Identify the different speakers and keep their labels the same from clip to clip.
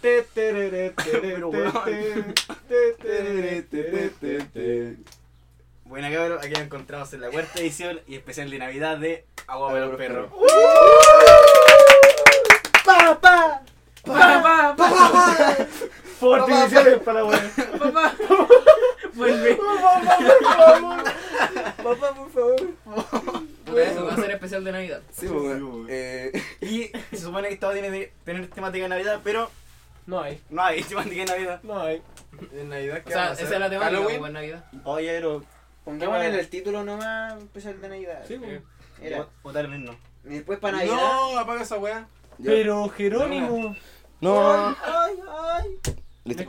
Speaker 1: te, tereré, tereré,
Speaker 2: Pero, weón.
Speaker 1: te, tereré, tereré, tereré.
Speaker 2: Buena cabrón, aquí nos encontramos en la cuarta edición y especial de Navidad de Agua para los perros.
Speaker 1: ¡Uh! ¡Papá!
Speaker 3: Papá, papá,
Speaker 1: Fuerte
Speaker 3: Papá,
Speaker 1: iniciales para la weá.
Speaker 3: papá. Vuelve.
Speaker 1: Papá, por favor. Papá, por favor.
Speaker 3: Puta, eso va a ser especial de Navidad.
Speaker 2: Sí, weón.
Speaker 1: Eh,
Speaker 2: Y se supone que esto tiene que tener temática de Navidad, pero
Speaker 1: No hay,
Speaker 2: no hay temática de Navidad.
Speaker 1: no hay.
Speaker 2: ¿En Navidad
Speaker 3: O sea, esa es la temática,
Speaker 2: Halloween.
Speaker 3: pues, Navidad.
Speaker 2: Oye, pero.
Speaker 4: Pongámosle en el título nomás, especial de Navidad.
Speaker 1: Sí,
Speaker 3: Eh,
Speaker 4: Era.
Speaker 2: Votar el himno.
Speaker 4: Y después para Navidad.
Speaker 2: apaga esa weá.
Speaker 1: Pero Jerónimo.
Speaker 5: No.
Speaker 4: Ay, ay.
Speaker 5: Listo.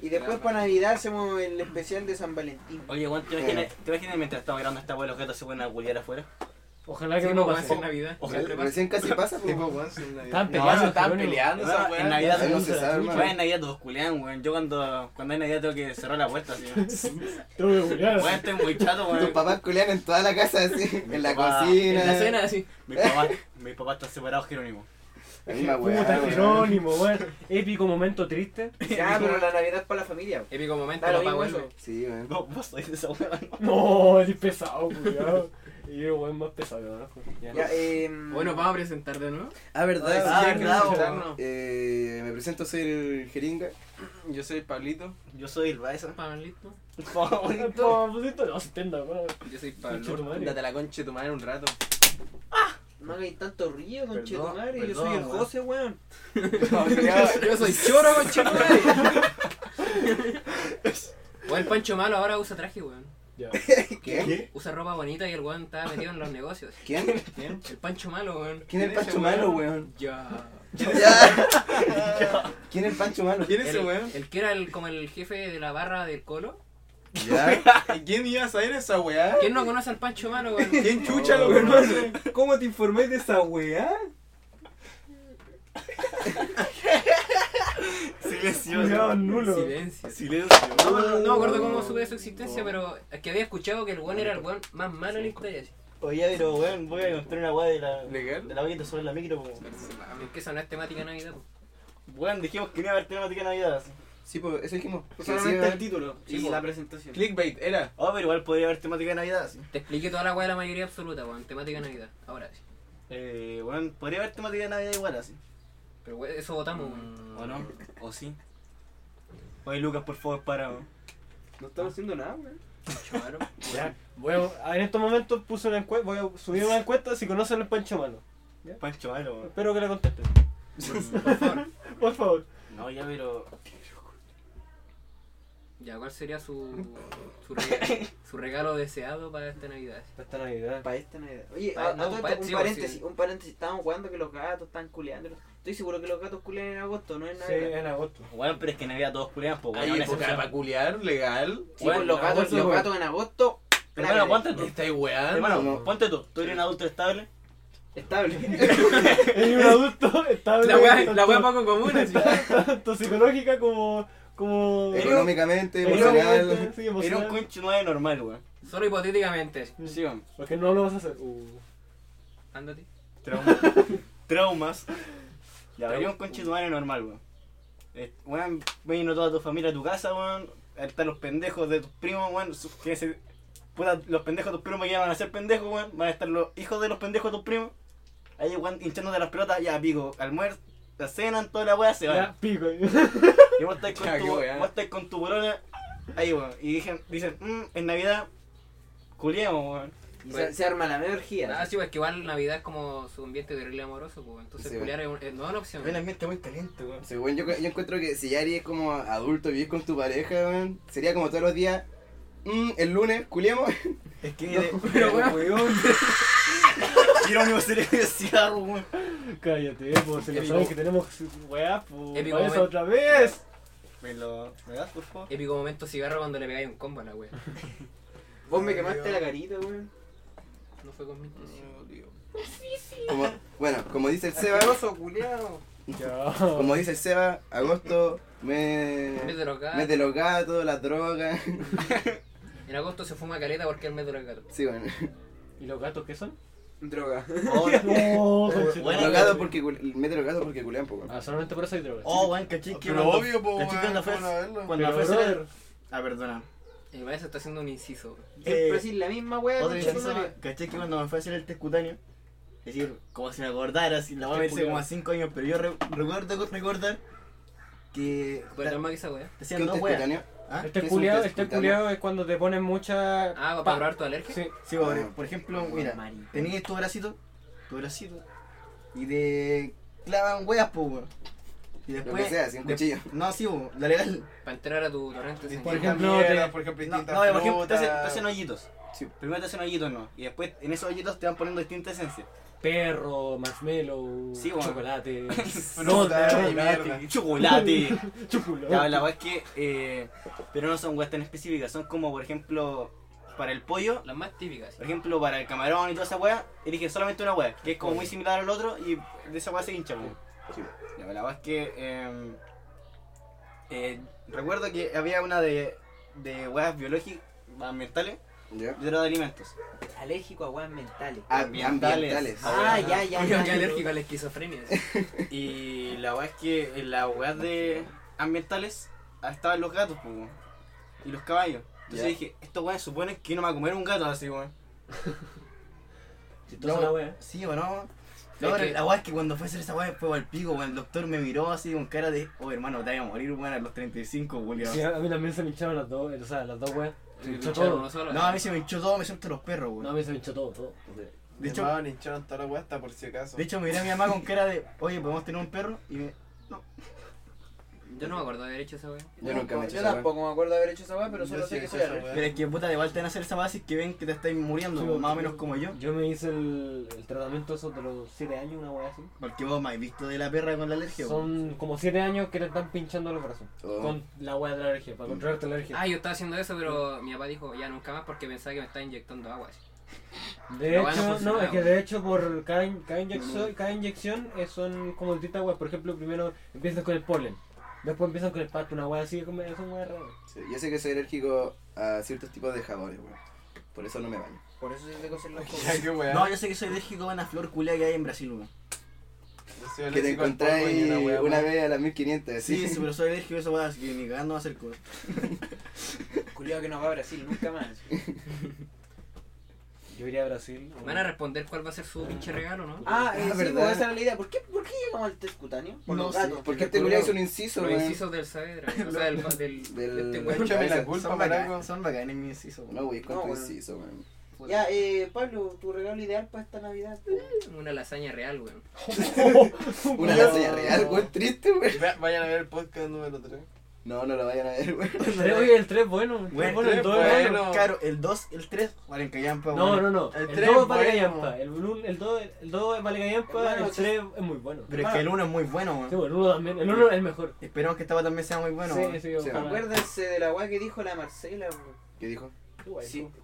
Speaker 4: Y después para Navidad hacemos el especial de San Valentín.
Speaker 2: Oye, Juan, ¿te imaginas, ¿te imaginas mientras estamos grabando esta weá los gatos se pueden a culiar afuera?
Speaker 3: Sí,
Speaker 6: Ah,
Speaker 1: Ojalá que
Speaker 3: pues,
Speaker 1: no
Speaker 3: va a
Speaker 1: pase.
Speaker 3: ser Navidad.
Speaker 2: Ojalá.
Speaker 5: Recién casi pasa, pues.
Speaker 1: Están
Speaker 2: No, se
Speaker 1: peleando,
Speaker 2: estaban
Speaker 1: Jerónimo.
Speaker 2: peleando esa weá. En
Speaker 5: Ya
Speaker 2: Navidad
Speaker 5: se
Speaker 2: se
Speaker 5: se sabe,
Speaker 2: Yo en
Speaker 5: hermano.
Speaker 2: Navidad todos culean, weón. Yo cuando, cuando es Navidad tengo que cerrar la puerta, así.
Speaker 1: Tengo que culiar.
Speaker 2: Weón, estoy muy chato,
Speaker 5: Tus
Speaker 2: weón.
Speaker 5: papás culean en toda la casa, así. En la
Speaker 2: papá.
Speaker 5: cocina.
Speaker 3: En la cena, así.
Speaker 2: Mis papás, mis papás están separados, Jerónimo.
Speaker 5: La misma
Speaker 1: Puta,
Speaker 5: weá.
Speaker 1: Jerónimo, weón. Épico momento triste.
Speaker 4: Ya, pero la Navidad es para la familia.
Speaker 3: Épico momento,
Speaker 4: Claro,
Speaker 3: papá,
Speaker 4: mismo
Speaker 3: vuelve.
Speaker 4: eso.
Speaker 5: Sí, weón.
Speaker 2: Vos, vos sois de esa weá, ¿no?
Speaker 1: No, es pesado, cuidado. Y el weón más pesado, ¿no? Ya.
Speaker 4: Ya, em,
Speaker 3: Bueno, vamos a presentar de nuevo.
Speaker 5: Ah, verdad.
Speaker 2: Ah,
Speaker 5: sí,
Speaker 2: verdad,
Speaker 5: claro.
Speaker 2: weón.
Speaker 5: Eh, me presento, soy el jeringa.
Speaker 2: Yo soy Pablito. Yo soy el Raiza.
Speaker 3: Pablito.
Speaker 1: No, pues esto no se entienda, weón.
Speaker 2: Yo soy
Speaker 1: Concha tu madre.
Speaker 2: la concha de tu madre un rato.
Speaker 4: No hagáis tanto río,
Speaker 2: Perdón,
Speaker 4: conchetumare. Yo
Speaker 2: perdón,
Speaker 4: soy el
Speaker 2: weón.
Speaker 4: José, weón.
Speaker 3: Yo soy choro, conchetumare. O el Pancho Malo ahora usa traje, weón.
Speaker 1: Ya.
Speaker 5: ¿Quién?
Speaker 3: Usa ropa bonita y el weón está metido en los negocios.
Speaker 5: ¿Quién?
Speaker 3: El Pancho Malo, weón.
Speaker 5: ¿Quién es el Pancho Malo, weón?
Speaker 3: Ya.
Speaker 5: Ya. ¿Quién es el Pancho Malo?
Speaker 6: ¿Quién es ese
Speaker 3: El-
Speaker 6: weón?
Speaker 3: El que era el, como el jefe de la barra del colo.
Speaker 5: Ya.
Speaker 6: ¿Quién iba a saber esa weá?
Speaker 3: ¿Quién no conoce al Pancho Malo, weón?
Speaker 6: ¿Quién chucha lo
Speaker 5: No,
Speaker 6: conoce?
Speaker 4: ¿Cómo te informáis de esa weá?
Speaker 1: Cuidado, nulo.
Speaker 3: Silencio.
Speaker 2: Silencio. Uh.
Speaker 3: No, no, no me acuerdo cómo supe de su existencia, pero es que había escuchado que el weón era el weón más malo en la historia. así.
Speaker 2: Oye, pero weón, voy a contar una weá de la.
Speaker 6: ¿Legal?
Speaker 2: De la weá que te sube en la micro, po.
Speaker 3: Porque esa no es temática de Navidad. po.
Speaker 2: Weón, dijimos que no iba a haber temática de Navidad. así.
Speaker 5: Sí, pues, eso dijimos. Que sí, pues.
Speaker 4: Solamente
Speaker 5: weón.
Speaker 4: el título
Speaker 3: Sí,
Speaker 4: y
Speaker 3: po.
Speaker 4: la presentación.
Speaker 6: Clickbait, era.
Speaker 2: Oh, pero igual podría haber temática de Navidad. así.
Speaker 3: Te expliqué toda la weá de la mayoría absoluta, weón. Temática de Navidad. Ahora sí.
Speaker 2: Eh, weón, podría haber temática de Navidad igual así.
Speaker 3: Pero weón, eso votamos, weón.
Speaker 2: Mm, ¿O no? ¿O sí? Oye, Lucas, por favor, para. weón.
Speaker 4: No estamos haciendo nada, weón.
Speaker 3: Choro.
Speaker 1: Ya. Bueno, en estos momentos puse una encuesta, voy a subir una encuesta si conocen al Pancho Malo.
Speaker 2: Pancho malo, weón.
Speaker 1: Espero que la contesten.
Speaker 3: Por favor.
Speaker 1: Por favor.
Speaker 2: No, ya, pero.
Speaker 3: Ya, ¿cuál sería su, su, regalo, su regalo deseado para esta Navidad?
Speaker 1: Para esta Navidad.
Speaker 4: Para esta Navidad. Oye,
Speaker 3: Pa-
Speaker 4: a-
Speaker 3: no,
Speaker 4: a todo
Speaker 3: pa-
Speaker 4: esto,
Speaker 3: sí,
Speaker 4: un
Speaker 3: po,
Speaker 4: paréntesis,
Speaker 3: sí.
Speaker 4: un paréntesis. Estábamos jugando que los gatos están culeando. Estoy seguro que los gatos culean en agosto, no en
Speaker 1: Sí,
Speaker 4: Navidad.
Speaker 1: en agosto.
Speaker 2: Weón, pero es que en Navidad todos culean, pues weón.
Speaker 6: Hay
Speaker 2: no hay
Speaker 6: época
Speaker 2: excepción.
Speaker 6: para culiar, legal.
Speaker 4: Sí,
Speaker 2: Bueno,
Speaker 4: pues, los,
Speaker 2: en
Speaker 4: gatos,
Speaker 1: agosto,
Speaker 4: los
Speaker 1: weón.
Speaker 4: gatos en agosto,
Speaker 2: Hermano, ponte tú.
Speaker 6: Estáis weando.
Speaker 2: Hermano, ponte tú. Tú eres un adulto estable.
Speaker 4: estable.
Speaker 1: Es un adulto estable.
Speaker 3: La weá, la
Speaker 1: tanto-
Speaker 3: weá poco común, así.
Speaker 1: Tanto psicológica como. como
Speaker 5: Económicamente, emocional.
Speaker 1: emocional. Sí,
Speaker 2: Eres un
Speaker 1: emocional.
Speaker 2: concho nueve normal, weón.
Speaker 3: Solo hipotéticamente.
Speaker 2: Sí, weón.
Speaker 1: Porque no lo vas a hacer. Uh.
Speaker 3: Ándate.
Speaker 2: Traumas. Traumas. Ya, pero un conche tu madre normal, weón. Eh, Weón, vino toda tu familia a tu casa, weón. Ahí están los pendejos de tus primos, weón. Sus- que se- puta, los pendejos de tus primos mañana van a ser pendejos, weón. Van a estar los hijos de los pendejos de tus primos. Ahí, weón, hinchándote las pelotas, ya, pico. Almuerzo, la cenan, toda la weá se va.
Speaker 1: Ya, pico.
Speaker 2: Y vos estás con,
Speaker 6: Ya,
Speaker 2: tu,
Speaker 6: qué weá.
Speaker 2: vos estás con tu bolona. Ahí, weón. Y dicen, dicen "Mm, en Navidad, culiamos, weón.
Speaker 4: Y
Speaker 3: Bueno.
Speaker 4: se, se arma la media orgía.
Speaker 3: Ah, sí, pues que igual Navidad es como su ambiente terrible amoroso, pues. Entonces,
Speaker 5: Sí,
Speaker 3: culiar es un- es- no es una opción.
Speaker 2: Ven, ambiente muy caliente, weón.
Speaker 5: Según yo, yo encuentro que si ya eres como adulto, vivís con tu pareja, weón, sería como todos los días. mm, el lunes, culiemos.
Speaker 2: Es que,
Speaker 3: pero, weón.
Speaker 2: Quiero sería de cigarro, weón.
Speaker 1: Cállate, pues si lo saben que tenemos weá, pues.
Speaker 3: Épico
Speaker 1: vayas
Speaker 3: momento.
Speaker 1: otra vez.
Speaker 2: ¿Me lo me das, por favor?
Speaker 3: Épico momento cigarro cuando le pegáis un combo a la wea.
Speaker 4: Vos me quemaste la carita, weón.
Speaker 3: No fue con mi intención.
Speaker 5: Como, bueno, como dice el Seba,
Speaker 4: culiao.
Speaker 1: Ya.
Speaker 5: como dice el Seba, agosto, mes,
Speaker 3: El mes de los gatos.
Speaker 5: mes Mm, de los gatos, las drogas.
Speaker 3: En agosto se fuma caleta porque es el mes de los gatos.
Speaker 5: Sí, bueno.
Speaker 1: ¿Y los gatos qué son?
Speaker 4: Droga.
Speaker 2: Oh,
Speaker 1: Oh,
Speaker 2: Bueno,
Speaker 5: Drogado porque cul- me he drogado porque culean, po, weón.
Speaker 1: Ah, solamente por eso hay drogas.
Speaker 2: oh weón,
Speaker 5: Ah,
Speaker 2: caché que
Speaker 6: Pero
Speaker 2: cuando-
Speaker 6: obvio, po,
Speaker 2: caché que cuando
Speaker 6: weón.
Speaker 2: fue-
Speaker 6: ¿cómo no verlo?
Speaker 2: cuando
Speaker 1: Pero,
Speaker 2: fue a hacer-
Speaker 1: brother,
Speaker 2: Ah, perdona.
Speaker 3: El maestro está haciendo un inciso.
Speaker 4: Siempre
Speaker 2: Eh,
Speaker 4: así, la misma wea
Speaker 2: Otra
Speaker 4: con
Speaker 2: cosa, caché que cuando me fue a hacer el test cutáneo, es decir, como si me acordara, si la voy a ver hace como a 5 años, pero yo re- recuerdo recordar que
Speaker 3: Pero es más que Pues, esa weá.
Speaker 2: te
Speaker 5: ¿Qué
Speaker 2: hacían
Speaker 5: un
Speaker 2: dos
Speaker 5: test
Speaker 2: weas.
Speaker 5: cutáneo?
Speaker 2: ¿Ah?
Speaker 1: este
Speaker 5: ¿Qué es un
Speaker 1: culiado,
Speaker 5: test
Speaker 1: este
Speaker 5: cutáneo?
Speaker 1: culiado es cuando te ponen mucha.
Speaker 3: Ah, para
Speaker 1: Pa-
Speaker 3: probar tu alergia.
Speaker 1: Sí.
Speaker 2: Sí, por,
Speaker 5: Ah.
Speaker 2: por ejemplo,
Speaker 4: Weón,
Speaker 2: mira,
Speaker 4: marica.
Speaker 2: tenías tu bracito, tu bracito, y te clavan weas, po, weón. Y
Speaker 5: Lo que
Speaker 2: después.
Speaker 5: sea, sin cuchillo.
Speaker 2: No, sí, po, la legal.
Speaker 3: Para entrar a tu torrente
Speaker 1: Por
Speaker 3: sanguíneo.
Speaker 1: ejemplo,
Speaker 6: Mierda,
Speaker 1: te-
Speaker 6: por ejemplo,
Speaker 2: No, no,
Speaker 6: distintas
Speaker 2: eh, por ejemplo, te hacen, te
Speaker 6: frutas.
Speaker 2: hacen hoyitos.
Speaker 5: Sí.
Speaker 2: Primero te hacen hoyitos, no. Y después en esos hoyitos te van poniendo distintas esencias.
Speaker 1: Perro, marshmallow,
Speaker 2: Sí, bueno.
Speaker 1: chocolate.
Speaker 6: Fruta,
Speaker 1: chocolate.
Speaker 6: mierda.
Speaker 2: Chocolate.
Speaker 1: Chupulo.
Speaker 2: Ya, la verdad es que. eh, pero no son weas tan específicas, son como, por ejemplo, para el pollo,
Speaker 3: Las más típicas.
Speaker 2: por ejemplo, para el camarón y toda esa wea, eligen solamente una wea, que es como muy similar al otro y de esa wea se hincha, weón.
Speaker 5: Sí.
Speaker 2: Ya, La verdad es que. eh, eh, recuerdo que había una de, de weas biológicas, ambientales
Speaker 5: ¿Ya?
Speaker 2: y otra de alimentos.
Speaker 4: Alérgico a weas mentales.
Speaker 2: Ambientales.
Speaker 5: Ambientales.
Speaker 4: Ah,
Speaker 2: bueno.
Speaker 4: ya, ya,
Speaker 3: Yo
Speaker 4: ya.
Speaker 3: soy alérgico a la esquizofrenia. sí.
Speaker 2: Y la verdad es que en las weas de ambientales estaban los gatos, pues, weón, y los caballos. Entonces
Speaker 5: Ya.
Speaker 2: dije, estos weones suponen que no me va a comer un gato así, weón.
Speaker 1: Chistosa la wea.
Speaker 2: Sí o no.
Speaker 3: No,
Speaker 2: No,
Speaker 3: es que-
Speaker 2: La weá es que cuando fue a hacer esa weá fue al pico, weón. El doctor me miró así con cara de, oh hermano, te voy a morir, weón, a los 35, weón.
Speaker 1: Sí, a mí también se me hincharon las dos, o sea, las dos weas. Se me hinchó
Speaker 3: Escucharon
Speaker 1: todo.
Speaker 3: uno solo.
Speaker 2: No, a mí se me hinchó todo, me soltó los perros,
Speaker 1: No, a
Speaker 2: weón.
Speaker 1: mí se me hinchó todo, todo.
Speaker 2: De
Speaker 6: De
Speaker 2: hecho-
Speaker 6: hecho, hincharon toda la weá hasta por si acaso.
Speaker 2: De hecho, miré a mi mamá con cara de, oye, podemos tener un perro. Y me.
Speaker 3: Yo no me acuerdo de haber hecho esa weá.
Speaker 5: Yo nunca me he hecho
Speaker 4: Yo
Speaker 5: esa wea.
Speaker 4: tampoco me acuerdo de haber hecho esa wea, pero
Speaker 6: Yo
Speaker 4: solo
Speaker 6: sí
Speaker 4: sé que
Speaker 6: he
Speaker 4: soy
Speaker 6: hecho esa
Speaker 4: alérgico.
Speaker 6: wea.
Speaker 2: Pero es que puta, de vuelta van a hacer esa weá si es que ven que te estáis muriendo,
Speaker 1: Sí,
Speaker 2: weón, más o
Speaker 1: yo-
Speaker 2: menos como yo.
Speaker 1: Yo me hice el, el tratamiento eso de los 7 años, una wea así.
Speaker 2: Porque vos me habéis visto de la perra con la alergia, weón.
Speaker 1: Son como 7 años que te están pinchando los brazos.
Speaker 5: Oh.
Speaker 1: Con la wea de la alergia,
Speaker 2: Mm.
Speaker 1: para controlarte la alergia.
Speaker 3: Ah, yo estaba haciendo eso, pero mi papá dijo ya nunca más porque pensaba que me estaba inyectando agua. así.
Speaker 1: De
Speaker 3: la wea no
Speaker 1: hecho, no,
Speaker 3: funcionaba.
Speaker 1: es que de hecho por cada, in- cada inyección, cada inyección eh, son como distintas weas. Por ejemplo, primero empiezan con el polen, después empiezan con el pato, una wea así, es como- es una wea rara.
Speaker 5: Sí, Yo sé que soy alérgico a ciertos tipos de jabones, weón. Por eso no me baño.
Speaker 4: Por eso se te cosen los
Speaker 6: Ya,
Speaker 4: cosas.
Speaker 6: qué weá.
Speaker 2: No, yo sé que soy alérgico a una flor culia que hay en Brasil, weón.
Speaker 6: Yo soy
Speaker 5: Que te
Speaker 6: alérgico al polvo y
Speaker 5: encontráis
Speaker 6: la weá,
Speaker 5: una
Speaker 6: weón.
Speaker 5: vez a las 1500,
Speaker 2: Sí,
Speaker 5: así.
Speaker 2: sí, pero soy alérgico a esa weá, así que ni cagando va a hacer weón.
Speaker 4: Culiado que no va a Brasil nunca más.
Speaker 1: Yo iría a Brasil.
Speaker 3: Van a responder cuál va a ser su pinche regalo, ¿no?
Speaker 4: Ah, eh,
Speaker 5: Ah,
Speaker 4: sí,
Speaker 5: ¿verdad?
Speaker 4: pues, esa era la idea. ¿Por qué, por qué llegamos al test cutáneo? Por
Speaker 5: No
Speaker 4: los
Speaker 5: sé,
Speaker 4: gatos.
Speaker 5: porque este culiao hizo un inciso,
Speaker 3: Los
Speaker 5: weón.
Speaker 3: incisos del Saavedra. O sea, del. del,
Speaker 5: Del-
Speaker 3: de este
Speaker 5: del
Speaker 3: weón.
Speaker 6: Échame la
Speaker 5: Son
Speaker 6: culpa,
Speaker 2: Son
Speaker 6: maraco.
Speaker 2: bacanes, son bacanes mis incisos, weón.
Speaker 5: No, güey, con
Speaker 4: No,
Speaker 5: tu
Speaker 4: weón.
Speaker 5: inciso, weón.
Speaker 4: Ya, eh, Pablo, tu regalo ideal para esta Navidad. po.
Speaker 3: Una lasaña real, weón.
Speaker 5: Una lasaña real, weón, triste, weón.
Speaker 6: Ve- Vayan a ver el podcast número 3.
Speaker 5: No, no lo vayan a ver, weón.
Speaker 1: El tres- Oye, el 3 bueno. el tres
Speaker 2: Bueno,
Speaker 1: bueno, el
Speaker 6: tres
Speaker 1: dos
Speaker 6: bueno.
Speaker 1: Este, bueno.
Speaker 6: No.
Speaker 2: Claro, el 2, el 3, valen callampa,
Speaker 1: No,
Speaker 2: weón.
Speaker 1: no, no.
Speaker 6: El
Speaker 1: El
Speaker 6: tres
Speaker 1: 2 es vale
Speaker 6: bueno.
Speaker 1: callampa. El 1 el 2 el 2 es vale callampa.
Speaker 4: Hermano,
Speaker 1: El
Speaker 4: sí.
Speaker 1: 3 es muy bueno.
Speaker 2: Pero es que el 1 es muy bueno,
Speaker 1: Sí,
Speaker 2: weón.
Speaker 1: bueno, el 1 también. El 1 es el mejor.
Speaker 2: Esperamos que esta weá también sea muy bueno,
Speaker 1: sí,
Speaker 2: weón.
Speaker 1: sí,
Speaker 5: Sí,
Speaker 4: Ah.
Speaker 1: ojalá.
Speaker 4: Acuérdense de la weá que dijo la Marcela. po.
Speaker 5: ¿Qué dijo?
Speaker 1: Qué guay,
Speaker 4: Sí.
Speaker 1: dijo.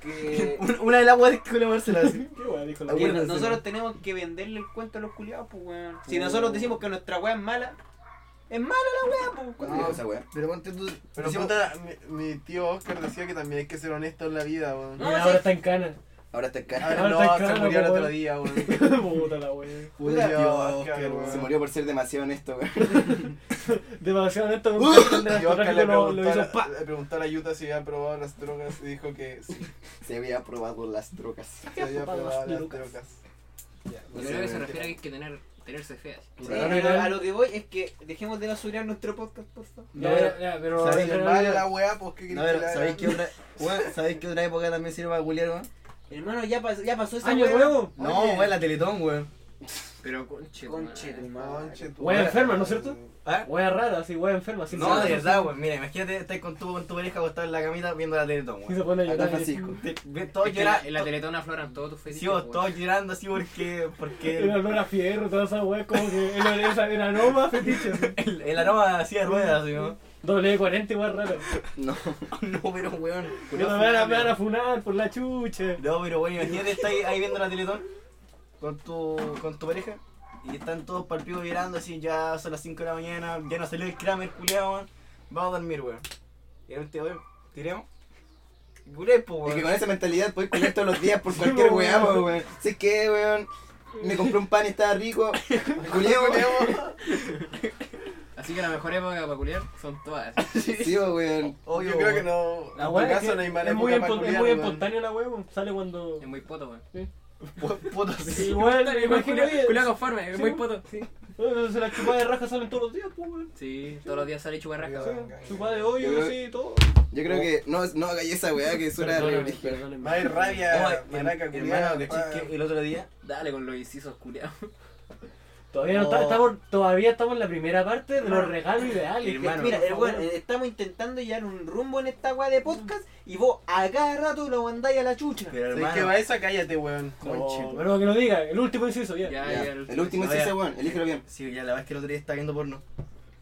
Speaker 4: Que,
Speaker 2: Un- Una de las weas que le Marcela así.
Speaker 1: Qué guay, dijo la
Speaker 4: que
Speaker 1: buena.
Speaker 4: nosotros tenemos que venderle el cuento a los culiados, pues, weón. Si nosotros decimos que nuestra weá es mala, es mala la weá, pues.
Speaker 5: ¿Cuándo dijo esa weón?
Speaker 2: Pero ponte tú.
Speaker 6: Pero
Speaker 2: decimos-
Speaker 6: puta, mi, mi tío Oscar decía que también hay que ser honesto en la vida, weón.
Speaker 1: Y
Speaker 4: No,
Speaker 1: ahora
Speaker 4: sí.
Speaker 1: está en cana.
Speaker 5: Ahora está en
Speaker 6: Ah,
Speaker 5: caja.
Speaker 1: Ahora
Speaker 6: no,
Speaker 1: está
Speaker 6: se
Speaker 1: caro,
Speaker 6: murió el
Speaker 1: weón.
Speaker 6: otro día, weón.
Speaker 1: Puta la wea.
Speaker 6: Puta, tío
Speaker 2: Oscar,
Speaker 6: Oscar, weón.
Speaker 5: Se murió por ser demasiado honesto, weón.
Speaker 1: Demasiado honesto. Un cartón de
Speaker 6: Tío Oscar
Speaker 1: narcotráfico
Speaker 6: le preguntó,
Speaker 1: lo, lo
Speaker 6: a
Speaker 1: hizo
Speaker 6: la-
Speaker 1: pa.
Speaker 6: le preguntó a la Yuta si había probado las drogas y dijo que sí,
Speaker 5: Se había probado las drogas.
Speaker 6: que había
Speaker 1: probado
Speaker 6: probado las
Speaker 1: las drogas.
Speaker 6: drogas.
Speaker 3: Yo creo que se refiere a que hay que tener, tenerse feas.
Speaker 1: Tu
Speaker 4: Sí,
Speaker 1: regalo
Speaker 4: pero
Speaker 1: ideal-
Speaker 4: a lo que voy es que dejemos de basurar nuestro podcast, por favor.
Speaker 1: Ya, ya, ya, pero.
Speaker 2: ¿Sabes
Speaker 1: pero-
Speaker 6: Vale la weá, pues qué
Speaker 2: No,
Speaker 6: querés
Speaker 2: pero
Speaker 6: que le
Speaker 2: ¿sabéis
Speaker 6: hagan?
Speaker 2: qué otra, weón, ¿sabéis qué otra época también sirve para culiar, weón?
Speaker 4: Hermano, ya, pas- ya pasó esa
Speaker 1: Año
Speaker 4: weá.
Speaker 1: nuevo.
Speaker 2: No,
Speaker 6: Oye.
Speaker 2: weón, la Teletón, weón.
Speaker 3: Pero conche,
Speaker 4: Conche tu
Speaker 3: madre.
Speaker 4: madre.
Speaker 6: Conche tu
Speaker 1: Wea
Speaker 6: madre.
Speaker 1: enferma, ¿no es cierto?
Speaker 2: ¿Ah?
Speaker 1: Wea rara, así, wea enferma. así
Speaker 2: No,
Speaker 1: se-
Speaker 2: de verdad, weón. Mira, imagínate, estáis con tu, con tu pareja acostado en la camita viendo la Teletón,
Speaker 1: Y
Speaker 2: weón.
Speaker 1: se pone a
Speaker 5: Acá
Speaker 1: llorar.
Speaker 5: Francisco.
Speaker 2: Te- ve-
Speaker 3: Es
Speaker 2: Todos
Speaker 3: que en la,
Speaker 2: llorando.
Speaker 3: en la teletón afloran todos tus fetiches.
Speaker 2: Sí, vos,
Speaker 3: weón.
Speaker 2: todos llorando así porque.
Speaker 1: El
Speaker 2: porque
Speaker 1: olor a fierro, toda esa wea, como que el, el, esa- el aroma a fetiche. así.
Speaker 2: el, el aroma hacía ruedas, así, ¿no?
Speaker 1: Doble de 40 igual raro.
Speaker 5: No.
Speaker 2: No, pero weón.
Speaker 1: Me
Speaker 2: culiao
Speaker 1: van, a, me
Speaker 2: funable,
Speaker 1: van a
Speaker 2: weón.
Speaker 1: funar por la chucha.
Speaker 2: No, pero bueno, imagínate, estáis ahí viendo la Teletón con tu, con tu pareja y están todos palpidos llorando así, ya son las 5 de la mañana, ya no salió el Kramer, culiao, weón. Vamos a dormir, weón. Y de repente, weón, tiremos.
Speaker 4: Guré, po,
Speaker 5: Es que
Speaker 4: weón.
Speaker 5: con esa mentalidad podés comer todos los días por cualquier weá, po, weón. Así que, weón, me compré un pan y estaba rico. Culiao, weón.
Speaker 3: Así que la mejor época para culiar son todas.
Speaker 5: Sí, po, weón.
Speaker 6: yo creo que no.
Speaker 1: La
Speaker 6: en
Speaker 1: weá
Speaker 6: tu
Speaker 1: es
Speaker 6: caso
Speaker 1: que
Speaker 6: no hay mala
Speaker 1: es muy,
Speaker 6: época pa'
Speaker 1: espon- es
Speaker 6: culiar,
Speaker 1: muy
Speaker 6: weón.
Speaker 1: espontánea la weón, sale cuando...
Speaker 3: Es muy poto, weón.
Speaker 6: Puto, sí.
Speaker 1: Igual,
Speaker 3: Puta,
Speaker 1: me
Speaker 3: igual
Speaker 1: imagino
Speaker 3: culiao-
Speaker 1: que...
Speaker 3: culiao conforme, es
Speaker 1: Sí,
Speaker 3: muy
Speaker 1: weón.
Speaker 3: poto.
Speaker 1: Sí. Eh, Se la chupada de raja salen todos los días, pues, weón.
Speaker 3: Sí, todos los días sale chuparraca.
Speaker 1: Sí, chupada de hoyo,
Speaker 5: Yo creo-
Speaker 1: sí, todo.
Speaker 5: Yo creo que no, no hagáis esa weá que suena
Speaker 1: Perdóname,
Speaker 5: horrible.
Speaker 6: No hay
Speaker 1: perdóname.
Speaker 6: rabia, maraca,
Speaker 2: Hermano,
Speaker 6: culiado.
Speaker 2: ¿cachai que el otro día?
Speaker 3: Dale con los incisos culiados.
Speaker 1: Todavía, no, está- estamos, todavía estamos en la primera parte de los regalos ideales.
Speaker 2: Hermano,
Speaker 1: mira,
Speaker 4: Mira, eh, weón, eh, estamos intentando llevar un rumbo en esta weá de podcast y vos a cada rato lo mandáis a la chucha.
Speaker 2: Pero
Speaker 6: ¿Sabes qué
Speaker 2: hermano,
Speaker 6: va esa? Cállate, weón.
Speaker 1: No, pero que lo diga, el último inciso, ya.
Speaker 3: Ya,
Speaker 5: Ya,
Speaker 3: ya.
Speaker 5: El último es
Speaker 2: Oye.
Speaker 5: ese, weón. Elígelo bien.
Speaker 2: sí, ya la vez que el otro día estaba viendo porno.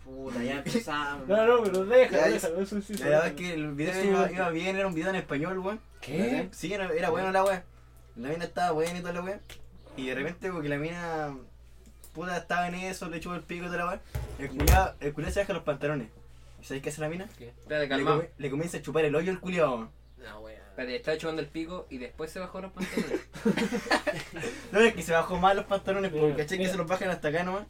Speaker 4: Puta, ya empezamos.
Speaker 1: No, no, pero déjalo,
Speaker 5: Ya, ya.
Speaker 1: déjalo, eso sí.
Speaker 2: La verdad es que el video iba, iba bien, era un video en español, weón.
Speaker 1: ¿Qué?
Speaker 2: Sí, era, era bueno la weá. La mina estaba buena y toda la weá. Y de repente, porque la mina. Puta, estaba en eso, le echó el pico y toda la weá. El culiado el culiao se baja los pantalones. ¿Y sabéis qué hace la mina?
Speaker 3: Espérate,
Speaker 2: Le,
Speaker 3: calmado.
Speaker 2: come- le comienza a chupar el hoyo al culiado, weón.
Speaker 3: No, weón. Espérate, estaba chupando el pico y después se bajó los pantalones.
Speaker 2: No, es que se bajó más los pantalones, porque
Speaker 1: Mira,
Speaker 2: caché que
Speaker 1: mira.
Speaker 2: se los bajan hasta acá nomás.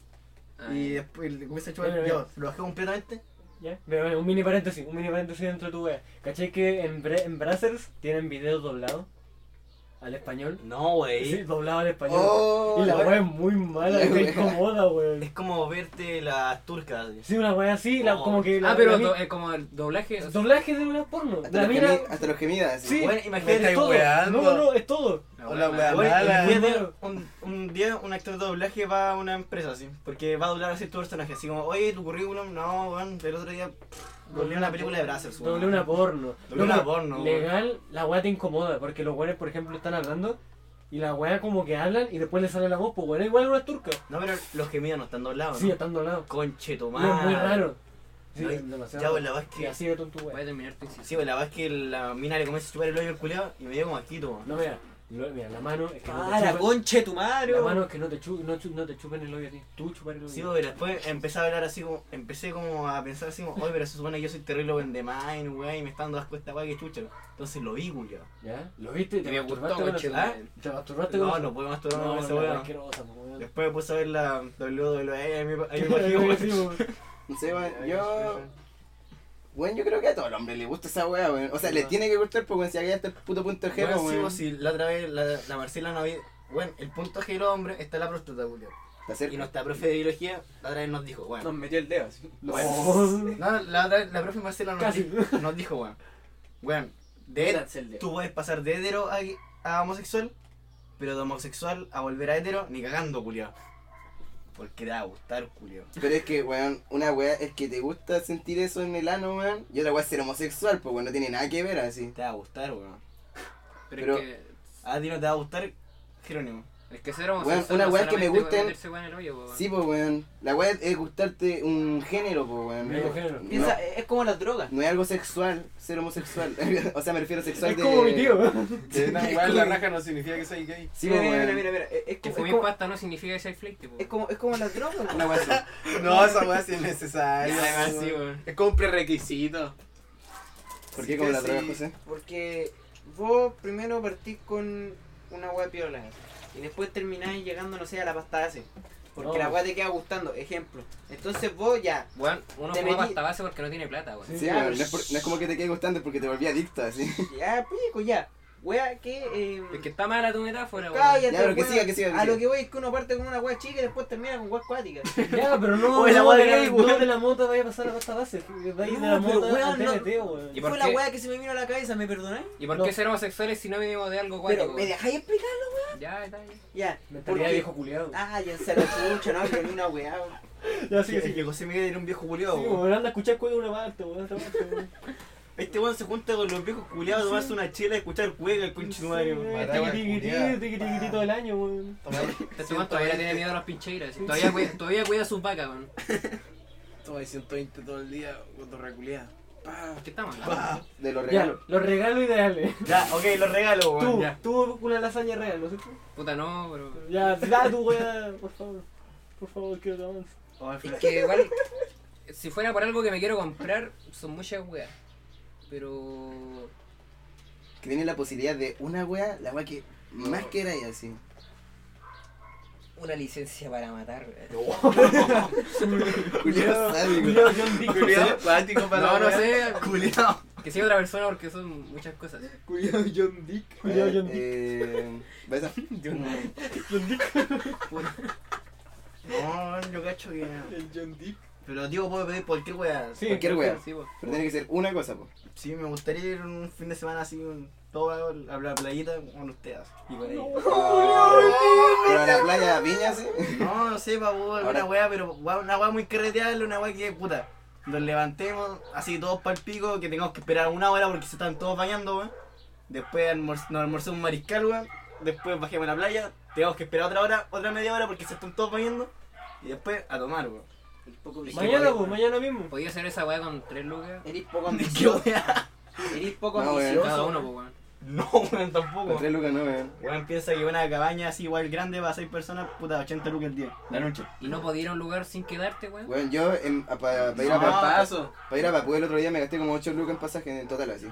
Speaker 2: Y
Speaker 3: Ay,
Speaker 2: después le comienza a chupar
Speaker 1: Mira,
Speaker 2: el
Speaker 1: mira.
Speaker 2: yo, se lo bajé completamente.
Speaker 1: Ya, mira, mira, un mini paréntesis, un mini paréntesis dentro de tu wea. ¿Cachai que en, Bra- en Brazzers tienen videos doblados al español?
Speaker 2: No,
Speaker 1: Sí,
Speaker 2: wey.
Speaker 1: doblado al español.
Speaker 5: Oh,
Speaker 1: y la
Speaker 5: weón.
Speaker 1: wea es muy mala,
Speaker 5: La
Speaker 1: te
Speaker 5: wea.
Speaker 1: incomoda,
Speaker 2: Es
Speaker 1: weón.
Speaker 2: como verte las turcas. así.
Speaker 1: Sí, una wea así, la,
Speaker 2: Oh.
Speaker 1: como que. La,
Speaker 3: Ah, pero
Speaker 1: la mi-
Speaker 3: do- eh, como el doblaje. o sea,
Speaker 1: doblaje de una porno.
Speaker 5: Hasta
Speaker 1: La
Speaker 5: los
Speaker 1: mina.
Speaker 5: gemi- Hasta los gemidas.
Speaker 1: Sí,
Speaker 2: Bueno,
Speaker 1: es
Speaker 2: imagínate,
Speaker 6: estáis
Speaker 1: todo.
Speaker 6: weando.
Speaker 1: No, no, es todo.
Speaker 3: la
Speaker 6: Hola,
Speaker 3: weá,
Speaker 6: weón.
Speaker 2: Güey,
Speaker 6: mala.
Speaker 2: el día de- un, un día un actor de doblaje va a una empresa así, porque va a doblar así tu personaje, así como, oye, tu currículum, no, weón, del otro día pff, doblé una película de brazos,
Speaker 1: Doble una porno.
Speaker 2: Doble una
Speaker 1: Loco,
Speaker 2: porno,
Speaker 1: Legal, la weá te incomoda, porque los weones, por ejemplo, están hablando y la weá como que hablan y después le sale la voz, pues weón, igual una turca.
Speaker 2: No, pero los gemidos no están doblados,
Speaker 1: Sí,
Speaker 2: ¿no?
Speaker 1: están doblados.
Speaker 2: Conche tu
Speaker 1: No, es muy
Speaker 2: madre.
Speaker 1: raro. Sí,
Speaker 2: No,
Speaker 1: es demasiado.
Speaker 2: ya,
Speaker 1: raro.
Speaker 2: pues, la verdad es que-
Speaker 1: Sí, así de tonto,
Speaker 3: Voy
Speaker 1: güey.
Speaker 3: a terminar tu inciso.
Speaker 2: Sí, pues, la verdad es que la mina le comienza a chupar el hoyo al culeado y me dio como aquí,
Speaker 1: No, mira, lo- mira, la mano es que no
Speaker 4: Ah,
Speaker 1: te
Speaker 4: la
Speaker 1: chupen.
Speaker 4: concha de tu
Speaker 1: La
Speaker 4: madre. weón.
Speaker 1: mano es que no te, chu- no, chu- no te chupen el hoyo a ti. Tú chupar el hoyo.
Speaker 2: Sí, pues, pero después empecé a hablar así como, empecé como a pensar así como, oye, pero se supone que yo soy terrible buen de mine, weón, y me están dando asco esta weá que chucha. Entonces lo vi, culiao.
Speaker 1: ¿Ya? ¿Lo viste? ¿Te
Speaker 3: Me
Speaker 1: masturbaste
Speaker 3: gustó,
Speaker 1: con
Speaker 3: coche,
Speaker 1: esa-
Speaker 3: ¿ah?
Speaker 1: ¿Te masturbaste con
Speaker 2: No,
Speaker 1: esa-
Speaker 2: no puedo masturbar
Speaker 1: No,
Speaker 2: con esa
Speaker 1: no,
Speaker 2: weá.
Speaker 1: asquerosa, po, weón.
Speaker 2: Después me puse a ver la WWE, ahí me, ahí me bajé,
Speaker 1: Sí,
Speaker 2: weón.
Speaker 1: po.
Speaker 5: No sé, weón. Yo. Weón, yo creo que a todo el hombre le gusta esa weá, weón. O sea, le tiene que gustar porque weón, si acá está el puto punto G, pues,
Speaker 2: Bueno, sí,
Speaker 5: weón.
Speaker 2: vos, si la otra vez la, la Marcela no había. Bueno, el punto G de los hombres está en la próstata, Julio.
Speaker 5: Te
Speaker 2: Y
Speaker 5: acerco.
Speaker 2: nuestra profe de biología la otra vez nos dijo, bueno.
Speaker 4: Nos metió el dedo así.
Speaker 1: Oh.
Speaker 2: No, la otra vez, la profe Marcela nos,
Speaker 1: Casi.
Speaker 2: di- nos dijo, bueno. Bueno, de
Speaker 4: Métanse el dedo.
Speaker 2: tú puedes pasar de hetero a, a homosexual, pero de homosexual a volver a hetero, ni cagando, Julio. Porque te va a gustar, Julio.
Speaker 5: Pero es que, weón, una weá es que te gusta sentir eso en el ano, weón. Y otra weá es ser homosexual, pues, weón, no tiene nada que ver así.
Speaker 2: Te va a gustar, weón.
Speaker 3: Pero,
Speaker 5: pero-
Speaker 3: es
Speaker 2: A ti no te va a gustar, Jerónimo.
Speaker 3: que. Es que ser
Speaker 5: Weón,
Speaker 3: homosexual
Speaker 5: una
Speaker 3: no
Speaker 5: weá que me
Speaker 3: solamente
Speaker 5: gusten-
Speaker 3: puede meterse weá en el hoyo, po, weón.
Speaker 5: Sí, pues, weón. La weá es, es gustarte un género, pues, weón.
Speaker 1: Mismo
Speaker 5: No,
Speaker 1: género.
Speaker 5: no-
Speaker 4: Piensa, es como las drogas.
Speaker 5: no es algo sexual ser homosexual. o sea, me refiero sexual
Speaker 1: Es
Speaker 5: de.
Speaker 1: como mi tío.
Speaker 6: De una weá en la raja no significa que soy gay.
Speaker 5: Sí,
Speaker 4: mira,
Speaker 5: pues,
Speaker 4: mira,
Speaker 5: weón.
Speaker 4: mira, mira, mira, Es, es
Speaker 3: Que
Speaker 4: como, es,
Speaker 3: fumé
Speaker 4: como,
Speaker 3: pasta no significa que sea flight, po.
Speaker 4: es, como, es como las drogas. weón.
Speaker 5: Una weá así.
Speaker 6: No, esa weá sí es necesaria.
Speaker 3: Además, sí,
Speaker 6: weón.
Speaker 3: weón.
Speaker 4: Es como un prerequisito.
Speaker 5: ¿Por
Speaker 6: Sí
Speaker 5: qué como
Speaker 6: que
Speaker 5: la droga,
Speaker 6: sí.
Speaker 5: José?
Speaker 4: Porque vos primero partís con una weá piola y después terminás llegando, no sé, a la pasta base. Porque
Speaker 1: No.
Speaker 4: la weá te queda gustando, ejemplo. Entonces vos ya.
Speaker 3: Weón, uno
Speaker 4: Te
Speaker 3: fuma
Speaker 4: metí-
Speaker 3: pasta base porque no tiene plata, weón.
Speaker 5: Sí,
Speaker 1: Ya.
Speaker 5: weón. No es, por- no es como que te quede gustando, es porque te volví adicto, así.
Speaker 4: Ya, pico, ya. Weá que. eh,
Speaker 3: Es que está mala tu metáfora, weón.
Speaker 4: Cállate,
Speaker 5: Ya, pero que
Speaker 4: weón.
Speaker 5: siga, que siga, que
Speaker 4: A lo
Speaker 5: siga.
Speaker 4: que voy es que uno parte con una weá chica y después termina con weá acuática.
Speaker 1: Ya, pero no,
Speaker 2: Oye, la
Speaker 1: no,
Speaker 2: weá de
Speaker 1: de,
Speaker 2: gay, weón.
Speaker 1: no de la mota vaya a pasar a pasta base. Vaya
Speaker 4: No,
Speaker 1: de la
Speaker 4: pero
Speaker 1: mota
Speaker 4: weón,
Speaker 1: a TNT, weón.
Speaker 3: ¿Y
Speaker 4: Y
Speaker 3: por
Speaker 4: fue la
Speaker 3: qué?
Speaker 4: weá que se me vino a la cabeza, ¿me perdonáis?
Speaker 3: ¿Y por
Speaker 1: No.
Speaker 3: qué ser homosexuales si no venimos de algo
Speaker 4: Pero,
Speaker 3: cuático?
Speaker 4: ¿me
Speaker 3: weón?
Speaker 4: dejáis explicarlo?
Speaker 3: Ya, está bien. Este
Speaker 4: Ya.
Speaker 1: Mentalidad
Speaker 4: Porque...
Speaker 1: de viejo culiado.
Speaker 4: Ah, ya se la chucha, no, pero ni una weá. weón.
Speaker 1: Ya, sí,
Speaker 2: Así que
Speaker 1: sí.
Speaker 2: sí,
Speaker 1: Sí,
Speaker 2: que José Miguel era un viejo culiado, weón.
Speaker 1: weón, anda a escuchar cuello una parte, weón. otra parte, weón.
Speaker 2: Este weón se junta con los viejos culiados, a tomarse una chela y escuchar cueca el conchinuario.
Speaker 1: Sí,
Speaker 2: weón.
Speaker 1: weón,
Speaker 6: Mataba al
Speaker 1: tiquitiquití,
Speaker 6: culiao.
Speaker 1: tiquitiquití todo el año, weón.
Speaker 3: Este weón todavía le tiene miedo a las pincheiras. sí. Todavía cuida, todavía cuida sus vacas, weón.
Speaker 6: Toma 120 todo el día, cotorra culiada.
Speaker 3: ¿Por qué estamos hablando?
Speaker 5: De los
Speaker 1: Ya,
Speaker 5: regalos.
Speaker 1: los regalos ideales.
Speaker 2: Ya, ok, los regalos, weón.
Speaker 1: Tú,
Speaker 2: ya.
Speaker 1: tú una lasaña real, ¿no es cierto?
Speaker 3: Puta, no, pero.
Speaker 1: Ya, da tu weá, por favor. Por favor, quiero que avance.
Speaker 3: Es que igual, si fuera por algo que me quiero comprar, son muchas weas. Pero
Speaker 5: que tiene la posibilidad de una wea, la wea que más quiera y así.
Speaker 3: Una licencia para matar, weón.
Speaker 5: Culiao sádico.
Speaker 2: Culeado, cuático para
Speaker 3: No,
Speaker 2: la
Speaker 3: no
Speaker 2: wea.
Speaker 3: sé.
Speaker 5: Culiao.
Speaker 3: Que sea otra persona porque son muchas cosas.
Speaker 5: Culiao John Dick.
Speaker 1: Culiao John Dick.
Speaker 5: Eh, besa.
Speaker 2: No, yo cacho que.
Speaker 5: El John Dick.
Speaker 2: Pero tío, puedo pedir cualquier wea.
Speaker 1: Sí.
Speaker 5: Cualquier wea.
Speaker 3: Sí, po.
Speaker 5: Pero tiene que ser una cosa, po.
Speaker 2: Sí, me gustaría ir un fin de semana así, un- todo a la playita con ustedes.
Speaker 3: Y por ahí.
Speaker 5: Pero a la playa Viña, sí.
Speaker 2: No, no sé, pavo,
Speaker 5: Ahora-
Speaker 2: alguna weá, pero weá, una weá muy carreteable, una weá que puta. Nos levantemos así todos para el pico, que tengamos que esperar una hora porque se están todos bañando, weón. Después almor- nos almorzamos un mariscal, weón. Después bajemos a la playa, tengamos que esperar otra hora, otra media hora porque se están todos bañando. Y después a tomar, weón.
Speaker 4: El poco
Speaker 1: Mañana, pues,
Speaker 4: weón.
Speaker 1: mañana mismo.
Speaker 3: Podía hacer esa weá con tres lucas.
Speaker 4: Eres poco
Speaker 2: ¿Qué
Speaker 4: ambicioso.
Speaker 2: weá?
Speaker 4: Eres poco
Speaker 5: No, weón.
Speaker 3: Cada
Speaker 4: ambicioso.
Speaker 3: uno, po, weón.
Speaker 2: No, weón, tampoco.
Speaker 5: Con tres lucas no, weón.
Speaker 2: Weón piensa que una cabaña así igual grande para seis personas, puta, 80 lucas el día, la noche.
Speaker 3: Y no podía ir a un lugar sin quedarte, weón.
Speaker 5: Weón, yo en- a- pa- para ir a
Speaker 2: No,
Speaker 5: Papá,
Speaker 2: paso.
Speaker 5: para ir a Papú el otro día me gasté como 8 lucas en pasaje en total así.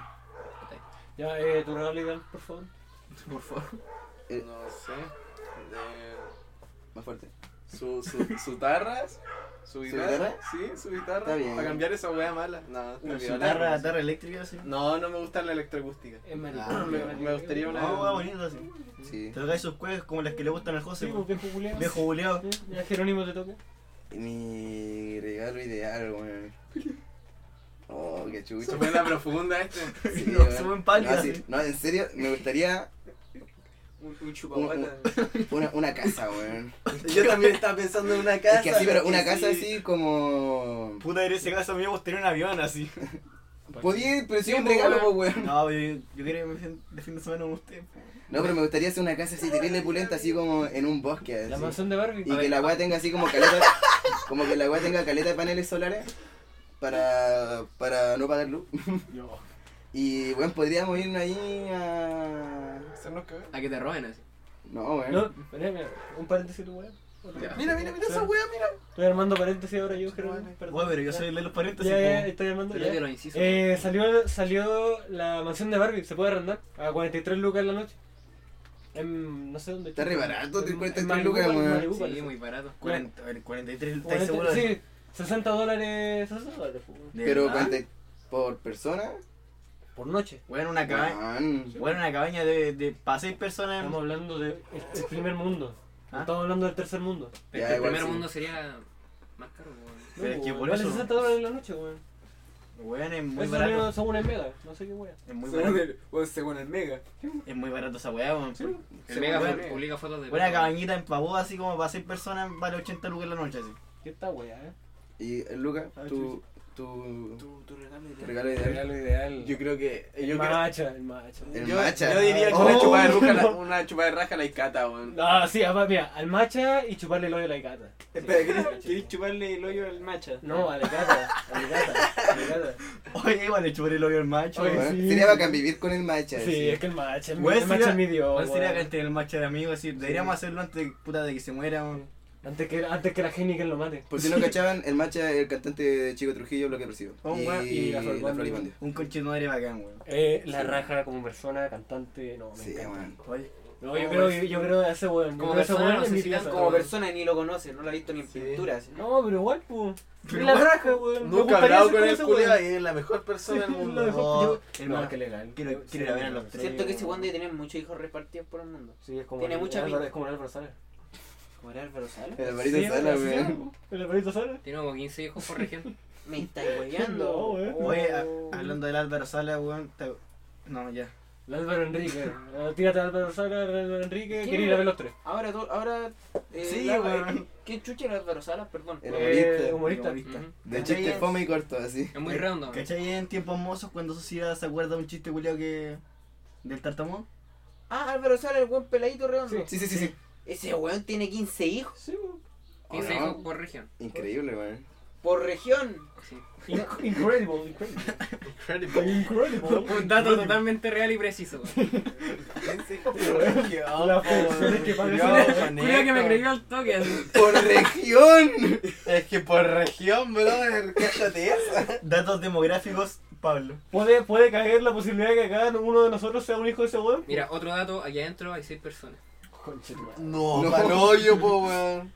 Speaker 1: Ya, eh, tu regalo legal, por favor.
Speaker 2: Por favor.
Speaker 6: No sé. Eh,
Speaker 5: Más fuerte.
Speaker 6: su, su, su tarras. Su guitarra.
Speaker 5: guitarra?
Speaker 6: Sí, su guitarra.
Speaker 5: Está bien.
Speaker 6: Para cambiar esa wea mala. No, está
Speaker 2: Una
Speaker 6: bien.
Speaker 2: guitarra, guitarra eléctrica, así.
Speaker 6: No, no me gusta la electroacústica.
Speaker 1: Es maricón.
Speaker 5: Ah,
Speaker 6: me- me gustaría una-
Speaker 2: No, weá, bonito así.
Speaker 5: Sí.
Speaker 2: Te tocáis sus cuecas como las que le gustan al José.
Speaker 1: Sí,
Speaker 2: po.
Speaker 1: pues, viejo culiao.
Speaker 2: Viejo buleado.
Speaker 1: Sí, Ya Jerónimo te toca.
Speaker 5: Mi regalo ideal, weón. Oh, qué chucho.
Speaker 6: Se fue en la profunda este.
Speaker 5: Sí,
Speaker 2: No,
Speaker 5: weón.
Speaker 2: se fue en pálida,
Speaker 5: No, sí.
Speaker 2: sí.
Speaker 5: No, en serio, me gustaría
Speaker 4: Un, un chupaguata.
Speaker 5: una, una casa, weón.
Speaker 4: Yo también estaba pensando en una casa.
Speaker 5: Es que así, pero una
Speaker 4: que
Speaker 5: casa
Speaker 4: sí.
Speaker 5: así como.
Speaker 2: Puta, en ese caso a mí me gustaría un avión así.
Speaker 5: Podía, pero sí
Speaker 6: Sí,
Speaker 5: un
Speaker 6: pues,
Speaker 5: regalo, pues,
Speaker 6: weón.
Speaker 5: weón.
Speaker 2: No, yo, yo quiero irme fin- de fin de semana con usted. po.
Speaker 5: No, pero me gustaría hacer una casa así, terrible pulenta, así como en un bosque.
Speaker 1: La
Speaker 5: así.
Speaker 1: mansión de Barbie.
Speaker 5: Y que la weá tenga así como caleta. como que la weá tenga caleta de paneles solares para, para no pagar luz. Y weón, podríamos irnos ahí a.
Speaker 6: Hacernos cagar.
Speaker 3: A que te roben así.
Speaker 5: No, weón.
Speaker 1: No, mira, mira, un paréntesis tu weá.
Speaker 6: Mira, mira, mira esa wea, mira.
Speaker 1: Estoy armando paréntesis ahora yo, Jerónimo. perdón.
Speaker 2: Bueno, pero yo soy el de los
Speaker 1: Ya,
Speaker 2: paréntesis.
Speaker 1: ya, ya,
Speaker 2: po.
Speaker 1: estoy armando.
Speaker 3: Pero
Speaker 1: ya.
Speaker 3: yo lo inciso.
Speaker 1: Eh, salió, salió la mansión de Barbie, se puede arrendar a 43 lucas en la noche. En, no sé dónde.
Speaker 5: Está re barato,
Speaker 1: En- en
Speaker 5: 43
Speaker 1: Malibu,
Speaker 5: lucas,
Speaker 1: en
Speaker 5: weón.
Speaker 1: Malibu,
Speaker 3: Sí,
Speaker 1: parece.
Speaker 3: muy barato.
Speaker 2: Cuarenta- a ver, 43, ¿estáis
Speaker 1: 40,
Speaker 2: seguros?
Speaker 1: sí, 60 dólares. 60 dólares weón.
Speaker 2: ¿De
Speaker 5: Pero
Speaker 2: verdad?
Speaker 5: cuánto por persona.
Speaker 1: por noche.
Speaker 2: Bueno, una cabaña.
Speaker 5: Weón.
Speaker 2: Bueno, una cabaña de, de para seis
Speaker 5: Ah.
Speaker 2: personas.
Speaker 1: Estamos hablando del el primer mundo. No
Speaker 2: Ah.
Speaker 1: Estamos hablando del tercer mundo.
Speaker 3: Pero
Speaker 5: Ya,
Speaker 3: el
Speaker 5: igual
Speaker 3: primer
Speaker 5: sí.
Speaker 3: mundo sería más caro, weón.
Speaker 2: Pero es que
Speaker 1: weón,
Speaker 2: por
Speaker 1: vale
Speaker 2: eso-
Speaker 1: 60 dólares en la noche, weón.
Speaker 2: Bueno, es muy
Speaker 1: Eso
Speaker 2: barato.
Speaker 1: salió según el Mega, no sé qué weón.
Speaker 2: Es muy
Speaker 6: Según
Speaker 2: barato.
Speaker 6: el, bueno, según el mega.
Speaker 2: Es muy barato esa weá, weón.
Speaker 3: El Mega
Speaker 6: Según
Speaker 3: fue-
Speaker 6: el-
Speaker 3: publica fotos de.
Speaker 2: Una cabañita en pavó así como para seis personas vale 80 lucas la noche así.
Speaker 1: ¿Qué está weá, eh?
Speaker 5: Y eh, Luca,
Speaker 6: Ah,
Speaker 5: tu, tu,
Speaker 4: Tu, tu regalo
Speaker 5: tu
Speaker 4: ideal.
Speaker 5: regalo ideal.
Speaker 6: ideal. Yo creo que.
Speaker 1: El
Speaker 6: Yo creo,
Speaker 1: macha, el macha.
Speaker 5: El
Speaker 6: yo,
Speaker 5: macha.
Speaker 6: yo diría que
Speaker 5: Oh,
Speaker 6: una, chupada de raja, la,
Speaker 1: no.
Speaker 6: una chupada de raja la Icata, weón.
Speaker 1: Ah, sí, apa, mira, al macha y chuparle el hoyo a la gata.
Speaker 6: Espera, ¿quieres, quieres chuparle el hoyo al macha?
Speaker 1: No, a la gata, a la gata, a la gata.
Speaker 2: Oye, igual le chuparé el hoyo al macho.
Speaker 1: Oye,
Speaker 5: weón.
Speaker 1: sí.
Speaker 5: Sería para convivir con el macha.
Speaker 1: Sí,
Speaker 5: así.
Speaker 1: es que el macha, el,
Speaker 2: Weón,
Speaker 1: el macha
Speaker 2: sería-
Speaker 1: es mi dios.
Speaker 2: ¿Cuál sería
Speaker 1: Oh, weón.
Speaker 2: que tener el macho de amigos? Así, deberíamos hacerlo antes de, puta, de que se muera. weón.
Speaker 1: Antes que, antes que la Heineken lo mate.
Speaker 5: Por Pues si no cachaban, el macha es el cantante de Chico Trujillo, lo que percibo.
Speaker 2: Oh, weón,
Speaker 1: y la Flor Bondi.
Speaker 5: Floripondio.
Speaker 2: Un conche madre bacán, weón.
Speaker 1: Eh, la raja como persona, cantante, no, Oh, me
Speaker 5: Sí,
Speaker 1: encanta.
Speaker 5: weón.
Speaker 2: Oye,
Speaker 1: No, yo creo, yo, yo creo que ese weón. yo
Speaker 3: Como
Speaker 1: creo que ese
Speaker 3: persona
Speaker 1: weón
Speaker 3: no
Speaker 1: es
Speaker 3: sé
Speaker 1: mi
Speaker 3: si
Speaker 1: pieza.
Speaker 3: tanto.
Speaker 4: Como persona ni lo conoce, no lo ha visto ni en
Speaker 6: Sí.
Speaker 4: pinturas. ¿no?
Speaker 1: No, pero igual, pues.
Speaker 2: Pero
Speaker 1: la
Speaker 2: igual,
Speaker 1: raja, weón. Me
Speaker 6: Nunca he
Speaker 1: gustaría
Speaker 6: hablado
Speaker 1: ser
Speaker 6: con
Speaker 1: como
Speaker 6: el
Speaker 1: ese
Speaker 6: culiao
Speaker 1: weón.
Speaker 6: y es la mejor persona del
Speaker 1: Sí,
Speaker 6: mundo. Oh,
Speaker 1: lo dejó- yo-
Speaker 2: hermano,
Speaker 1: no, qué legal.
Speaker 2: quiero- quiero ir a ver a los tres.
Speaker 4: Siento que ese
Speaker 2: weón.
Speaker 4: Juan debe tener muchos hijos repartidos por el mundo.
Speaker 1: Sí, es como.
Speaker 4: Tiene
Speaker 1: el-
Speaker 4: mucha
Speaker 1: Álvaro-
Speaker 4: pinta.
Speaker 1: Es como el Álvaro Sala.
Speaker 4: ¿Cómo era Álvaro Sala?
Speaker 5: El Alvarito Sala, weón.
Speaker 1: El Alvarito Sala.
Speaker 3: Tiene como 15 hijos por región.
Speaker 4: Me está hueveando.
Speaker 1: No, weón.
Speaker 4: Oh.
Speaker 2: Oye, a- hablando del Álvaro Sala, weón. te- No, ya.
Speaker 1: El Álvaro Enrique. Eh, Tírate al Álvaro Sala, al Álvaro Enrique.
Speaker 4: ¿Quién
Speaker 1: Quería ir
Speaker 4: era?
Speaker 1: a ver los tres.
Speaker 4: Ahora tú, ahora. eh,
Speaker 2: Sí,
Speaker 4: la-
Speaker 2: weón.
Speaker 4: eh, ¿Qué chucha era Álvaro Sala? Perdón.
Speaker 5: El humorista.
Speaker 1: Eh, humorista.
Speaker 2: Humorista.
Speaker 3: Ujú.
Speaker 5: De chiste
Speaker 2: Reyes.
Speaker 5: fome y corto, así.
Speaker 3: Es muy redondo. weón.
Speaker 2: ¿Cachai? En tiempos mozos, cuando sociedad se acuerda un chiste culiao que. del tartamón.
Speaker 4: Ah, Álvaro Sala, el buen peladito redondo.
Speaker 5: Sí, sí, sí, sí.
Speaker 4: Ese weón tiene 15 hijos
Speaker 1: Sí, weón.
Speaker 5: Oh,
Speaker 3: 15
Speaker 5: no.
Speaker 3: hijos por región.
Speaker 5: Increíble, weón.
Speaker 4: por región.
Speaker 3: Sí.
Speaker 1: In- Incredible, incredible. Incredible.
Speaker 3: Un dato totalmente real y preciso, weón.
Speaker 1: Las producciones que parecen.
Speaker 3: Creo que me creyó al toque así.
Speaker 5: ¡Por región!
Speaker 6: Es que por región, brother, cállate esa.
Speaker 2: Datos demográficos Pablo.
Speaker 1: Puede, puede caer la posibilidad de que acá uno de nosotros sea un hijo de ese weón.
Speaker 3: Mira, otro dato, aquí adentro hay seis personas.
Speaker 6: No,
Speaker 5: No.
Speaker 6: pa'l hoyo, po, weón.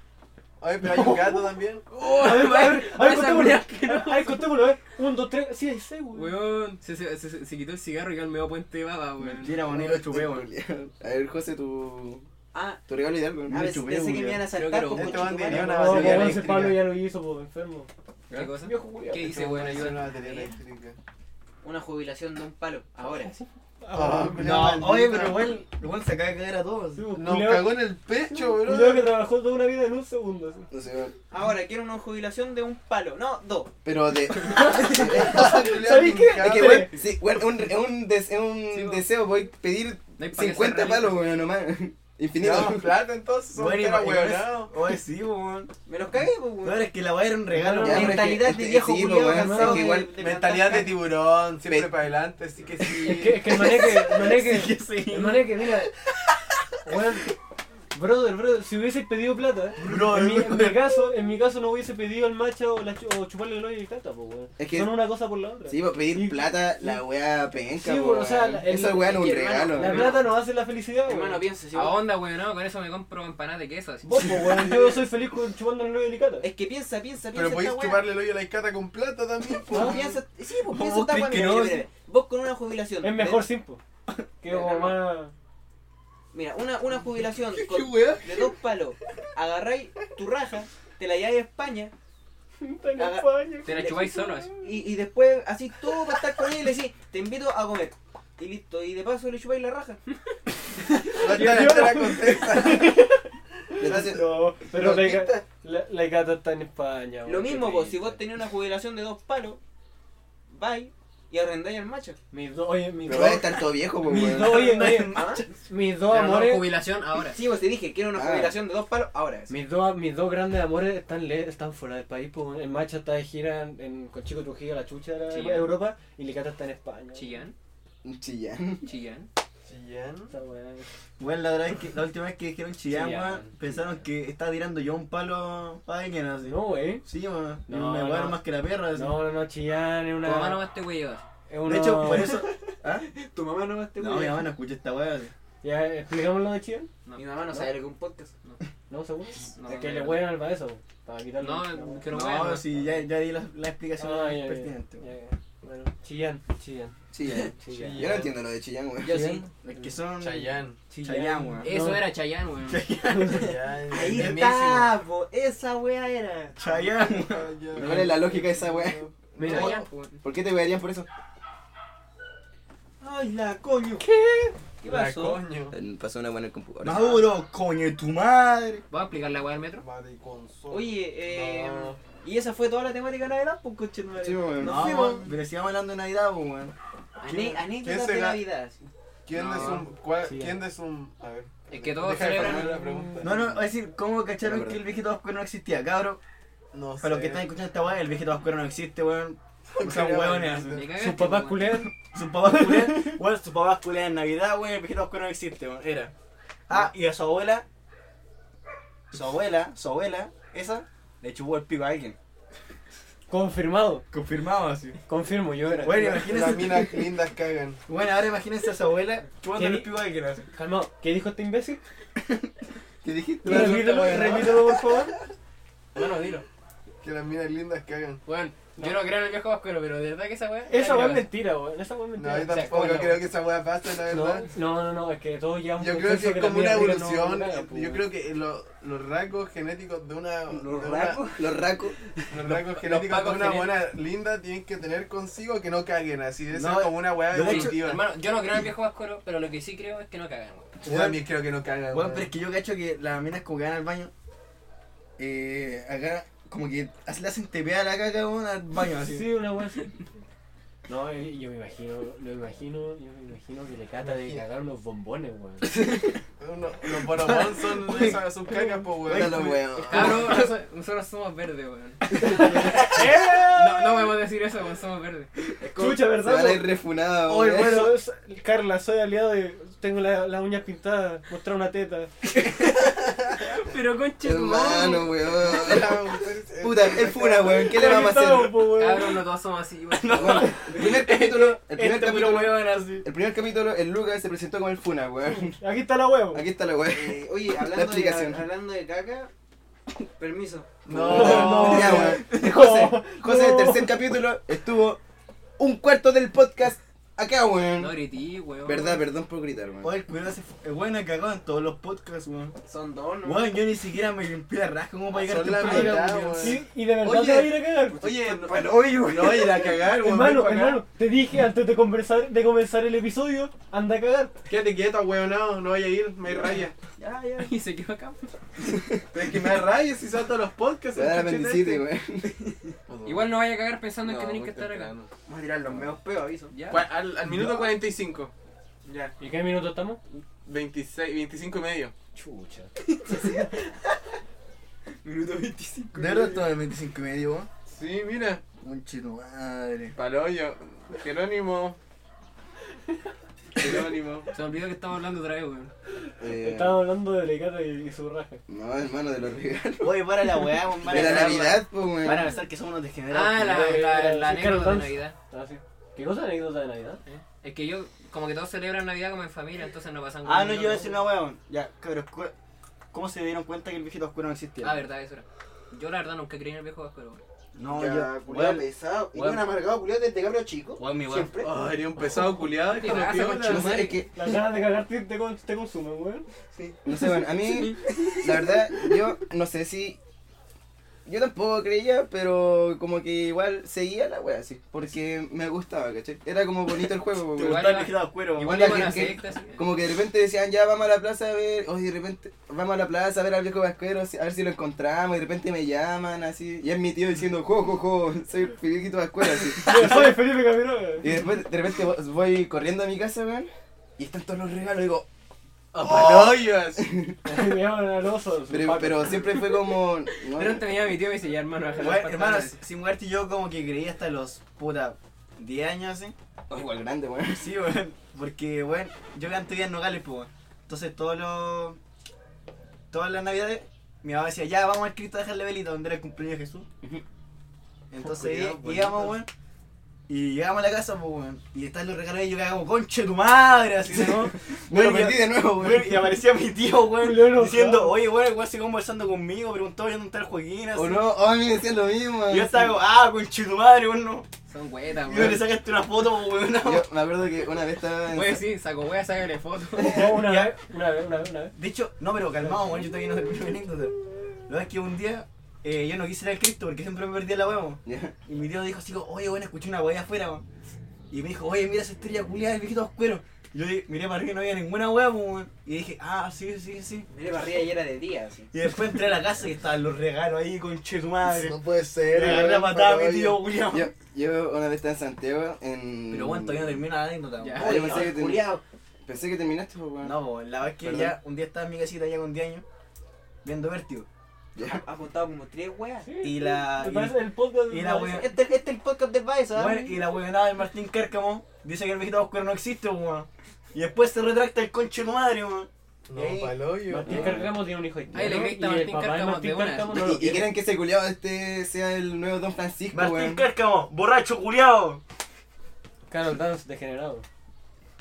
Speaker 6: Ay, pero hay un gato también.
Speaker 1: A ver, a ver, a ver,
Speaker 3: Esa
Speaker 1: contémoslo.
Speaker 3: weá que no-
Speaker 1: A ver, contémoslo, eh. Un, dos, tres, sí, hay seis, weón.
Speaker 3: Weón, se, se, se- se quitó el cigarro y quedó el medio puente de baba, weón.
Speaker 2: Mentira, weón, y lo chupé, weón.
Speaker 5: A ver, José, tu,
Speaker 4: Ah,
Speaker 5: tu regalo ideal, weón.
Speaker 4: a veces
Speaker 2: chupé,
Speaker 4: pensé que
Speaker 2: weón.
Speaker 4: me iban a
Speaker 3: Creo
Speaker 4: saltar
Speaker 3: que
Speaker 4: con
Speaker 3: lo-
Speaker 6: Este weón tenía una
Speaker 1: No, weón,
Speaker 6: batería
Speaker 1: ese
Speaker 6: eléctrica.
Speaker 1: Pablo ya lo hizo, po, enfermo.
Speaker 3: ¿Qué cosa?
Speaker 1: Viejo culiao.
Speaker 3: ¿Qué
Speaker 6: Este
Speaker 3: hice,
Speaker 6: weón
Speaker 3: weón?
Speaker 6: tenía
Speaker 3: ayer?
Speaker 6: una batería eléctrica.
Speaker 4: una jubilación de un palo. Ahora.
Speaker 1: Ah,
Speaker 6: Ah,
Speaker 2: No,
Speaker 6: maldita.
Speaker 2: oye, pero igual, igual se acaba de caer a todos.
Speaker 1: sí, po,
Speaker 6: Nos
Speaker 1: culiao-
Speaker 6: cagó en el pecho, bro.
Speaker 1: culiao que trabajó toda una vida en un segundo. sí.
Speaker 5: No sé, weón.
Speaker 4: Ahora quiero una jubilación de un palo. No, dos.
Speaker 5: Pero de.
Speaker 1: ¿Sabéis qué?
Speaker 5: Es que,
Speaker 1: Espere.
Speaker 5: weón, sí, weón, un, es un, des- es un
Speaker 3: Sí, weón.
Speaker 5: deseo, voy a pedir
Speaker 3: No hay pa' qué ser
Speaker 5: 50
Speaker 3: realista.
Speaker 5: palos, weón, nomás. Infinito.
Speaker 6: Tenía plata entonces, son
Speaker 2: Bueno,
Speaker 6: era
Speaker 2: igual- igual es-
Speaker 6: weonado.
Speaker 2: Oye, sí, weón.
Speaker 4: Me los cagué, pues,
Speaker 2: No,
Speaker 4: weón.
Speaker 2: es que la weá era un regalo.
Speaker 5: Ya, pero es que-
Speaker 4: Mentalidad
Speaker 5: es que-
Speaker 4: de viejo
Speaker 5: sí,
Speaker 4: culiao
Speaker 5: weón,
Speaker 4: cansado
Speaker 5: es que igual-
Speaker 4: de- de
Speaker 6: Mentalidad de
Speaker 4: plantar
Speaker 6: tiburón, siempre
Speaker 5: Ve-
Speaker 6: para adelante, así que sí.
Speaker 1: Es que, es que el maneque, el maneque,
Speaker 2: Sí, que sí.
Speaker 1: el maneque, mira, weón, brother, brother, si hubiese pedido plata, en mi, en mi caso, en mi caso no hubiese pedido el macho o, la chu- o chuparle el hoyo y plata, po, weón.
Speaker 5: Es que-
Speaker 1: Son una cosa por la otra.
Speaker 5: Sí, para
Speaker 1: Y-
Speaker 5: pedir plata, la weá penca,
Speaker 1: Sí,
Speaker 5: po,
Speaker 1: weón, o sea,
Speaker 5: weón.
Speaker 1: la- el-
Speaker 5: Esa weá no es un
Speaker 4: hermano,
Speaker 5: regalo,
Speaker 1: la
Speaker 5: weón.
Speaker 1: plata no hace la felicidad,
Speaker 4: caca.
Speaker 1: weón.
Speaker 4: Hermano, piensa, si
Speaker 3: ¿A
Speaker 4: vos-
Speaker 3: onda, weón? No, con eso me compro empanadas de queso. así.
Speaker 1: Vos, po, weón, yo soy feliz con chupando el hoyo y cata.
Speaker 4: Es que piensa, piensa, piensa.
Speaker 6: Pero podéis
Speaker 4: esta weá.
Speaker 6: chuparle el hoyo a la iscata con plata también, po.
Speaker 4: Vos piensa, sí, pues
Speaker 2: Vos
Speaker 4: piensa esta
Speaker 2: crees
Speaker 4: weá,
Speaker 2: que
Speaker 4: mira,
Speaker 2: no,
Speaker 4: mira, mira. Vos con una jubilación.
Speaker 1: Es
Speaker 4: de-
Speaker 1: mejor simple. Que
Speaker 4: Mira,
Speaker 1: como más...
Speaker 4: Mira, una, una jubilación con-
Speaker 6: ¿Qué weá?
Speaker 4: de dos palos. Agarráis tu raja, te la lleváis a España
Speaker 1: Está en
Speaker 4: Haga-
Speaker 1: España.
Speaker 3: Te la chupáis solo, así.
Speaker 4: y, y después así todo para estar con él y le decís, te invito a comer. Y listo, y de paso le chupáis la raja.
Speaker 6: La cara entera contenta.
Speaker 5: Entonces,
Speaker 1: No, pero
Speaker 6: No,
Speaker 1: la,
Speaker 6: quita.
Speaker 1: Ica- la, la Icata está en España,
Speaker 4: Lo
Speaker 1: weón,
Speaker 4: mismo,
Speaker 1: qué
Speaker 4: vos, si
Speaker 1: triste.
Speaker 4: vos tenés una jubilación de dos palos, vais y arrendáis al macho.
Speaker 1: Mis dos, oye, mis
Speaker 5: Pero
Speaker 1: dos...
Speaker 5: va a estar todo viejo, po,
Speaker 1: Mis
Speaker 5: weón.
Speaker 1: dos, oye, oye,
Speaker 4: ¿Ah?
Speaker 1: mis dos
Speaker 3: Pero no,
Speaker 1: amores...
Speaker 3: jubilación ahora.
Speaker 4: Sí, vos te dije, quiero una
Speaker 5: Ah.
Speaker 4: jubilación de dos palos ahora.
Speaker 1: Mis dos, mis dos grandes amores están, le- están fuera del país, po. el Macha está de gira en, en- con Chico Trujillo, la chucha de la-
Speaker 3: Chillán.
Speaker 1: Europa, y Licata está en España.
Speaker 3: Chillán,
Speaker 5: Un chillán.
Speaker 3: chillán.
Speaker 6: Chillán.
Speaker 1: Esa weá.
Speaker 2: Bueno, la, otra vez que, la última vez que dijeron chillán,
Speaker 1: Chillán,
Speaker 2: weón, pensaron
Speaker 1: Chillán.
Speaker 2: que estaba tirando yo un palo para alguien así.
Speaker 1: No, wey.
Speaker 2: Sí, weón. Y
Speaker 1: No,
Speaker 2: me weón
Speaker 1: no.
Speaker 2: más que la perra. Así.
Speaker 1: No, no, no, Chillán es
Speaker 3: Pues Tu mamá no va
Speaker 1: una...
Speaker 3: a este wey
Speaker 1: Es
Speaker 2: de
Speaker 1: uno-
Speaker 2: hecho, por eso. ¿Ah?
Speaker 4: Tu mamá no va a este
Speaker 2: No, mi mamá no escucha esta weá. así.
Speaker 1: ¿Ya explicamos lo de Chillán?
Speaker 4: Mi mamá no sabe lo que es un podcast.
Speaker 1: No, seguro.
Speaker 3: No,
Speaker 1: es que
Speaker 3: no,
Speaker 1: le
Speaker 3: no.
Speaker 1: huelen al para eso, po, para quitarle...
Speaker 3: No,
Speaker 1: la weá.
Speaker 3: que
Speaker 2: No,
Speaker 3: no weón.
Speaker 2: sí, ya, ya di la, la explicación
Speaker 1: Ah, ya, ya,
Speaker 2: pertinente.
Speaker 1: ya,
Speaker 2: weón.
Speaker 1: ya. Bueno, Chillán, Chillán.
Speaker 5: Chillán.
Speaker 1: Chillán.
Speaker 5: Yo no entiendo lo de chillán, weón.
Speaker 4: Yo sí.
Speaker 2: Es que son.
Speaker 6: Chayán.
Speaker 2: Chayán, weón.
Speaker 3: Eso
Speaker 1: No.
Speaker 3: era Chayán, weón.
Speaker 6: Chayán.
Speaker 4: Ahí
Speaker 2: Es
Speaker 4: está, po, esa wea era.
Speaker 2: Chayán, weón.
Speaker 6: Ah,
Speaker 5: ¿Cuál es la lógica de esa weá?
Speaker 1: Mira,
Speaker 3: Chayán, weón.
Speaker 5: ¿Por qué te wearían por eso?
Speaker 4: Ay, la coño. ¿Qué? ¿Qué
Speaker 6: La
Speaker 4: pasó?
Speaker 6: coño.
Speaker 5: Pasó una buena computadora.
Speaker 2: Maduro, coño, de tu madre.
Speaker 3: ¿Vas a explicar la weá del metro?
Speaker 6: Mariconzón.
Speaker 4: Oye, eh.
Speaker 6: No.
Speaker 4: Y esa fue toda la temática de Navidad, pues, coche
Speaker 5: Sí, weón.
Speaker 4: No
Speaker 2: No,
Speaker 4: fuimos.
Speaker 2: weón, pero sigamos hablando de Navidad, pues, weón.
Speaker 6: ¿Quién-
Speaker 4: Anécdotas
Speaker 6: quién se
Speaker 4: de
Speaker 6: ga-
Speaker 4: Navidad.
Speaker 6: ¿Quién
Speaker 3: No.
Speaker 6: es un.? cuál-
Speaker 1: Sí,
Speaker 6: ¿Quién es un.? A ver.
Speaker 3: Es que todos
Speaker 6: Deja de
Speaker 3: celebran-
Speaker 6: formular la pregunta.
Speaker 2: No, no, es decir, ¿cómo cacharon
Speaker 5: La
Speaker 2: que el viejito oscuro no existía? Cabro,
Speaker 6: No sé.
Speaker 2: para los que están escuchando esta weá, el viejito oscuro no existe, weón. Son
Speaker 6: Sería
Speaker 2: huevones.
Speaker 6: bonito.
Speaker 3: Me cagaste,
Speaker 1: sus papás
Speaker 3: weón.
Speaker 1: culean.
Speaker 2: eh, Sus papás culean, weón, sus papás culean en Navidad, weón, el viejito oscuro no existe, weón. Era. Ah, y a su abuela, su abuela, su abuela, esa, le chupó el pico a alguien.
Speaker 1: Confirmado.
Speaker 2: Confirmado así.
Speaker 1: Confirmo, yo era.
Speaker 2: Bueno,
Speaker 6: Las
Speaker 2: imagínense.
Speaker 6: minas lindas cagan.
Speaker 2: Bueno, ahora imagínense a su abuela chupando
Speaker 1: ¿Qué?
Speaker 2: el pico a alguien así.
Speaker 1: Calmado, ¿qué dijo este imbécil?
Speaker 5: ¿Qué dijiste?
Speaker 1: Repítelo, repítelo, por favor.
Speaker 3: Bueno, dilo.
Speaker 6: Que las minas lindas cagan.
Speaker 3: Weón, yo no creo en el viejo oscuro, pero de verdad que esa weá.
Speaker 1: Esa weá es
Speaker 3: mentira.
Speaker 1: mentira, weón. Esa weá es
Speaker 6: No, yo
Speaker 1: mentira.
Speaker 6: tampoco
Speaker 3: bueno.
Speaker 6: creo que esa weá pase, la
Speaker 1: No,
Speaker 6: verdad.
Speaker 1: no, no, no, es que todos llevamos
Speaker 6: Yo
Speaker 1: un
Speaker 6: creo que
Speaker 1: consenso
Speaker 6: es
Speaker 1: la
Speaker 6: como una
Speaker 1: mierda no-
Speaker 6: evolución.
Speaker 1: no caga, pues,
Speaker 6: Yo creo que lo- los rasgos genéticos de una. de
Speaker 5: Los
Speaker 6: una-
Speaker 5: racos. Los racos.
Speaker 6: Los rasgos genéticos de
Speaker 3: pacos
Speaker 6: una
Speaker 3: genéticos.
Speaker 6: buena linda tienen que tener consigo que no caguen, así de
Speaker 2: No,
Speaker 6: ser como una weá
Speaker 2: de hecho,
Speaker 6: evolutiva.
Speaker 3: Hermano, yo no creo en el viejo oscuro, pero lo que sí creo es que no cagan, weón.
Speaker 6: Yo también creo que no cagan.
Speaker 2: Bueno,
Speaker 6: weón.
Speaker 2: pero es que yo cacho que las minas como que van al baño, eh, acá como que as- le hacen tepear la caca weón, al baño así.
Speaker 1: Sí, una weá así. No, y- yo me imagino, lo imagino, yo me imagino que le cata de
Speaker 6: Imagina.
Speaker 1: cagar unos bombones, weón.
Speaker 6: Uno- los bonobón son esas sus cacas, pues
Speaker 5: Puta
Speaker 6: weón.
Speaker 5: los weón.
Speaker 3: Cabrón, nosotros- nosotros somos verdes, weón.
Speaker 1: ¡Eh!
Speaker 3: No, no podemos decir eso, weón, somos verdes.
Speaker 1: Chucha,
Speaker 5: Se van
Speaker 1: ¿verdad?
Speaker 5: a ir refunados.
Speaker 6: eh.
Speaker 1: Oye,
Speaker 5: weón.
Speaker 1: bueno, es- Carla, soy aliado de. Tengo la- las uñas pintadas, mostrar una teta.
Speaker 3: Pero conche tu madre.
Speaker 5: Hermano, weón.
Speaker 6: Las mujeres-
Speaker 5: Puta, el funa, weón. ¿Qué le vamos a hacer?
Speaker 1: Conectado, po, weón.
Speaker 6: Ah,
Speaker 3: Cabrón, no todos somos así, weón.
Speaker 5: Bueno, primer capítulo, el primer
Speaker 2: Este puro
Speaker 5: capítulo,
Speaker 2: huevón así.
Speaker 5: el primer capítulo, el Lucas se presentó como el Funa, weón.
Speaker 1: Aquí está la huevo.
Speaker 5: Aquí está la weá.
Speaker 4: Eh, oye,
Speaker 5: La
Speaker 4: hablando de,
Speaker 5: explicación.
Speaker 4: hablando de caca, permiso.
Speaker 6: No,
Speaker 5: Ya, weón. José, José, el tercer capítulo estuvo un cuarto del podcast acá,
Speaker 3: No
Speaker 5: weón.
Speaker 3: grití, weón.
Speaker 5: Verdad, perdón por gritar, weón.
Speaker 2: Oye, el culiao se fue. El weón ha cagado en todos los podcasts, weón.
Speaker 4: Son dos, ¿no?
Speaker 2: Weón, yo ni siquiera me limpié la raja como para llegar
Speaker 6: Son la
Speaker 2: temprano,
Speaker 6: mitad,
Speaker 2: weón.
Speaker 6: weón.
Speaker 1: Sí, y de verdad
Speaker 5: Oye.
Speaker 1: te va a ir a cagar.
Speaker 5: Oye, no, no ir a cagar, weón.
Speaker 1: Hermano, hermano, te dije antes de conversar, de comenzar el episodio, anda a cagar.
Speaker 6: Quédate quieto, weonado, no vaya a ir, me raya.
Speaker 1: Ya, ya.
Speaker 3: Y se quedó acá.
Speaker 6: Pero es que me raya si salto los podcasts.
Speaker 5: Se va a dar
Speaker 6: el coche
Speaker 5: apendicitis,
Speaker 6: este.
Speaker 5: weón.
Speaker 3: Igual no vaya a cagar pensando en que
Speaker 7: No,
Speaker 3: tenés
Speaker 7: muy
Speaker 3: que estar acá.
Speaker 7: temprano.
Speaker 4: Vamos a tirar los meos peos, aviso.
Speaker 3: Ya.
Speaker 6: Cua- Al, al minuto 45,
Speaker 4: Ya.
Speaker 1: ¿Y qué minuto estamos?
Speaker 6: 26, 25 y medio.
Speaker 1: Chucha.
Speaker 4: Minuto 25.
Speaker 7: De verdad estaba en 25 y medio, weón.
Speaker 6: Sí, mira,
Speaker 7: Un chino madre.
Speaker 6: paloyo, Jerónimo. Jerónimo.
Speaker 3: Se me olvidó que estamos hablando otra vez, weón.
Speaker 5: Eh,
Speaker 1: Estaba hablando de Legata y, y su raja.
Speaker 5: No, hermano, de los regalos.
Speaker 2: Oye, para la weá, weón. van a
Speaker 5: De la
Speaker 2: cagar,
Speaker 5: Navidad, pues,
Speaker 2: weón. Van a
Speaker 5: weón.
Speaker 2: pensar que somos unos degenerados.
Speaker 3: Ah, la,
Speaker 2: culiao.
Speaker 3: la, la
Speaker 1: Sí,
Speaker 3: anécdota de
Speaker 1: Carl Dance.
Speaker 3: Navidad.
Speaker 1: Ah, sí. ¿Qué cosa de anécdota de Navidad?
Speaker 3: ¿eh? Es que yo, como que todos celebran Navidad como en familia, entonces no pasan
Speaker 2: Ah, no, yo iba a
Speaker 3: es
Speaker 2: decir una weá, weón. Ya, cabrón, cu- ¿cómo se dieron cuenta que el viejito oscuro no existía?
Speaker 3: Ah, verdad, eso era. Yo la verdad nunca creí en el viejo vasco, pero bueno.
Speaker 2: No,
Speaker 4: Ya,
Speaker 2: yo.
Speaker 4: culiao
Speaker 2: weón,
Speaker 4: pesado. Y
Speaker 2: weón.
Speaker 4: un amargado culiao
Speaker 5: este
Speaker 4: desde cabro chico.
Speaker 2: Weón, mi weón.
Speaker 4: Siempre.
Speaker 6: Ay, era un pesado culiado.
Speaker 3: ¿Qué pasa,
Speaker 5: No sé, es que,
Speaker 1: Las ganas de cagar te, te, con- te consumen, weón.
Speaker 5: no sé, weón. A mí, la verdad, yo no sé si. Yo tampoco creía, pero como que igual seguía la wea así. Porque me gustaba, ¿cachai? Era como bonito el juego,
Speaker 2: Te
Speaker 5: weón.
Speaker 2: gustaba el viejito oscuro, weón.
Speaker 3: Igual
Speaker 5: la
Speaker 3: iba a una
Speaker 5: gente-
Speaker 3: secta, así.
Speaker 5: Como que de repente decían, ya vamos a la plaza a ver, oye, de repente vamos a la plaza a ver al viejo vasquero, si- a ver si lo encontramos, y de repente me llaman así, y es mi tío diciendo, jo, jo, jo, soy el viejito vasquero, así.
Speaker 1: Yo soy Felipe Camiroaga.
Speaker 5: Y después, de repente vo- voy corriendo a mi casa, weón, y están todos los regalos, digo,
Speaker 6: A paloyo, así.
Speaker 1: Y me llaman al oso. su
Speaker 5: pero,
Speaker 1: Paco.
Speaker 5: pero siempre fue como, no,
Speaker 3: Pero antes me llama mi tío y me dice, ya hermano, baja los
Speaker 2: Weón, hermano,
Speaker 3: pantalones.
Speaker 2: sin muerte yo como que creí hasta los puta 10 años así.
Speaker 5: oh, igual grande, weón.
Speaker 2: Sí, weón. Porque, weón, yo antes vivía en Nogales, pues, weón. Entonces, todos los. Todas las navidades, mi mamá decía, ya vamos al Cristo a dejarle velita donde era el cumpleaños de Jesús. Entonces,
Speaker 6: Cuidado,
Speaker 2: eh,
Speaker 6: bonito.
Speaker 2: íbamos, weón. Y llegamos a la casa, pues, weón. Y están los regalos y yo cagaba como, concha de tu madre, así, ¿no?
Speaker 5: Me lo
Speaker 2: Weón, y-
Speaker 5: perdí de nuevo,
Speaker 2: weón,
Speaker 5: weón.
Speaker 2: Y aparecía mi tío,
Speaker 1: Culo
Speaker 2: weón,
Speaker 1: enojado.
Speaker 2: diciendo, oye, weón, el weón sigue conversando conmigo, preguntó, ¿dónde está el Joaquín? Así.
Speaker 5: O no, oh, a mí me decían lo mismo,
Speaker 2: Y yo
Speaker 5: así.
Speaker 2: estaba como, ah, concha de tu madre, weón, no.
Speaker 3: Son huetas,
Speaker 2: Y no le
Speaker 3: weón.
Speaker 2: sacaste una foto, po, weón. no.
Speaker 5: Yo me acuerdo que una vez estaba en-
Speaker 3: Oye, sí, saco hueá, sácale foto.
Speaker 1: No, Oh, una vez, una vez, una vez, una vez.
Speaker 2: De hecho, no, pero calmado, weón, yo todavía no termino mi anécdota. Lo que es que un día eh, yo no quise ir al Cristo porque siempre me perdía la weá, weón.
Speaker 5: Ya.
Speaker 2: Y mi tío dijo así, como, oye, weón, escuché una weá afuera, weón. Y me dijo, oye, mira esa estrella culiada del viejito oscuro. Y yo di- miré para arriba y no había ninguna weá, pues, weón. Y dije, ah, sí, sí, sí.
Speaker 4: Miré para arriba y era de día, así.
Speaker 2: Y después entré a la casa y estaban los regalos ahí, conche tu madre.
Speaker 7: No puede
Speaker 2: Le
Speaker 7: ser,
Speaker 2: agarré
Speaker 7: weón,
Speaker 2: la patada a mi
Speaker 7: paloyo.
Speaker 2: tío, culiado.
Speaker 5: Yo, yo una vez estaba en Santiago, en...
Speaker 2: Pero bueno, todavía no termina la anécdota,
Speaker 3: Ya.
Speaker 2: weón.
Speaker 5: Ah, yo pensé que, termi-
Speaker 4: Culiao.
Speaker 5: pensé que terminaste, pues, weón.
Speaker 2: No, pues, la vez que
Speaker 5: Perdón.
Speaker 2: ya un día estaba en mi casita ya con 10 años, viendo vértigo.
Speaker 5: Ya.
Speaker 4: Ha contado como tres weas.
Speaker 2: Y la.
Speaker 1: ¿Te
Speaker 2: y-
Speaker 1: parece el podcast? de
Speaker 2: y la
Speaker 1: Mauricio?
Speaker 2: weá-
Speaker 4: Este, este es el podcast de Paisa. ¿ah?
Speaker 2: Bueno, y la huevonada del Martín Cárcamo dice que el viejito oscuro no existe, weón. Y después se retracta el conche de tu madre, weón.
Speaker 7: No,
Speaker 2: Y ahí-
Speaker 7: paloyo.
Speaker 5: Eh.
Speaker 1: Martín Cárcamo tiene un hijo
Speaker 3: Ahí le
Speaker 1: ¿no?
Speaker 3: grita
Speaker 1: Y el
Speaker 3: Martín
Speaker 1: papá de
Speaker 3: Cárcamo
Speaker 1: Martín
Speaker 3: de una.
Speaker 1: Cárcamo no lo
Speaker 5: Y, y
Speaker 1: quiere.
Speaker 5: creen que ese culiado este sea el nuevo Don Francisco,
Speaker 2: eh. Martín
Speaker 5: weón.
Speaker 2: Cárcamo, borracho culiao.
Speaker 1: Carol Dance degenerado.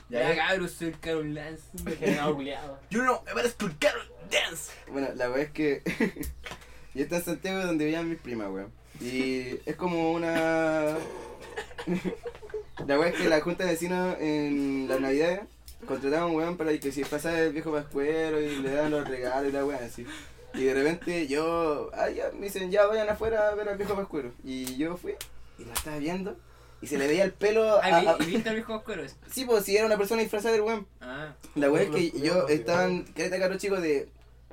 Speaker 3: Ya, cabros, soy el Carol Lance.
Speaker 1: Degenerado culiado.
Speaker 2: You know, me parece tu caro dance.
Speaker 5: Bueno, la verdad es que yo estaba en Santiago donde vivían mis primas, weón. Y es como una... la verdad es que la junta de vecinos en las navidades contrataba a un weón para que se pasara el viejo pascuero y le daban los regalos y la weón así. Y de repente yo, ah, ya, me dicen, ya vayan afuera a ver al viejo pascuero. Y yo fui y la estaba viendo y se le veía el pelo a...
Speaker 3: Ah,
Speaker 5: a-
Speaker 3: ¿y viste al viejo vasco? ese?
Speaker 5: Sí, pues si era una persona disfrazada del weón.
Speaker 3: Ah,
Speaker 5: La wea es
Speaker 7: Los
Speaker 5: que
Speaker 7: culiados
Speaker 5: yo
Speaker 7: considerados.
Speaker 5: estaba en careta caro chico de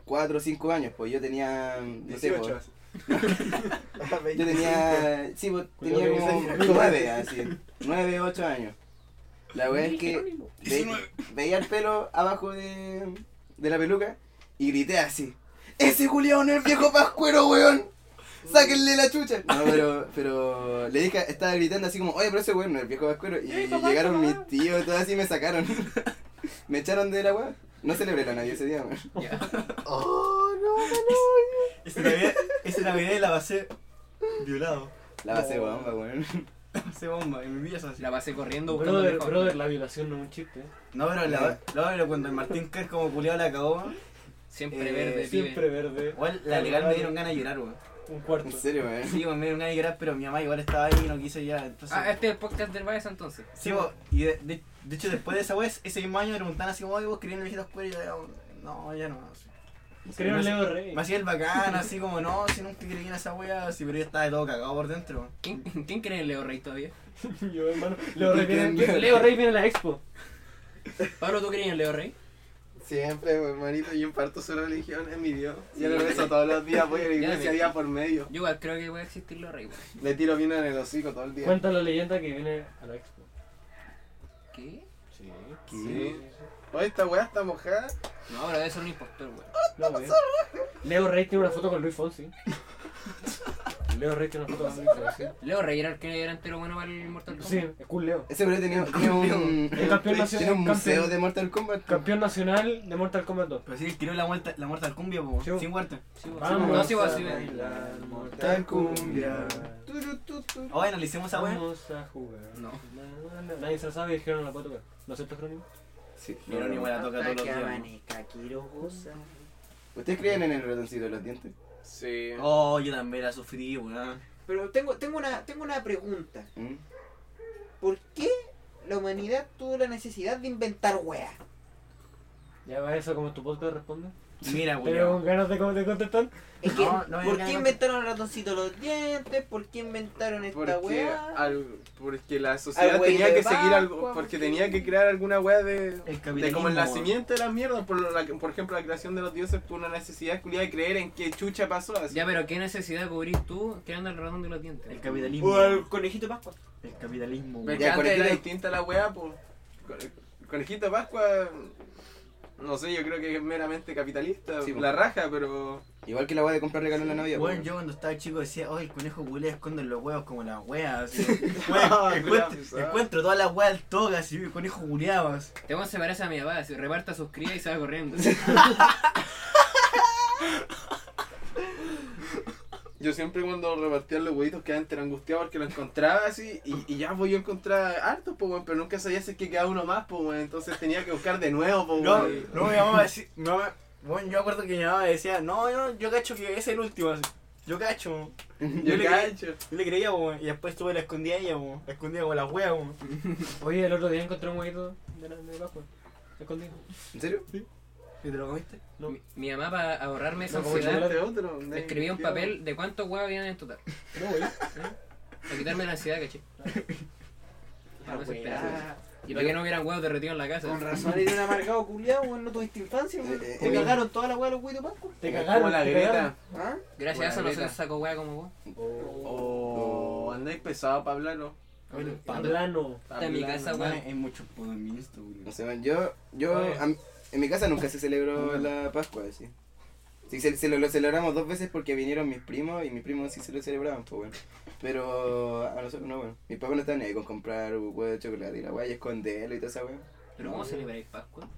Speaker 5: 4 o 5 años, pues yo tenía, no sé,
Speaker 6: 18.
Speaker 5: pues, yo tenía, sí, pues tenía
Speaker 1: Culiado
Speaker 5: como 9, así, 9, 8 años. La wea es que ve- veía el pelo abajo de, de la peluca y grité así, ¡Ese culiao no es viejo pascuero, weón! ¡Sáquenle la chucha! No, pero, pero le dije, estaba gritando así como, oye, pero ese weón no es viejo pascuero. Y llegaron mis tíos y todo así y me sacaron. me echaron de la wea. No celebré la nadie ese día, weón.
Speaker 3: ya.
Speaker 7: Oh, no,
Speaker 2: Esa Navidad, esa Navidad la pasé violado.
Speaker 5: La base bomba, weón.
Speaker 2: se bomba en mi pieza así.
Speaker 3: La pasé corriendo buscando
Speaker 1: Brother,
Speaker 3: mi foto.
Speaker 1: brother, la violación no es un chiste. ¿eh?
Speaker 2: No, pero, la, no, pero cuando el Martín Kerr como culiado la cagó, weón,
Speaker 3: Siempre
Speaker 2: Eh,
Speaker 3: verde,
Speaker 1: Siempre
Speaker 3: pibe. Ah,
Speaker 1: verde.
Speaker 2: igual la legal me dieron ganas de llorar, weón.
Speaker 1: Un cuarto.
Speaker 5: En serio, weón.
Speaker 2: Sí, weón, me dieron ganas de llorar, pero mi mamá igual estaba ahí y no quiso llorar. Entonces,
Speaker 3: Ah, este es el podcast del Baez entonces.
Speaker 2: sí, weón, y de, de- de hecho después de esa weá, ese mismo año me preguntaban así, como, "Oye, vos querías viejitos cuero y yo, "Oh, no, ya no. así.
Speaker 1: Creo en Leo Rey.
Speaker 2: Me hacía el bacán, así como, no, si nunca creí en esa weá, así, pero yo estaba de todo cagado por dentro, weón.
Speaker 3: ¿Quién, ¿Quién cree en Leo Rey todavía?
Speaker 1: Yo, hermano. Leo Rey,
Speaker 5: Yo
Speaker 1: viene,
Speaker 5: creo-
Speaker 1: Leo Rey viene a la expo.
Speaker 3: Pablo, ¿tú crees en Leo Rey?
Speaker 5: Siempre, weón, manito, yo imparto su religión, es mi Dios. Yo lo beso todos los días, voy a la
Speaker 3: Ya,
Speaker 5: iglesia
Speaker 3: me-
Speaker 5: día por medio.
Speaker 3: Yo igual creo que puede existir Leo Rey, weón.
Speaker 5: Le tiro vino en el hocico todo el día.
Speaker 1: Cuenta la leyenda que viene a la expo.
Speaker 3: ¿Qué?
Speaker 1: Sí.
Speaker 5: Sí. Oye, esta weá está mojada.
Speaker 3: No, pero debe ser un impostor, weón.
Speaker 1: No, güey. Leo Rey tiene una foto con Luis Fonsi. Leo Rey tiene una foto con Luis Fonsi.
Speaker 3: Leo Rey era el que era entero bueno para el Mortal Kombat.
Speaker 1: Sí, es cool Leo.
Speaker 5: Ese weón tenía, tenía un.
Speaker 1: El campeón nacional-
Speaker 5: Tiene un museo
Speaker 1: campeón-
Speaker 5: de Mortal Kombat.
Speaker 1: Campeón nacional de Mortal Kombat 2.
Speaker 2: Pero sí, él tiró la muerte, la muerte al cumbia, po,
Speaker 1: Sí, weón.
Speaker 2: sin muerte.
Speaker 3: Sí, weón.
Speaker 1: Vamos
Speaker 3: no, sí,
Speaker 1: a
Speaker 3: weón, sí, weón.
Speaker 1: bailar
Speaker 5: Mortal Cumbia. Turu, tu, tu.
Speaker 2: Oye, analicemos esa weá.
Speaker 1: Vamos a jugar.
Speaker 3: No.
Speaker 1: Nadie se la sabe y dijeron la puedo tocar. ¿No aceptas Jerónimo?
Speaker 5: Sí,
Speaker 2: Pero ni la toca todos los
Speaker 4: que
Speaker 2: días. weón.
Speaker 4: amanezca, quiero gozar.
Speaker 5: ¿Ustedes creen en el ratoncito de los dientes?
Speaker 7: Sí.
Speaker 2: Oh, yo también la sufrí, weón.
Speaker 4: Pero tengo, tengo, una, tengo una pregunta.
Speaker 5: ¿Mm?
Speaker 4: ¿Por qué la humanidad tuvo la necesidad de inventar weas?
Speaker 1: Ya va eso como tu podcast responde.
Speaker 2: Mira,
Speaker 1: ¿Te veo
Speaker 2: weón.
Speaker 1: con ganas de, de contestar?
Speaker 4: Es que,
Speaker 2: No, no,
Speaker 4: ¿Por
Speaker 2: no,
Speaker 4: qué
Speaker 2: no.
Speaker 4: inventaron el ratoncito los dientes? ¿Por qué Ah, inventaron esta
Speaker 7: Porque,
Speaker 4: wea?
Speaker 7: al- porque la sociedad
Speaker 4: güey
Speaker 7: tenía
Speaker 4: de
Speaker 7: que seguir algo,
Speaker 4: Pascua,
Speaker 7: porque
Speaker 4: porque-
Speaker 7: tenía que crear alguna weá de,
Speaker 2: El
Speaker 7: de
Speaker 2: capitalismo,
Speaker 7: como el
Speaker 2: weón.
Speaker 7: nacimiento de las mierdas. Por, lo- la- por ejemplo, la creación de los dioses por una necesidad culiada de creer en qué chucha pasó. Así.
Speaker 3: Ya, pero ¿qué necesidad cubrís tú creando el ratón de los dientes?
Speaker 2: El
Speaker 3: weón?
Speaker 2: capitalismo.
Speaker 4: O al conejito Pascua.
Speaker 2: El capitalismo,
Speaker 7: Pero
Speaker 2: weón.
Speaker 7: que
Speaker 5: Ya,
Speaker 7: antes era
Speaker 5: conejito.
Speaker 7: distinta la weá, pues. Conejito Pascua, no sé, yo creo que es meramente capitalista.
Speaker 5: Sí, po.
Speaker 7: la raja, pero.
Speaker 5: Igual que la weá de comprar regalo en la Navidad.
Speaker 2: Bueno,
Speaker 5: po,
Speaker 2: yo cuando estaba chico decía, oh, el conejo culé esconde los huevos como las weas. así.
Speaker 7: Ah, culiao,
Speaker 2: encuentro,
Speaker 7: pesado.
Speaker 2: encuentro todas las weas al toque, así, el conejo culeaba. así.
Speaker 3: Te vamos a separar a mi papá, si reparta sus crías y se va corriendo.
Speaker 7: Yo siempre cuando repartía los huevitos quedaba entre angustiado porque lo encontraba así y, y ya voy yo encontrar hartos, po, weón, pero nunca sabía si es que quedaba uno más, po, weón, entonces tenía que buscar de nuevo, po,
Speaker 2: No,
Speaker 7: weón.
Speaker 2: no mi mamá decía, mi mamá- bueno, yo me acuerdo que mi mamá decía, no, no, yo cacho que ese es el último, así. Yo cacho,
Speaker 7: yo
Speaker 2: le-
Speaker 7: le gancho.
Speaker 2: yo le creía, weón, y después tuve la escondida a ella, weón, la escondida con las weas, weón.
Speaker 1: Oye, el otro día encontré un huevito de, la- de Pascua. Escondido.
Speaker 5: ¿En serio?
Speaker 2: ¿Y te lo comiste?
Speaker 1: No.
Speaker 3: mi, mi mamá, para ahorrarme esa
Speaker 7: No, como
Speaker 3: ansiedad,
Speaker 7: chocolate otro.
Speaker 3: me escribía un papel de cuántos huevos habían en total.
Speaker 1: No, güey.
Speaker 3: Para quitarme la ansiedad, caché.
Speaker 4: Ah,
Speaker 3: Para no desesperarme.
Speaker 4: wea.
Speaker 3: Y para que no hubieran huevos derretidos en la
Speaker 4: Con
Speaker 3: casa.
Speaker 4: razón eres un amargado culiado, weón, no tuviste infancia, weón.
Speaker 5: Eh, eh,
Speaker 4: Te
Speaker 5: eh,
Speaker 4: cagaron toda la wea de los huevitos Pascua.
Speaker 1: Te
Speaker 7: Es
Speaker 1: cagaron.
Speaker 7: Como la
Speaker 1: te
Speaker 7: grieta.
Speaker 1: cagaron.
Speaker 4: ¿Ah?
Speaker 3: Gracias a eso no
Speaker 7: Buena
Speaker 3: se sacó hueá como vos.
Speaker 7: O andáis Oh, pesado para hablarlo.
Speaker 1: Pablano.
Speaker 7: Ah,
Speaker 3: Está en mi casa,
Speaker 2: Weón,
Speaker 3: weón.
Speaker 2: hay mucho poder en mi Insta, weón.
Speaker 5: No sé, weón, yo, yo,
Speaker 1: Oye.
Speaker 5: a mí- en mi casa nunca se celebró la Pascua, sí. Sí, se, se lo, lo celebramos dos veces porque vinieron mis primos y mis primos sí se lo celebraban, pues bueno. Pero a nosotros no, bueno. Mis papás no estaban ni ahí con comprar huevo de chocolate y la weá y esconderlo y toda esa weá.
Speaker 3: Pero ¿cómo celebráis Pascua?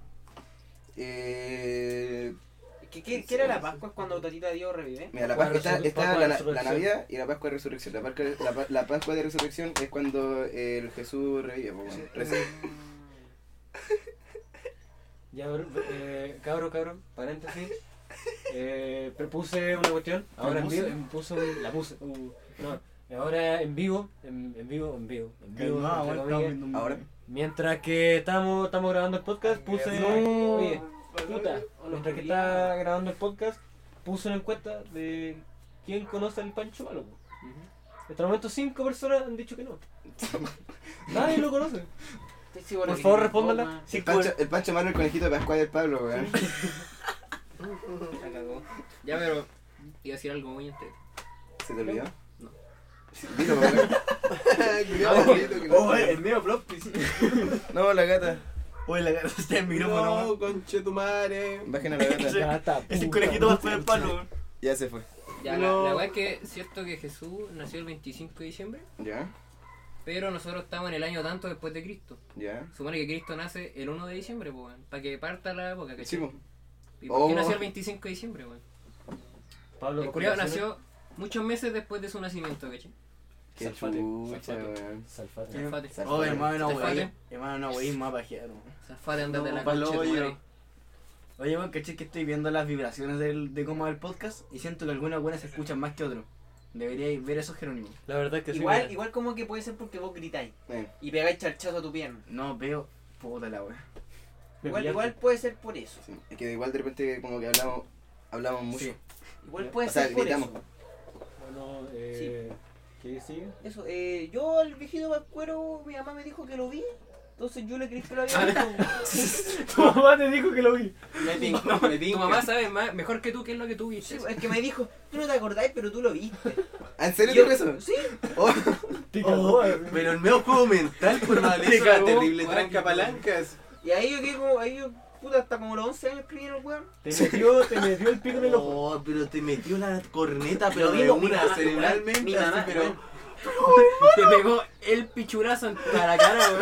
Speaker 5: Eh,
Speaker 4: ¿Qué, qué, qué era la Pascua? Es cuando Tatita Dios revive?
Speaker 5: mira, la
Speaker 1: Pascua
Speaker 5: Pascua
Speaker 1: de resur-
Speaker 5: está, está
Speaker 1: Pascua de
Speaker 5: la, la
Speaker 1: resurrección.
Speaker 5: Navidad y la Pascua de Resurrección. La, Pascua- la pa- la Pascua de Resurrección es cuando el Jesús revive, pues bueno. Rece-
Speaker 1: Ya, bro, eh, cabro, cabro, paréntesis. Eh, propuse una cuestión. Ahora en vivo,
Speaker 2: ¿Propuse?
Speaker 1: em, puse un- la puse. un- no, ahora en vivo, en, en vivo, en vivo. En vivo
Speaker 2: Calmado,
Speaker 1: entre
Speaker 2: weón, estaba
Speaker 1: comillas.
Speaker 2: viendo un-
Speaker 5: Ahora.
Speaker 1: Mientras que estamos, estamos grabando el podcast, puse. Oye, puta, mientras que está grabando el podcast, puse una encuesta de quién conoce al Pancho Malo. po. Hasta el momento, cinco personas han dicho que no. Nadie lo conoce.
Speaker 4: Estoy seguro
Speaker 1: Por
Speaker 4: que
Speaker 1: favor,
Speaker 4: no,
Speaker 1: respóndala.
Speaker 4: weón.
Speaker 5: El Pancho, el Pancho Mano, el conejito de Pascua del Pablo, weón.
Speaker 3: La cagó. Ya, pero. Iba a decir algo muy entero.
Speaker 5: ¿Se te olvidó?
Speaker 3: No.
Speaker 5: Dilo, weón.
Speaker 7: Cuidado, cuidado, que no-
Speaker 2: Oh, weón, el medio plot twist.
Speaker 5: No, la gata.
Speaker 2: Oye, la cara está en el micrófono, weón.
Speaker 7: No, conchetumare.
Speaker 5: Bajen a la gata.
Speaker 1: Gata,
Speaker 2: Ese
Speaker 1: puta.
Speaker 2: conejito va a poner palo, weón.
Speaker 5: Ya se fue.
Speaker 3: Ya,
Speaker 7: No.
Speaker 3: la, la weá es que es cierto que Jesús nació el 25 de diciembre,
Speaker 5: Ya,
Speaker 3: pero nosotros estamos en el año tanto después de Cristo.
Speaker 5: ya.
Speaker 3: Supone que Cristo nace el 1 de diciembre, pues, weón. Para que parta la época, ¿cachai?
Speaker 5: Sí, po.
Speaker 3: ¿Y por qué
Speaker 5: Oh.
Speaker 3: nació el 25 de diciembre, weón?
Speaker 1: Pablo,
Speaker 3: El culiao
Speaker 1: complicaciones.
Speaker 3: nació muchos meses después de su nacimiento, ¿cachai?
Speaker 5: Qué
Speaker 1: Salfate.
Speaker 5: chucha,
Speaker 1: Salfate.
Speaker 5: weón.
Speaker 1: Salfate.
Speaker 3: Zafate.
Speaker 2: Oh, hermano,
Speaker 3: ¿Te
Speaker 2: wey.
Speaker 3: fate?
Speaker 2: Hermano, no, wey, más pajeado.
Speaker 3: Zafate, andate
Speaker 2: No,
Speaker 3: la
Speaker 2: pa'l
Speaker 3: concha de tu
Speaker 2: hoyo.
Speaker 3: madre.
Speaker 2: Oye, weón, caché que estoy viendo las vibraciones del, de cómo va el podcast y siento que algunas buenas se escuchan más que otros. Deberíais ver esos Jerónimo.
Speaker 1: La verdad es que sí.
Speaker 4: Igual,
Speaker 1: mira.
Speaker 4: igual como que puede ser porque vos gritáis
Speaker 5: Eh,
Speaker 4: y pegáis charchazo a tu pierna.
Speaker 2: No veo. Puta la wea.
Speaker 1: Me
Speaker 4: Igual,
Speaker 1: pillaste.
Speaker 4: igual puede ser por eso.
Speaker 5: sí. Es que igual de repente como que hablamos, hablamos mucho.
Speaker 2: Sí.
Speaker 4: Igual puede
Speaker 5: O sea,
Speaker 4: ser por
Speaker 5: gritamos.
Speaker 4: eso.
Speaker 1: Bueno, eh, ¿qué sigue?
Speaker 4: Eso, eh, yo al viejito Pascuero, mi mamá me dijo que lo vi, entonces yo le creí que lo
Speaker 3: Ah.
Speaker 4: había visto.
Speaker 1: Tu mamá te dijo que lo vi.
Speaker 2: Me pinco, me
Speaker 3: Tu
Speaker 2: pinco.
Speaker 3: mamá sabe más, mejor que tú qué es lo que tú
Speaker 4: Sí,
Speaker 3: viste.
Speaker 4: es que me dijo, tú no te acordás, pero tú lo viste.
Speaker 5: Ah, ¿En serio
Speaker 4: Yo-
Speaker 5: dijo eso?
Speaker 4: Sí,
Speaker 5: Oh,
Speaker 1: Te cagó. eh.
Speaker 7: Pero el medio juego mental, por mal,
Speaker 1: Te
Speaker 7: eso
Speaker 1: cagó,
Speaker 7: era terrible
Speaker 3: weón.
Speaker 7: tranca palancas.
Speaker 4: y ahí yo quedé como, ahí yo, puta, hasta como los 11 años escribí en el weón.
Speaker 1: Te metió, te metió el pico en el ojo.
Speaker 7: Oh, pero te metió la corneta,
Speaker 4: Lo
Speaker 7: pero de
Speaker 4: vimos, mi
Speaker 7: una,
Speaker 4: mamá,
Speaker 7: cerebralmente,
Speaker 4: mi mamá,
Speaker 7: así, pero...
Speaker 4: weón.
Speaker 3: Te pegó el pichurazo en a la cara, weón.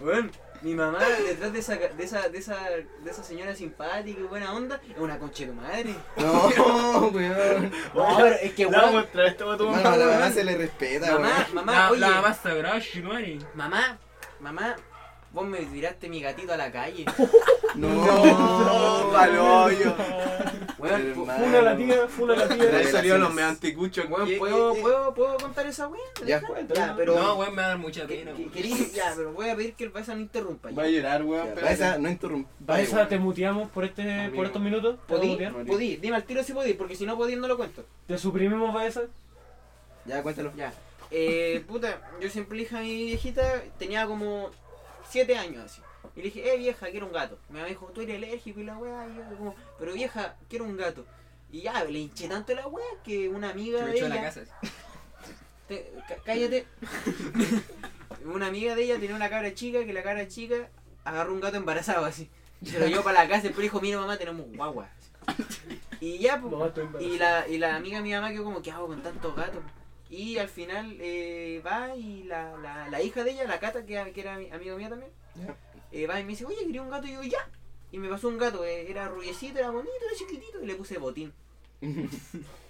Speaker 4: Weón, mi mamá detrás de esa, de esa, de esa, de esa señora simpática y buena onda, es una concha de tu madre.
Speaker 5: no, weón.
Speaker 4: No, pero es que
Speaker 2: La
Speaker 4: weón,
Speaker 2: muestra, esto va a tu
Speaker 5: Hermano,
Speaker 2: mamá.
Speaker 5: a la mamá
Speaker 2: weón.
Speaker 5: se le respeta,
Speaker 4: mamá,
Speaker 5: weón.
Speaker 4: mamá,
Speaker 3: La,
Speaker 4: oye,
Speaker 3: la mamá sagrada, Shimani.
Speaker 4: mamá, mamá, vos me tiraste mi gatito a la calle.
Speaker 5: No,
Speaker 7: No, paloyo.
Speaker 4: Weón, pu-
Speaker 5: Hermano.
Speaker 1: Una latida, fue una
Speaker 7: De
Speaker 1: latida.
Speaker 7: ahí salieron los meanticuchos.
Speaker 4: weón,
Speaker 7: ¿Qué-
Speaker 4: ¿puedo,
Speaker 7: qué-
Speaker 4: puedo, puedo contar esa weón?
Speaker 5: Ya.
Speaker 4: Ya, pero...
Speaker 3: eh, No, pues. weón, me va a dar mucha
Speaker 4: que-
Speaker 3: pena,
Speaker 4: que-
Speaker 3: weón.
Speaker 4: querí- ya, pero voy a pedir que el Baeza no interrumpa. ya.
Speaker 7: Va a llorar, weón.
Speaker 5: Ya,
Speaker 7: pero-
Speaker 5: Baeza, no interrumpa.
Speaker 1: Baeza, te muteamos por este, por estos minutos. ¿Te
Speaker 4: ¿Podí?
Speaker 1: mutear?
Speaker 5: Morí.
Speaker 4: Podí, dime al tiro si podí, porque si no podí no lo cuento.
Speaker 1: Te suprimimos, Baeza.
Speaker 5: Ya, cuéntalo.
Speaker 4: Ya. Eh, puta, yo siempre le dije a mi viejita, tenía como 7 años así. Y le dije, eh vieja, quiero un gato. Mi mamá dijo, tú eres alérgico y la weá. Y yo como, pero vieja, quiero un gato. Y ya, le hinché tanto la weá que una
Speaker 3: Que
Speaker 4: amiga
Speaker 3: me
Speaker 4: de
Speaker 3: echó de la
Speaker 4: ella.
Speaker 3: casa.
Speaker 4: te- ca- cállate. una amiga de ella tenía una cabra chica que la cabra chica agarró un gato embarazado así. Se lo llevó para la casa y después dijo, mira mamá, tenemos guagua. Y ya, pues,
Speaker 1: Mamá, estoy
Speaker 4: y
Speaker 1: embarazada.
Speaker 4: la, y la amiga de mi mamá quedó como, ¿qué hago con tantos gatos? Y al final eh, va y la, la, la hija de ella, la Cata, que, que era mi- amiga mía también,
Speaker 5: Ya.
Speaker 4: eh, va y me dice, oye, quería un gato, y yo, ya. Y me pasó un gato, eh, era rubiecito, era bonito, era chiquitito, y le puse botín.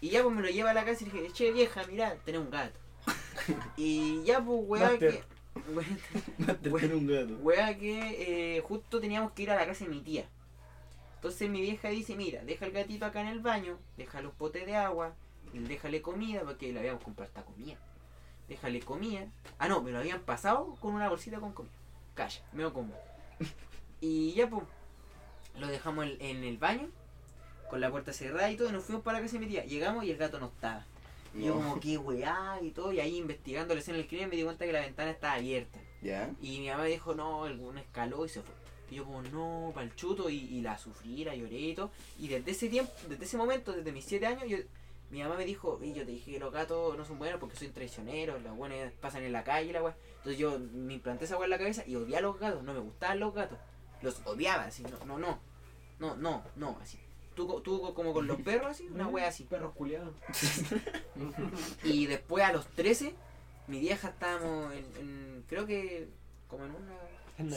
Speaker 4: y ya pues me lo lleva a la casa y le dije, che vieja, mirá, tenés un gato. y ya pues, weá, que...
Speaker 1: Master.
Speaker 4: weá-
Speaker 2: un gato.
Speaker 4: Wea que eh, justo teníamos que ir a la casa de mi tía. Entonces mi vieja dice, mira, deja el gatito acá en el baño, deja los potes de agua, déjale comida, porque le habíamos comprado esta comida. Déjale comida. Ah, no, me lo habían pasado con una bolsita con comida. Calla, me lo como. Y ya pues, lo dejamos en, en el baño, con la puerta cerrada y todo, y nos fuimos para la casa de mi tía. Llegamos y el gato no estaba. Y yo
Speaker 5: No.
Speaker 4: como, qué weá y todo, y ahí investigando la escena del crimen me di cuenta que la ventana estaba abierta.
Speaker 5: Ya.
Speaker 4: Y mi mamá dijo, no, alguno escaló y se fue. Y yo como, no, pa'l chuto, y, y la sufrí, la lloré y todo. Y desde ese tiempo, desde ese momento, desde mis 7 años, yo, mi mamá me dijo, y yo te dije que los gatos no son buenos porque son traicioneros, las buenas pasan en la calle, la weá. Entonces yo me implanté esa weá en la cabeza y odiaba a los gatos, no me gustaban los gatos. Los odiaba, así, no, no, no, no, no, no, así. Tú, co- tú co- como con los perros, así, una weá así.
Speaker 1: Perros culiados.
Speaker 4: Y después a los 13, mi vieja estábamos en- en creo que, como en una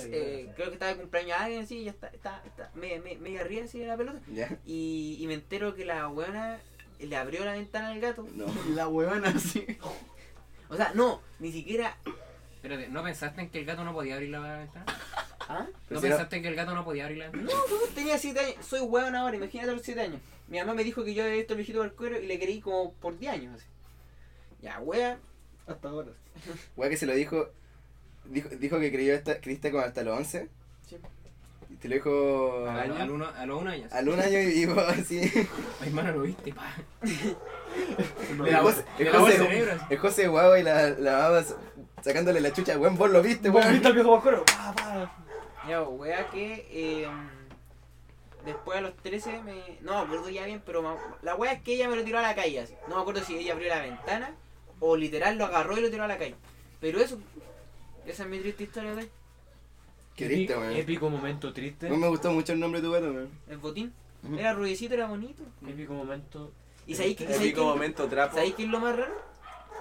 Speaker 4: eh, creo que estaba de cumpleaños alguien así, y ya está, está, está media, me- media arriba así de la pelota.
Speaker 5: Ya.
Speaker 4: Y, y me entero que la weona le abrió la ventana al gato.
Speaker 5: No.
Speaker 2: La huevona así.
Speaker 4: O sea, no, ni siquiera.
Speaker 3: Espérate, ¿no pensaste en que el gato no podía abrir la ventana?
Speaker 4: ¿Ah?
Speaker 3: ¿No
Speaker 5: Pero si era-
Speaker 3: pensaste en que el gato no podía abrir la ventana?
Speaker 4: No, pues, tenía 7 años. Soy weón ahora, imagínate a los 7 años. Mi mamá me dijo que yo había visto el viejito barcuero y le creí como por 10 años así. Ya, wea.
Speaker 1: Hasta ahora.
Speaker 5: Wea que se lo dijo. Dijo, dijo que creyó hasta, creíste como hasta los 11.
Speaker 4: Sí.
Speaker 5: Y te lo dijo.
Speaker 3: A, lo- al uno- a los uno años.
Speaker 5: Al un año y dijo así.
Speaker 3: Ay, hermano, lo viste, pa.
Speaker 5: El José,
Speaker 3: Me
Speaker 5: el
Speaker 3: lavó el
Speaker 5: José,
Speaker 3: cerebro. así.
Speaker 5: el José guagua y la, la mamá sacándole la chucha. Weón, vos lo viste,
Speaker 1: ¿Vos
Speaker 5: weón.
Speaker 1: viste al viejo Vascuero? Pa, pa.
Speaker 4: Ya, pues, wea que eh, después a los 13 me... No me acuerdo ya bien, pero ma- la wea es que ella me lo tiró a la calle así. No me acuerdo si ella abrió la ventana o literal lo agarró y lo tiró a la calle. Pero eso... Esa es mi triste historia de
Speaker 5: Qué triste,
Speaker 1: Épico-
Speaker 5: weón.
Speaker 1: Épico momento triste.
Speaker 5: No me gustó mucho el nombre de tu gato, weón.
Speaker 4: El botín.
Speaker 5: Ujú.
Speaker 4: Era rubiecito, era bonito.
Speaker 1: Épico momento.
Speaker 4: ¿Y sabéis que, sabéis
Speaker 7: Épico
Speaker 4: que-
Speaker 7: momento trapo.
Speaker 4: sabéis qué es lo más raro?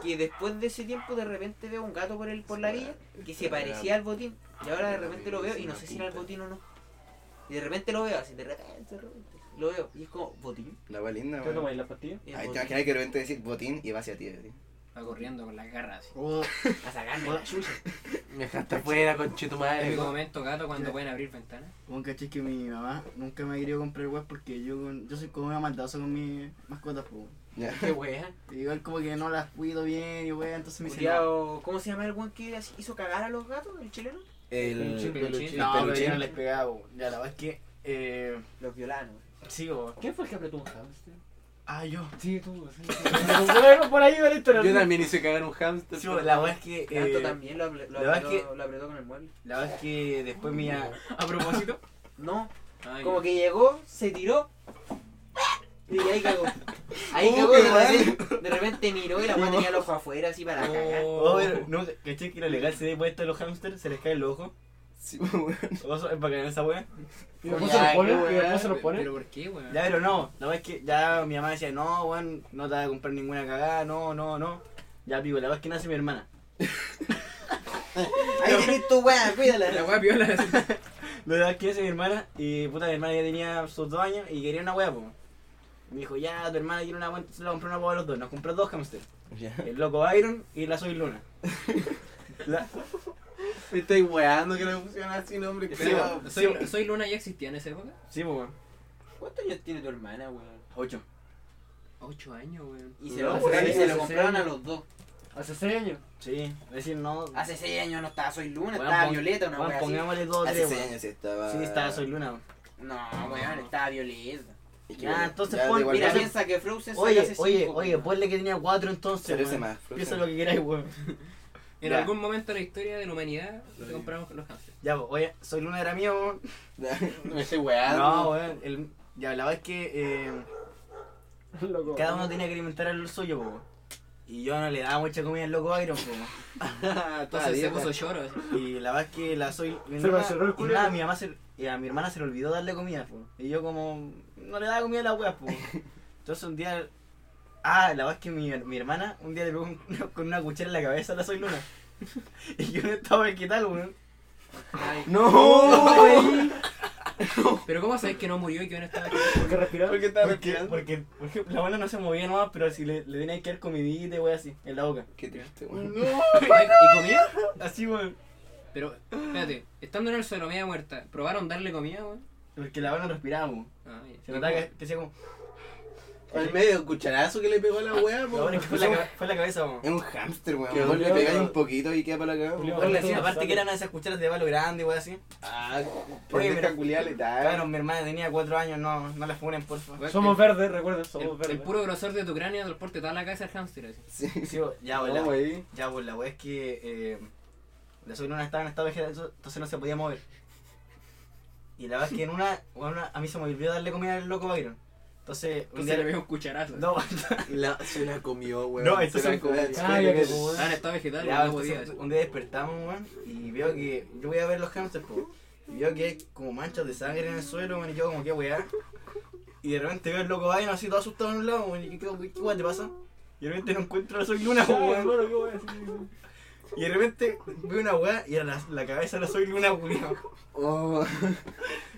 Speaker 4: Que después de ese tiempo de repente veo un gato por el, por la villa que se parecía al botín. Y ahora de repente lo veo y no sé si era el botín o no. Y de repente lo veo así, de repente, de repente. Lo veo y es como, ¿botín?
Speaker 5: La wea linda,
Speaker 1: ¿Qué
Speaker 5: weón.
Speaker 1: tomáis la pastilla?
Speaker 4: El
Speaker 5: Ahí te
Speaker 4: botín.
Speaker 5: imaginas que de repente decís botín y va hacia ti, weón.
Speaker 3: Va corriendo con las garras así.
Speaker 7: Oh,
Speaker 4: A sacarme.
Speaker 7: me dejaste afuera, conchetumadre.
Speaker 3: El único momento gato cuando pueden abrir ventanas.
Speaker 2: Bueno, caché que mi mamá nunca me ha querido comprar weas porque yo, con- yo soy como una maldadosa con mis mascotas, pues.
Speaker 5: Ya.
Speaker 4: Qué wea.
Speaker 2: Igual como que no las cuido bien y wea, entonces me dice. No,
Speaker 4: Culiao, ¿Cómo se llama el weón que hizo cagar a los gatos? ¿El chileno?
Speaker 5: El
Speaker 3: peluchín.
Speaker 2: no pero
Speaker 5: peluchín.
Speaker 2: yo no les pegaba, po. Ya, la verdad es que. Eh,
Speaker 4: Los violanos.
Speaker 2: sí, po.
Speaker 1: ¿Quién fue el que apretó un este? hamster?
Speaker 2: Ah, yo.
Speaker 1: Sí, tú. sí, tú. Bueno, por ahí va la historia.
Speaker 7: Yo también hice cagar un hamster.
Speaker 2: Sí, po, la verdad es que.
Speaker 4: Tanto
Speaker 2: eh,
Speaker 4: también lo, apre-
Speaker 2: la
Speaker 4: lo
Speaker 2: verdad
Speaker 4: apretó,
Speaker 2: es
Speaker 4: lo apretó con el mueble.
Speaker 2: la verdad es que después mi.
Speaker 3: A propósito.
Speaker 4: No,
Speaker 3: Ay,
Speaker 4: como que llegó, se tiró. Y ahí cagó. Ahí
Speaker 2: Uh,
Speaker 4: cagó,
Speaker 2: qué
Speaker 4: de
Speaker 2: mal.
Speaker 4: repente, de repente miró y la weá tenía el ojo afuera así para cagar.
Speaker 2: Oh,
Speaker 3: Oh,
Speaker 2: pero no, caché que era legal, se da vuelta a los hamsters, se les cae el ojo.
Speaker 5: Sí, weón.
Speaker 2: ¿Vos es bacana esa wea?
Speaker 1: ¿Y después se lo pone? ¿Y después se lo pone?
Speaker 3: ¿Pero por qué, weón?
Speaker 2: Ya, pero no, la verdad es que ya mi mamá decía, no, weón, no te vas a comprar ninguna cagada, no, no, no. Ya, pico, la verdad es que nace mi hermana.
Speaker 4: Ahí tenés tu weá,
Speaker 3: La
Speaker 4: cuídala.
Speaker 3: weá piola. así.
Speaker 2: La verdad es que nace mi hermana y puta, mi hermana ya tenía sus dos años y quería una wea, po. Me dijo, ya, tu hermana quiere una wea, entonces la compré una para los dos, nos compró dos hamsters.
Speaker 5: Ya.
Speaker 2: El loco Iron y la soy Luna. La-
Speaker 7: Me estáis weando que no funciona así, no, hombre.
Speaker 2: Sí,
Speaker 7: cuidado.
Speaker 2: po, sí, po,
Speaker 3: Soy, soy Luna ya existía en esa época.
Speaker 2: sí, po, weón.
Speaker 4: ¿Cuántos años tiene tu hermana, weón?
Speaker 2: Ocho.
Speaker 3: Ocho años, weón.
Speaker 4: Y se,
Speaker 1: No,
Speaker 4: lo,
Speaker 1: weón,
Speaker 4: y se lo
Speaker 1: hace
Speaker 4: compraron
Speaker 1: seis
Speaker 4: a los dos.
Speaker 1: Hace seis años.
Speaker 2: Sí, es decir, no.
Speaker 4: Hace seis años no estaba Soy Luna,
Speaker 2: Weón,
Speaker 4: estaba
Speaker 2: pon-
Speaker 4: Violeta, una
Speaker 2: weón,
Speaker 4: weá así.
Speaker 2: pongámosle dos o
Speaker 5: Hace
Speaker 2: tres,
Speaker 5: seis
Speaker 2: weón.
Speaker 5: años estaba.
Speaker 2: Sí, estaba soy Luna, weón.
Speaker 4: No, weón, estaba Violeta.
Speaker 5: Es que,
Speaker 2: Ya,
Speaker 5: bueno,
Speaker 2: entonces
Speaker 5: ya,
Speaker 2: pon-
Speaker 5: de igual
Speaker 4: Mira,
Speaker 5: caso,
Speaker 4: piensa que Frozen salió
Speaker 2: Oye,
Speaker 4: hace
Speaker 2: oye,
Speaker 4: cinco,
Speaker 2: oye,
Speaker 4: weón.
Speaker 2: ponle que tenía cuatro entonces,
Speaker 5: Pero ese
Speaker 2: weón.
Speaker 5: más,
Speaker 2: Piensa
Speaker 5: Frozen.
Speaker 2: lo que queráis, weón.
Speaker 3: En
Speaker 2: Ya.
Speaker 3: algún momento de la historia de la humanidad le compramos los hamsters.
Speaker 2: Ya, pues, oye, soy Luna era mío, weón.
Speaker 7: No me estáis weando.
Speaker 2: No, weón. el- Ya, la verdad es que eh, cada uno tenía que alimentar al suyo, po. weón. Y yo no le daba mucha comida al loco Iron, po. weón.
Speaker 3: Entonces se puso lloro. así.
Speaker 2: Y la verdad es que la soy. mi
Speaker 1: Se lo
Speaker 2: hermana-
Speaker 1: cerró el
Speaker 2: y
Speaker 1: culo.
Speaker 2: nada, mi mamá se- y a mi hermana se le olvidó darle comida, po. Y yo, como. No le daba comida a la weas, po. Entonces un día. Ah, la verdad es que mi, mi hermana un día le pegó un- con una cuchara en la cabeza a la soy Luna. y yo no estaba en qué tal, weón.
Speaker 3: Ay,
Speaker 2: ¡No!
Speaker 3: Pero ¿cómo sabes que no murió y que no estaba aquí?
Speaker 1: Porque respiraba.
Speaker 7: ¿Por qué estás
Speaker 2: Porque,
Speaker 7: respirando?
Speaker 2: porque, por ejemplo, la buena no se movía nomás, pero si le, le tenía que dar comidita y wey así, en la boca.
Speaker 5: Qué triste, weón.
Speaker 3: ¿Y comía?
Speaker 2: Así, weón.
Speaker 3: Pero, espérate, estando en el suelo media muerta, ¿probaron darle comida, weón?
Speaker 2: Porque la buena respiraba, weón.
Speaker 3: Ah, ya.
Speaker 2: Se notaba que, que hacía como.
Speaker 7: Al medio cucharazo que le pegó a la wea,
Speaker 2: La buena
Speaker 7: po.
Speaker 2: que fue, la, cabe- fue la cabeza, weón.
Speaker 5: Es un hámster,
Speaker 7: Qué
Speaker 5: weón. Vos le
Speaker 7: dolor,
Speaker 5: pegáis
Speaker 7: weón.
Speaker 5: un poquito y queda para la cagada.
Speaker 1: Julio.
Speaker 5: weón.
Speaker 2: Weón, le
Speaker 1: Todo
Speaker 2: hacía- Aparte
Speaker 1: sale.
Speaker 2: que eran esas cucharas de palo grande, wey así.
Speaker 7: Ah,
Speaker 2: Oye,
Speaker 7: pendeja
Speaker 2: pero-
Speaker 7: culiada letal.
Speaker 2: Claro, mi hermana tenía 4 años, no, no la funen, por favor.
Speaker 3: Weón,
Speaker 1: Somos
Speaker 3: el,
Speaker 1: verdes, recuerda, somos
Speaker 3: el, el
Speaker 1: verdes.
Speaker 3: puro grosor de tu cráneo transporte toda la cabeza al hamster así.
Speaker 5: Sí.
Speaker 2: Sí, weón, ya, weón.
Speaker 7: No,
Speaker 2: la-
Speaker 7: wey.
Speaker 2: ya, weón, la weón es que. Eh, la soy luna estaba en estado vegetal, entonces no se podía mover. Y la verdad es que en una, weón, una- a mí se me olvidó darle comida al loco Byron. Entonces, un
Speaker 3: Entonces le
Speaker 2: día.
Speaker 3: pegó un cucharazo.
Speaker 2: No,
Speaker 7: La, se la comió, weón.
Speaker 2: No, esto
Speaker 7: se la
Speaker 2: son-
Speaker 7: comió.
Speaker 1: Cállate,
Speaker 3: Estaba en
Speaker 1: weón.
Speaker 3: estado vegetal,
Speaker 2: Ya,
Speaker 3: weón, no podía.
Speaker 2: entonces, un día despertamos, weón, y veo que. Yo voy a ver los hamsters, po. Y veo que hay como manchas de sangre en el suelo, weón, y yo como que weá. Y de repente veo el loco Byron así todo asustado en un lado, weón, y yo, ¿qué qué weá te pasa? Y de repente no encuentro la soy luna, po,
Speaker 1: Ay,
Speaker 2: weón.
Speaker 1: hermano, qué weón, sí, sí, sí.
Speaker 2: Y de repente veo una weá y era la, la cabeza de la soy luna, weón.
Speaker 5: Oh,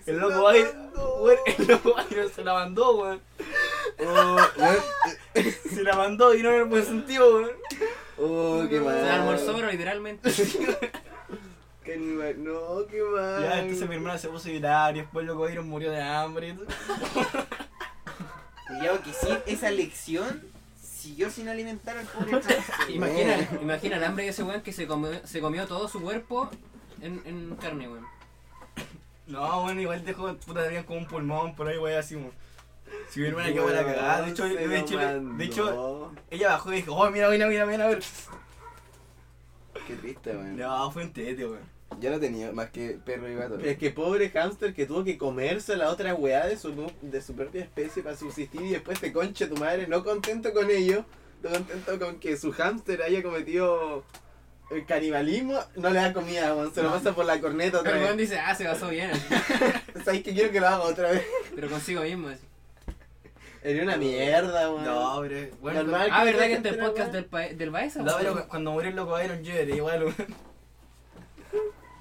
Speaker 2: El loco Byron, weón, el loco Byron se la mandó, weón.
Speaker 5: oh, weón.
Speaker 2: Se la mandó y no en el buen sentido, weón.
Speaker 5: Oh, qué
Speaker 3: Se
Speaker 5: mal.
Speaker 3: almorzó, pero literalmente.
Speaker 7: Qué animal- No, qué mal.
Speaker 2: Ya, entonces mi hermana se puso a llorar y después el loco Byron murió de hambre. y todo.
Speaker 4: Culiao, que sí, esa lección siguió sin alimentar al pobre hamster.
Speaker 3: Imagina, imagina el hambre de ese weón que se comió, se comió todo su cuerpo en, en carne, weón.
Speaker 2: No, bueno, igual dejó, puta, habían como un pulmón por ahí, wey, así, weón. Si mi hermana quedó para la cagada, de hecho, de hecho, de hecho, ella bajó y dijo, oh, mira, mira, mira, mira, a ver.
Speaker 5: Qué triste, weón.
Speaker 2: No, fue un tete, weón.
Speaker 5: Ya no tenía más que perro y gato.
Speaker 7: Es que pobre hámster que tuvo que comerse la otra weá de su, de su propia especie para subsistir y después te conche tu madre, no contento con ello, no contento con que su hámster haya cometido el canibalismo, no le da comida, weón, se lo pasa por la corneta otra
Speaker 3: Pero el weón
Speaker 7: vez.
Speaker 3: dice, ah, se basó bien, así.
Speaker 7: ¿Sabes que quiero que lo haga otra vez?
Speaker 3: pero consigo mismo. Así.
Speaker 7: Era una mierda, weón.
Speaker 2: No, pero, bueno,
Speaker 7: Normal.
Speaker 3: Ah, ¿verdad que este es el podcast del, pa- del Baeza?
Speaker 2: No,
Speaker 3: weón?
Speaker 2: pero cuando murió el loco Byron, yo lloré igual, weón.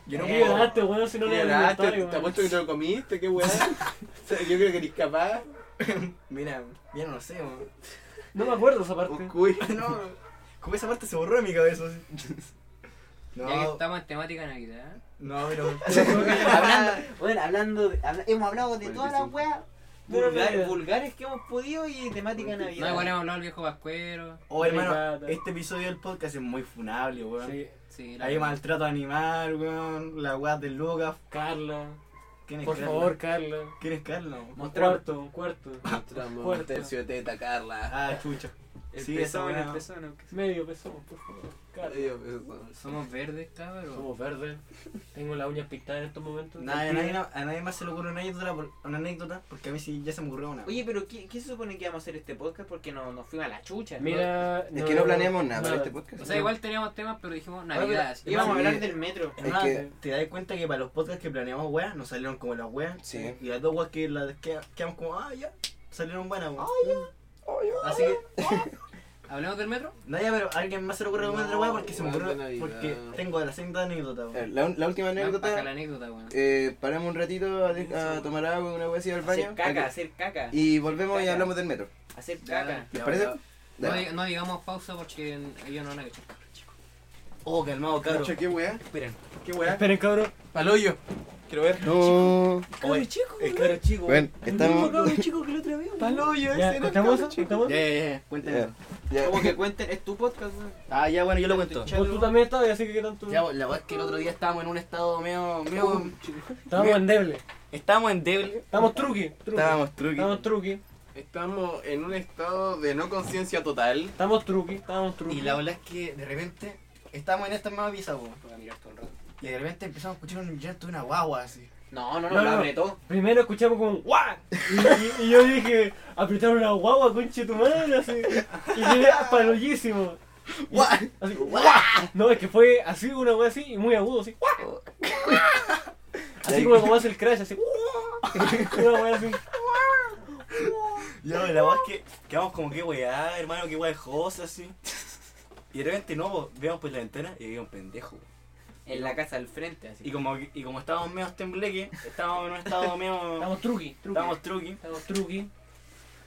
Speaker 2: Yo no
Speaker 3: Eh,
Speaker 1: ¿Qué
Speaker 2: puedo.
Speaker 1: lloraste, weón, si no le
Speaker 7: Mira, nada,
Speaker 1: alimentáis,
Speaker 7: te, te
Speaker 1: weón?
Speaker 7: apuesto que te lo comiste, qué weá. O sea, Yo creo que eres capaz.
Speaker 2: Mira, yo no lo sé, weón.
Speaker 1: No me acuerdo esa parte.
Speaker 7: Un cuy.
Speaker 2: No, Como esa parte se borró de mi cabeza. así. No,
Speaker 3: Ya que estamos en temática ¿eh? navidad.
Speaker 2: no, pero.
Speaker 4: hablando, bueno, hablando de- habla- hemos hablado de todas las weas
Speaker 1: Pero
Speaker 4: vulgar-
Speaker 1: mira.
Speaker 4: vulgares que hemos podido y temática
Speaker 3: No,
Speaker 4: navidad.
Speaker 3: igual hemos hablado del viejo vascuero.
Speaker 2: Oh, hermano,
Speaker 1: Regata.
Speaker 2: este episodio del podcast es muy funable, weón.
Speaker 1: Sí,
Speaker 3: Sí, la-
Speaker 2: Hay maltrato animal, weón. La weá de Lucas.
Speaker 1: Carla.
Speaker 2: ¿Quién es
Speaker 1: Por
Speaker 2: Carla?
Speaker 1: favor, Carla.
Speaker 2: ¿Quién es Carla?
Speaker 4: Mostramos
Speaker 1: Cuarto, cuarto.
Speaker 7: Mostramos
Speaker 1: Fuerte.
Speaker 7: un tercio de teta, Carla.
Speaker 2: Ah, chucha.
Speaker 4: el
Speaker 2: sí, esa
Speaker 4: pezón,
Speaker 2: weá.
Speaker 4: el pezón, aunque sea.
Speaker 1: Medio pezón, por favor. Carla.
Speaker 7: Dios, eso.
Speaker 3: Somos verdes, cabrón.
Speaker 1: Somos verdes. Tengo las uñas pintadas en estos momentos.
Speaker 2: Nadie- a, nadie, a nadie más se le ocurre una anécdota, por- una anécdota porque a mí sí ya se me ocurrió una.
Speaker 4: Oye, pero ¿qué, ¿qué se supone que íbamos a hacer este podcast? Porque no, nos fuimos a la chucha. ¿no?
Speaker 1: Mira.
Speaker 5: Es que no planeamos nada para este podcast.
Speaker 3: O sea, igual teníamos temas, pero dijimos navidad. así.
Speaker 4: Íbamos a
Speaker 5: Sí.
Speaker 4: hablar del metro.
Speaker 2: Es
Speaker 5: Es
Speaker 2: más,
Speaker 5: que-
Speaker 2: te das cuenta que para los podcasts que planeamos weas nos salieron como las weas.
Speaker 5: Sí.
Speaker 2: Y las dos weas que las que quedamos como, ah, ya, salieron buenas, weón.
Speaker 4: Ah,
Speaker 2: Así que,
Speaker 3: ¿Hablemos del metro?
Speaker 2: nadie, pero a alguien más se le ocurre alguna otra
Speaker 7: No,
Speaker 2: wea porque se me
Speaker 7: weón,
Speaker 2: ocurrió.
Speaker 7: de Navidad. Eh.
Speaker 2: Porque tengo la senda anécdota,
Speaker 5: A ver,
Speaker 2: weón.
Speaker 5: La, la última
Speaker 3: Baja la
Speaker 5: anécdota,
Speaker 3: anécdota, weón.
Speaker 5: eh, paramos un ratito a, de- a tomar agua, una wea así al baño.
Speaker 4: Hacer caca, hacer caca.
Speaker 5: Y volvemos y hablamos del metro.
Speaker 4: Hacer
Speaker 3: Ya.
Speaker 4: caca.
Speaker 5: ¿Les
Speaker 2: Ya,
Speaker 5: parece?
Speaker 2: ya.
Speaker 3: No,
Speaker 5: Dale.
Speaker 3: dig- no digamos pausa porque ellos no van a cachar.
Speaker 2: Oh, calmado, cabrón.
Speaker 7: Cacho, qué weá.
Speaker 3: Esperen.
Speaker 7: Qué weá.
Speaker 1: Esperen, cabrón.
Speaker 7: Paloyo. Quiero ver.
Speaker 5: No.
Speaker 2: Oye,
Speaker 1: Es claro, chico.
Speaker 5: Bueno, estamos.
Speaker 7: Paloyo,
Speaker 1: Ya,
Speaker 7: ese era el
Speaker 1: ¿Estamos?
Speaker 7: cabro chico.
Speaker 1: ¿Estamos?
Speaker 2: Ya, ya, ya, cuéntame.
Speaker 7: Eh.
Speaker 5: Ya. Ya.
Speaker 4: Como que cuenten, es tu podcast. weón.
Speaker 2: Ah, ya, bueno, yo lo cuento.
Speaker 1: Pues tú también estabas, así que qué tanto.
Speaker 2: Ya, la verdad es que el otro día estábamos en un estado medio. medio
Speaker 1: Estábamos endebles.
Speaker 2: estábamos endebles.
Speaker 1: Estábamos truqui. truqui.
Speaker 5: Estábamos truqui.
Speaker 1: Estábamos truqui.
Speaker 7: Estamos en un estado de no conciencia total.
Speaker 1: Estábamos truqui. Estábamos truqui.
Speaker 2: Y la verdad es que de repente estábamos en esta misma pieza, weón.
Speaker 3: Voy a mirar todo el rato.
Speaker 2: Y de repente empezamos a escuchar un llanto de una guagua así.
Speaker 4: No, no, no,
Speaker 1: No,
Speaker 4: lo
Speaker 1: no.
Speaker 4: apretó.
Speaker 1: Primero escuchamos como ¡guau! Y, y- y yo dije, apretaron la guagua, conche tu madre, así. Y tiene palollísimo. Y- Así, ¡guau! No, es que fue así, una wea así, y muy agudo, así, ¡guau! Así como, como hace el crash, así, ¡guau! Una wea así.
Speaker 2: Ya, la verdad es que quedamos como que weá, hermano, que weá de josa así. Y de repente no, po, veamos por la ventana y había un pendejo. po.
Speaker 4: En la casa al frente, así.
Speaker 2: Y como, que- y como estábamos medio tembleque, estábamos en un estado medio.
Speaker 1: Estamos truqui, truqui.
Speaker 2: estábamos truqui.
Speaker 1: Estamos truqui.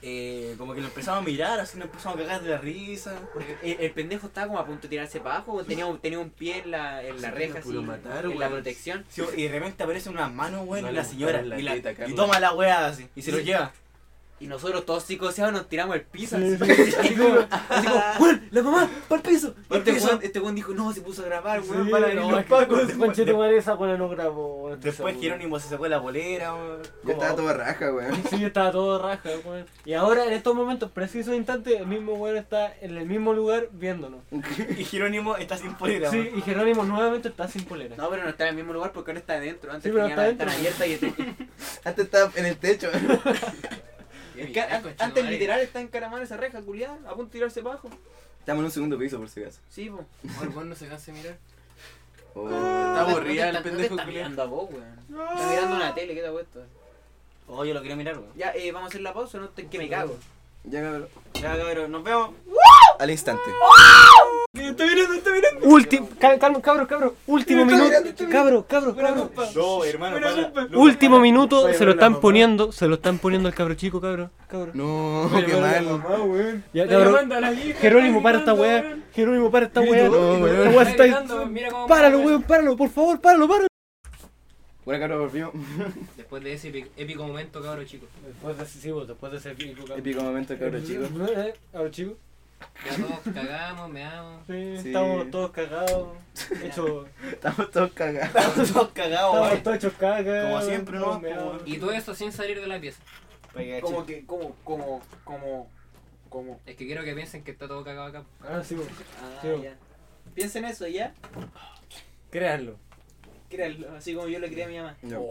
Speaker 2: eh, como que lo empezamos a mirar, así nos empezamos a cagar de la risa.
Speaker 4: Porque el, el pendejo estaba como a punto de tirarse para abajo, weón. tenía, un- tenía un pie en la, en la
Speaker 7: Sí,
Speaker 4: reja,
Speaker 7: lo
Speaker 4: así,
Speaker 7: pudo matar,
Speaker 4: en la
Speaker 7: weón.
Speaker 4: protección.
Speaker 2: Sí, y de repente aparece unas manos, weón,
Speaker 7: No
Speaker 2: y
Speaker 7: le
Speaker 2: la señora.
Speaker 7: gustaron las
Speaker 2: y, la-
Speaker 7: tetas,
Speaker 2: y
Speaker 7: Carlos.
Speaker 2: toma la weá así. Y se lo
Speaker 4: Sí.
Speaker 2: lleva.
Speaker 4: Y nosotros todos psicoseados nos tiramos al piso.
Speaker 1: Sí,
Speaker 4: así,
Speaker 1: sí.
Speaker 4: así como, así como, "Weón, ¡La mamá! ¡Para el piso!
Speaker 2: Pa'l
Speaker 4: este
Speaker 2: piso.
Speaker 4: Juan, este Juan dijo, no, se puso a grabar, weón,
Speaker 1: Sí,
Speaker 4: van a venir
Speaker 1: no,
Speaker 4: los
Speaker 1: es que-
Speaker 4: pacos.
Speaker 1: Conche tu madre, esa wea no grabó. estoy
Speaker 2: Después
Speaker 1: seguro.
Speaker 2: Jerónimo se sacó la polera, weón.
Speaker 5: Yo estaba toda raja, weón.
Speaker 1: Sí, yo estaba todo raja, weón. Y ahora, en estos momentos, preciso instante, el mismo weón está en el mismo lugar viéndonos.
Speaker 2: Y Jerónimo está sin polera,
Speaker 1: Sí,
Speaker 2: weón.
Speaker 1: y Jerónimo nuevamente está sin polera.
Speaker 4: No, pero no está en el mismo lugar porque ahora está adentro. Antes
Speaker 1: Sí, pero
Speaker 4: tenía la
Speaker 1: está
Speaker 4: ventana abierta y
Speaker 5: Antes estaba en el techo.
Speaker 4: Es que an- antes literal está encaramada esa reja, culiada, a punto de tirarse para abajo.
Speaker 5: Estamos en un segundo piso, por si acaso.
Speaker 4: Sí, po.
Speaker 3: Oh, el weón no se cansa de mirar.
Speaker 5: Oh.
Speaker 7: Está aburrida
Speaker 4: Está
Speaker 7: el pendejo
Speaker 4: está
Speaker 7: culiao.
Speaker 4: mirando a vos, weón. Está mirando una tele, ¿qué te ha puesto?
Speaker 2: Oh, yo lo quería mirar, weón.
Speaker 4: Ya, eh, vamos a hacer la pausa, no te, que me cago.
Speaker 5: Ya, cabrón.
Speaker 2: Ya, cabrón, nos vemos.
Speaker 5: Al instante.
Speaker 1: Estoy mirando, estoy mirando. Último, calma, cabro, cabro. Último minuto. Cabro, cabro, cabro.
Speaker 2: No, hermano, para.
Speaker 1: Último minuto, se lo están poniendo, se lo están poniendo al cabro chico, cabro. Cabro.
Speaker 5: No, qué mal.
Speaker 1: Ya, cabrón. Jerónimo, para esta weá. Jerónimo, para esta weá. Esta weá
Speaker 3: Está
Speaker 1: está.
Speaker 3: gritando, mira cómo-
Speaker 1: Páralo, weón, páralo, por favor, páralo, páralo.
Speaker 5: Bueno, cabrón, volvimos.
Speaker 3: Después de ese epi- épico momento, cabrón, chicos.
Speaker 1: Después de, sí, vos, después de ese pico, cabrón. eh?
Speaker 5: Épico momento, cabrón, chicos.
Speaker 1: Cabro chico.
Speaker 3: Ya todos cagamos, meamos.
Speaker 1: Sí,
Speaker 5: Sí.
Speaker 1: estamos todos cagados. Hechos.
Speaker 5: Estamos todos cagados.
Speaker 2: Estamos todos cagados,
Speaker 1: Estamos
Speaker 2: weón.
Speaker 1: todos hechos cagas.
Speaker 2: Como siempre, ¿no?
Speaker 1: todos meados.
Speaker 3: Y todo eso sin salir de la pieza.
Speaker 4: Como que, como, como, como, como.
Speaker 3: Es que quiero que piensen que está todo cagado acá.
Speaker 1: Ah, sí, vos.
Speaker 4: Ah,
Speaker 1: Sí, po.
Speaker 4: ya. Piensen eso, ya.
Speaker 1: Créanlo.
Speaker 4: Créanlo, así como yo lo creía a mi mamá.
Speaker 5: No.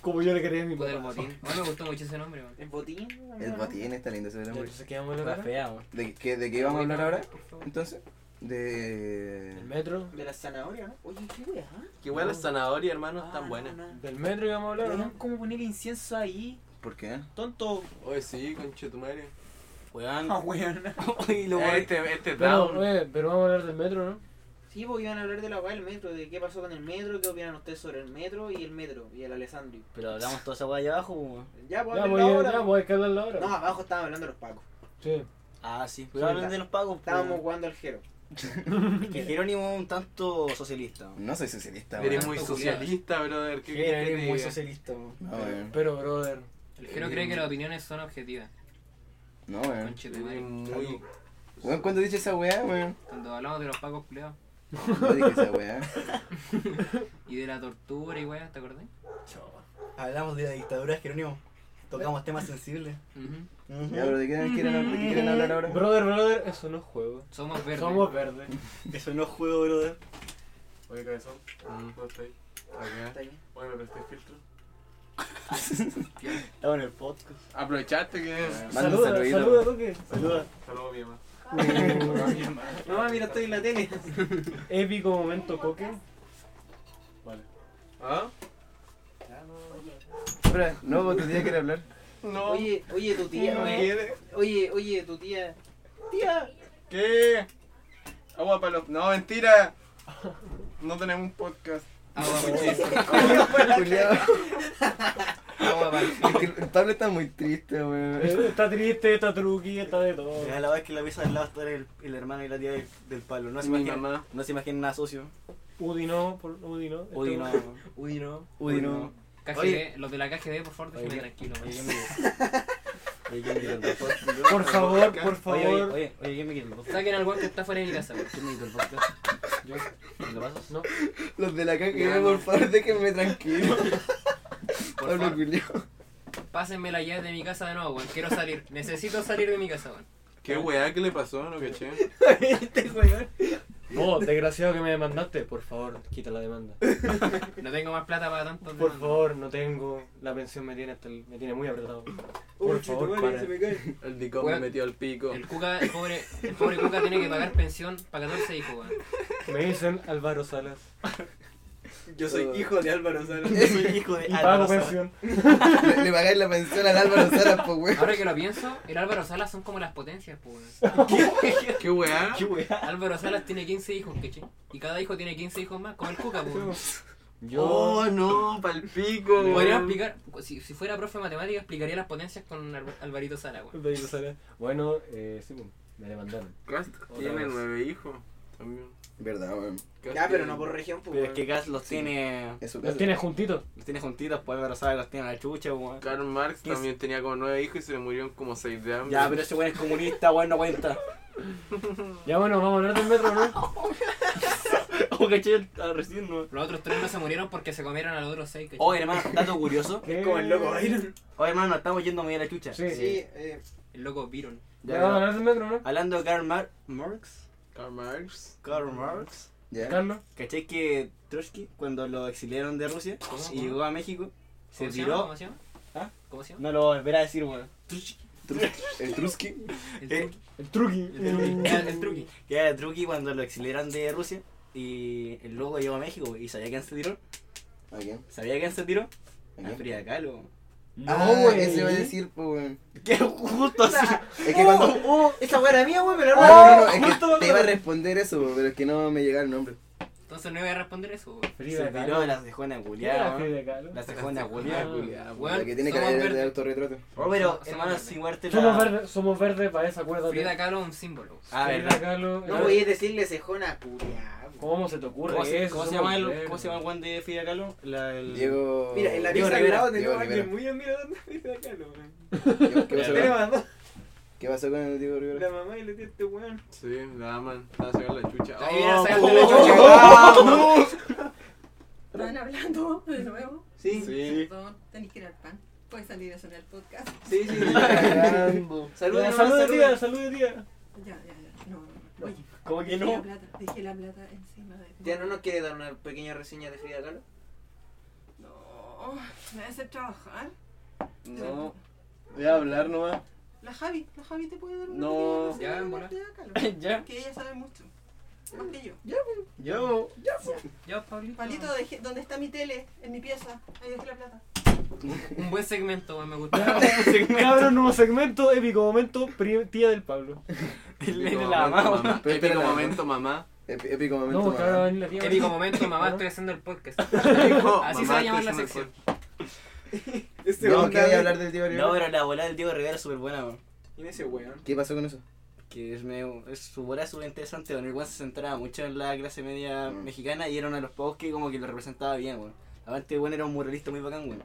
Speaker 1: Como yo le quería a mi
Speaker 3: Poder
Speaker 1: mamá.
Speaker 3: botín. A mí Oh, me gustó mucho ese nombre, weón.
Speaker 4: ¿El botín?
Speaker 5: El botín está lindo ese nombre.
Speaker 1: Entonces quedamos en la fea, weón.
Speaker 5: ¿De qué, ¿De qué vamos a hablar ahora? Entonces, de.
Speaker 1: Del metro.
Speaker 4: De la zanahoria, ¿no? Oye, qué weá.
Speaker 7: Que weá las zanahorias, hermano,
Speaker 4: Ah,
Speaker 7: están
Speaker 4: no,
Speaker 7: buenas.
Speaker 4: no.
Speaker 1: Del metro íbamos a hablar, ¿o
Speaker 4: Weón,
Speaker 1: ¿no?
Speaker 4: ¿Cómo poner incienso ahí?
Speaker 5: ¿Por qué?
Speaker 4: Tonto.
Speaker 7: Oye, sí, conchetumare.
Speaker 2: Weón.
Speaker 4: Ah, weón.
Speaker 2: Y lo
Speaker 7: Eh,
Speaker 2: weón.
Speaker 7: Este, este
Speaker 1: Pero,
Speaker 7: Brown.
Speaker 1: oye, pero vamos a hablar del metro, ¿no?
Speaker 4: Sí,
Speaker 8: pues,
Speaker 4: porque iban a hablar de la weá del metro, de qué pasó con el metro, qué opinan ustedes sobre el metro y el metro y el Alessandri.
Speaker 2: Pero hablamos toda esa weá allá abajo, weón.
Speaker 4: Ya, pues
Speaker 1: Ya,
Speaker 4: hablen
Speaker 1: voy
Speaker 4: la
Speaker 1: a,
Speaker 4: hora.
Speaker 1: ya, voy a hablarlo ahora.
Speaker 4: No, abajo estaban hablando los pacos.
Speaker 1: Sí.
Speaker 2: Ah, sí. Pero hablen de los pagos. pues.
Speaker 8: Estábamos jugando al Jero.
Speaker 2: Que Jerónimo es un tanto socialista. weón.
Speaker 5: No soy socialista,
Speaker 7: Eres
Speaker 5: weón.
Speaker 7: muy
Speaker 3: Tanto
Speaker 7: socialista, brother. ¿Qué
Speaker 2: Jero
Speaker 7: querés que
Speaker 2: es muy
Speaker 7: te diga?
Speaker 2: socialista. weón.
Speaker 5: No, weón.
Speaker 1: Pero, brother.
Speaker 3: El Jero cree que las opiniones son objetivas.
Speaker 5: No, weón.
Speaker 7: Eres
Speaker 3: Conchetumare.
Speaker 7: muy...
Speaker 5: Weón, ¿cuándo dije esa weá, weón?
Speaker 3: Cuando hablamos de los pagos culeados
Speaker 5: No dije esa weá.
Speaker 3: y de la tortura y weá, ¿te acordás?
Speaker 2: Hablamos de la dictadura de Jerónimo. Tocamos temas sensibles.
Speaker 3: Ujú.
Speaker 5: Ya, pero ¿de qué quieren hablar, de qué quieren hablar ahora?
Speaker 1: Brother, brother, eso no es juego.
Speaker 3: Somos verdes.
Speaker 1: Somos verdes.
Speaker 2: Eso no es juego, brother.
Speaker 6: Oye, cabezón,
Speaker 4: Ah.
Speaker 6: ¿cómo está ahí?
Speaker 8: ¿Está bien?
Speaker 6: Oye, me presté filtro.
Speaker 2: Estaba en el podcast.
Speaker 6: Aprovechaste que.
Speaker 5: Manda un
Speaker 1: saluda,
Speaker 5: saludito.
Speaker 1: saluda, Duque.
Speaker 2: Saluda.
Speaker 6: Saludos a mi mamá.
Speaker 8: Mamá, mira, estoy en la tele.
Speaker 1: Épico momento, Coque.
Speaker 6: Vale.
Speaker 8: ¿Ah?
Speaker 5: Espera, No, vos tu tía quiere hablar.
Speaker 7: No,
Speaker 8: Oye, oye, tu tía,
Speaker 7: no
Speaker 8: oye,
Speaker 7: quiere.
Speaker 8: oye, oye, tu tía. Tía.
Speaker 7: ¿Qué? Agua para los... No, mentira. No tenemos un podcast.
Speaker 3: Agua para
Speaker 5: Julián,
Speaker 3: Agua para el fin.
Speaker 5: es que el Pablo está muy triste, weón.
Speaker 1: Eh, Está triste, está truqui, está de todo.
Speaker 2: Mira, la vez que en la mesa del lado está el, el hermano y la tía del, del Pablo. No se
Speaker 7: Mi
Speaker 2: imaginan,
Speaker 7: mamá.
Speaker 2: no se imaginan nada socio.
Speaker 1: Udi no, por- Udi no.
Speaker 2: Udi
Speaker 1: Este-
Speaker 2: no.
Speaker 3: Uy, no.
Speaker 2: Udi no.
Speaker 3: KGB,
Speaker 2: Oye.
Speaker 3: los de la KGB, por favor, déjenme
Speaker 2: Oye,
Speaker 3: tranquilo.
Speaker 2: Oye,
Speaker 3: man.
Speaker 2: ¿quién me Oye, ¿quién me quitó el podcast?
Speaker 1: Este, Por favor, por
Speaker 2: Oye, oye,
Speaker 1: favor.
Speaker 2: oye, oye, ¿quién me quitó el podcast?
Speaker 3: Saquen al guan que está fuera de mi casa, weón.
Speaker 2: ¿Quién me quitó el podcast? ¿Me lo pasas?
Speaker 1: No.
Speaker 5: Los de la
Speaker 7: eh,
Speaker 5: caca, por favor, déjenme tranquilo. Pablo Julián.
Speaker 3: Pásenme la llave de mi casa de nuevo, weón. Quiero salir. Necesito salir de mi casa, weón.
Speaker 6: ¿Qué weá que le pasó? No caché.
Speaker 1: No, desgraciado que me demandaste. Por favor, quita la demanda.
Speaker 3: No tengo más plata para tanto.
Speaker 1: Por favor, no tengo. La pensión me tiene, hasta el- me tiene muy apretado. Por favor, para.
Speaker 7: El Bicom
Speaker 3: Weón.
Speaker 7: me metió al pico.
Speaker 3: El cuca, el pobre, el pobre cuca tiene que pagar pensión para 14 hijos, weón.
Speaker 1: Me dicen Álvaro Salas.
Speaker 7: Yo soy hijo de Álvaro Sala.
Speaker 2: Yo soy hijo de
Speaker 1: Y
Speaker 2: Álvaro
Speaker 1: pago
Speaker 2: Sala.
Speaker 1: pensión.
Speaker 5: Le, le pagáis la pensión al Álvaro Sara, pues, weón.
Speaker 2: Ah.
Speaker 3: Ahora que lo pienso, el Álvaro Salas son como las potencias, pues.
Speaker 7: ¿Qué weá?
Speaker 3: Álvaro Salas tiene 15 hijos, ¿cachai? Y cada hijo tiene 15 hijos más, como el cuca, pues.
Speaker 1: Yo.
Speaker 7: Oh, no, pa'l pico.
Speaker 3: Podría
Speaker 7: weón.
Speaker 3: explicar, si, si fuera profe de matemáticas, explicaría las potencias con Alvar- Alvarito Salas, weón.
Speaker 1: Álvaro Salas. Bueno, eh, sí, me demandaron.
Speaker 7: Cast tiene
Speaker 1: vez.
Speaker 7: nueve hijos. También.
Speaker 5: Verdad, weón.
Speaker 7: Cast
Speaker 8: Ya, pero
Speaker 7: tiene-
Speaker 8: no por región,
Speaker 2: Pero es
Speaker 8: pues.
Speaker 2: que Gas los tiene.
Speaker 5: Es su
Speaker 1: ¿Los
Speaker 5: casa.
Speaker 1: tienes juntitos?
Speaker 2: Los tiene juntitos, pues Álvaro Sala los tiene a la chucha, weón.
Speaker 7: Karl Marx
Speaker 2: ¿Qué es?
Speaker 7: también tenía como nueve hijos y se le murieron como seis de hambre.
Speaker 2: Ya, pero ese weón es comunista, weón, no cuenta.
Speaker 1: Ya bueno, vamos a hablar del metro, ¿no?
Speaker 2: Oh, caché, ah, recién no.
Speaker 3: Los otros tres no se murieron porque se comieron a los otros seis, ¿cachai?
Speaker 2: Oh, hermano, dato curioso.
Speaker 1: ¿Qué?
Speaker 8: Como el loco Byron.
Speaker 2: Oh, hermano, nos estamos yendo muy a la chucha.
Speaker 1: Sí.
Speaker 8: Sí, eh,
Speaker 3: El loco Viron.
Speaker 1: Ya,
Speaker 2: Ya,
Speaker 1: vamos a
Speaker 2: ya.
Speaker 1: hablar del metro, ¿no?
Speaker 2: Hablando de Karl Mar- Marx.
Speaker 7: Karl Marx.
Speaker 2: Karl Marx.
Speaker 5: Ya.
Speaker 1: Carlos.
Speaker 2: ¿Cachai que Trotsky, cuando lo exiliaron de Rusia
Speaker 3: ¿Cómo?
Speaker 2: y llegó a México, se
Speaker 3: ¿Cómo se llama?
Speaker 2: tiró.
Speaker 3: ¿Cómo se llama?
Speaker 2: ¿Ah?
Speaker 3: ¿Cómo se llama?
Speaker 2: No lo voy a volver a decir, weón.
Speaker 5: Trus- El Trusky.
Speaker 3: El
Speaker 2: Eh,
Speaker 3: truqui.
Speaker 1: El truqui. Mm.
Speaker 3: El, el truqui.
Speaker 2: Que era Trotsky cuando lo exiliaron de Rusia y el loco llegó a México y sabía quién se tiró.
Speaker 5: ¿A quién?
Speaker 2: ¿Sabía quién se tiró?
Speaker 5: ¿A
Speaker 2: A
Speaker 5: quién?
Speaker 2: Frida Kahlo.
Speaker 5: Ah,
Speaker 1: güey.
Speaker 5: ese va a decir, pues, weón.
Speaker 2: Que justo así.
Speaker 5: Es que cuando. No,
Speaker 4: Oh,
Speaker 8: esa weá era mía, weón, pero
Speaker 5: no, no,
Speaker 1: Oh,
Speaker 5: es
Speaker 1: justo.
Speaker 5: que te iba a responder eso, weón, pero es que no me llegaba el nombre.
Speaker 3: Entonces no voy a responder eso, weón.
Speaker 2: Se
Speaker 1: Frida
Speaker 2: tiró de
Speaker 1: Kahlo.
Speaker 2: las dejó en
Speaker 1: ¿Quién era
Speaker 2: culiada, weón.
Speaker 1: Frida Kahlo?
Speaker 2: Las dejó en
Speaker 1: Ah,
Speaker 2: culiada.
Speaker 7: culiada,
Speaker 5: La que tiene
Speaker 3: somos
Speaker 5: carrera de
Speaker 3: verdes.
Speaker 5: autorretrato.
Speaker 2: Oh, pero,
Speaker 3: Somos
Speaker 2: hermano,
Speaker 3: verdes.
Speaker 2: sin guarte
Speaker 1: Somos
Speaker 2: la.
Speaker 1: verdes, somos verdes para esa cuerda.
Speaker 3: Frida Kahlo es un símbolo.
Speaker 2: Ah,
Speaker 1: Frida
Speaker 2: verdad.
Speaker 1: Kahlo.
Speaker 8: No voy a decirle cejona, culia.
Speaker 1: ¿Cómo se te ocurre
Speaker 2: ¿Cómo se,
Speaker 1: eso?
Speaker 2: cómo se
Speaker 1: Somos
Speaker 2: llama el,
Speaker 1: verdes.
Speaker 2: ¿Cómo se llama el guan de Frida Kahlo? La, el...
Speaker 5: Diego.
Speaker 8: Mira, en la
Speaker 5: Oh, Diego
Speaker 8: pieza al
Speaker 5: Rivera,
Speaker 8: lado tenemos
Speaker 5: Diego
Speaker 8: a alguien
Speaker 5: Rivera.
Speaker 8: muy admirador de Frida Kahlo, weón.
Speaker 5: Diego- ¿Qué pasó con-
Speaker 8: Tenemos a dos,
Speaker 5: ¿Qué pasó con el Diego
Speaker 8: la
Speaker 5: Rivera?
Speaker 8: mamá y le tía este weón.
Speaker 7: Sí, la aman. Estaba sacando la chucha.
Speaker 3: Ahí viene a
Speaker 7: Oh,
Speaker 3: sacarle la chucha.
Speaker 9: Estaban hablando de nuevo.
Speaker 7: Sí, sí.
Speaker 9: Perdón, tenéis que ir al pan. Puede salir a sonar el podcast.
Speaker 8: Sí, sí.
Speaker 1: Ya,
Speaker 8: Saludos,
Speaker 1: Saludos, tía, saludos, tía.
Speaker 9: Ya, ya, ya. No, no. Oye,
Speaker 2: ¿Cómo que
Speaker 9: dejé
Speaker 2: no?
Speaker 9: la plata, dejé la plata encima de.
Speaker 8: ¿Ya no nos quiere dar una pequeña reseña de Frida Kahlo?
Speaker 9: No, me hace trabajar.
Speaker 7: No. Voy a hablar nomás.
Speaker 9: La Javi, la Javi te puede dar una
Speaker 7: No.
Speaker 9: pequeña
Speaker 3: Ya, en
Speaker 9: reseña
Speaker 3: bola.
Speaker 9: de Frida
Speaker 2: Ya.
Speaker 9: Kahlo, Que ella sabe mucho. Más que yo.
Speaker 7: Yo.
Speaker 3: Ya, Pablito.
Speaker 9: Palito, dejé, ¿dónde está mi tele? En mi pieza. Ahí dejé la plata.
Speaker 3: Un buen segmento, weón, me gustó.
Speaker 1: Cabrón, nuevo segmento, épico momento, pri- tía del Pablo.
Speaker 2: El
Speaker 7: Épico
Speaker 2: de la
Speaker 7: momento,
Speaker 2: mamá.
Speaker 7: mamá.
Speaker 5: Pero espera,
Speaker 7: Épico
Speaker 5: la-
Speaker 7: momento, mamá.
Speaker 5: Ép- Épico
Speaker 1: No,
Speaker 5: momento.
Speaker 1: porque ahora va a
Speaker 5: mamá.
Speaker 1: venir la tía.
Speaker 3: Épico momento, mamá, estoy haciendo el podcast.
Speaker 7: Épico,
Speaker 3: Así se
Speaker 7: mamá,
Speaker 3: va a llamar la
Speaker 7: estoy haciendo
Speaker 3: sección.
Speaker 8: Este
Speaker 5: No,
Speaker 8: weón
Speaker 5: ¿qué
Speaker 8: da-
Speaker 5: voy a hablar del Diego
Speaker 2: No,
Speaker 5: Rivera?
Speaker 2: pero la volada del Diego Rivera es súper buena, weón.
Speaker 8: ¿Quién es ese weón?
Speaker 5: ¿Qué pasó con eso?
Speaker 2: que es medio, es, su bola es súper interesante, bueno, el weón se centraba mucho en la clase media
Speaker 5: Mm.
Speaker 2: mexicana y era uno de los pocos que como que lo representaba bien, weón. Aparte, weón era un muralista muy bacán, weón.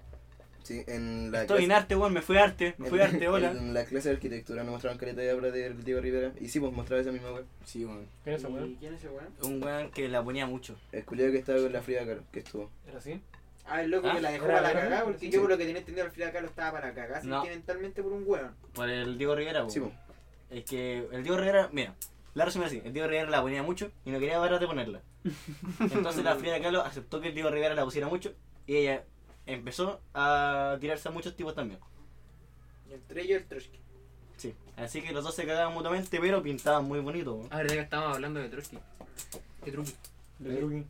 Speaker 5: Sí, en la
Speaker 2: Estoy en arte, weón, me fui a arte, me fui a arte, hola.
Speaker 5: En la clase de arquitectura nos mostraban caleta de obra del Diego Rivera. Y sí, pues mostraba esa misma wea.
Speaker 2: Sí, weón.
Speaker 1: ¿Quién es ese
Speaker 8: ¿Y
Speaker 1: weón?
Speaker 8: quién es ese weón?
Speaker 2: Un weón que la ponía mucho.
Speaker 5: El culiado que estaba con la Frida Kahlo, que estuvo.
Speaker 1: ¿Era así?
Speaker 8: Ah, el loco
Speaker 3: Ah,
Speaker 8: que la dejó
Speaker 1: era
Speaker 8: para la
Speaker 1: bacán,
Speaker 8: cagada, porque
Speaker 1: sí.
Speaker 8: yo por lo que tenía entendido al final Carlos estaba para la cagada
Speaker 2: No.
Speaker 8: sentimentalmente por un weón.
Speaker 2: Por el Diego Rivera, weón.
Speaker 5: Sí, pues.
Speaker 2: Es que el Diego Rivera, mira, la resumen así, el Diego Rivera la ponía mucho y no quería parar de ponerla. Entonces la Frida Kahlo aceptó que el Diego Rivera la pusiera mucho y ella empezó a tirarse a muchos tipos también.
Speaker 8: Y entre ellos el Trotsky.
Speaker 2: Sí. Así que los dos se cagaban mutuamente, pero pintaban muy bonito. weón.
Speaker 3: Ah, verdad que estábamos hablando de Trotsky. ¿Qué truqui?
Speaker 1: De Brooklyn.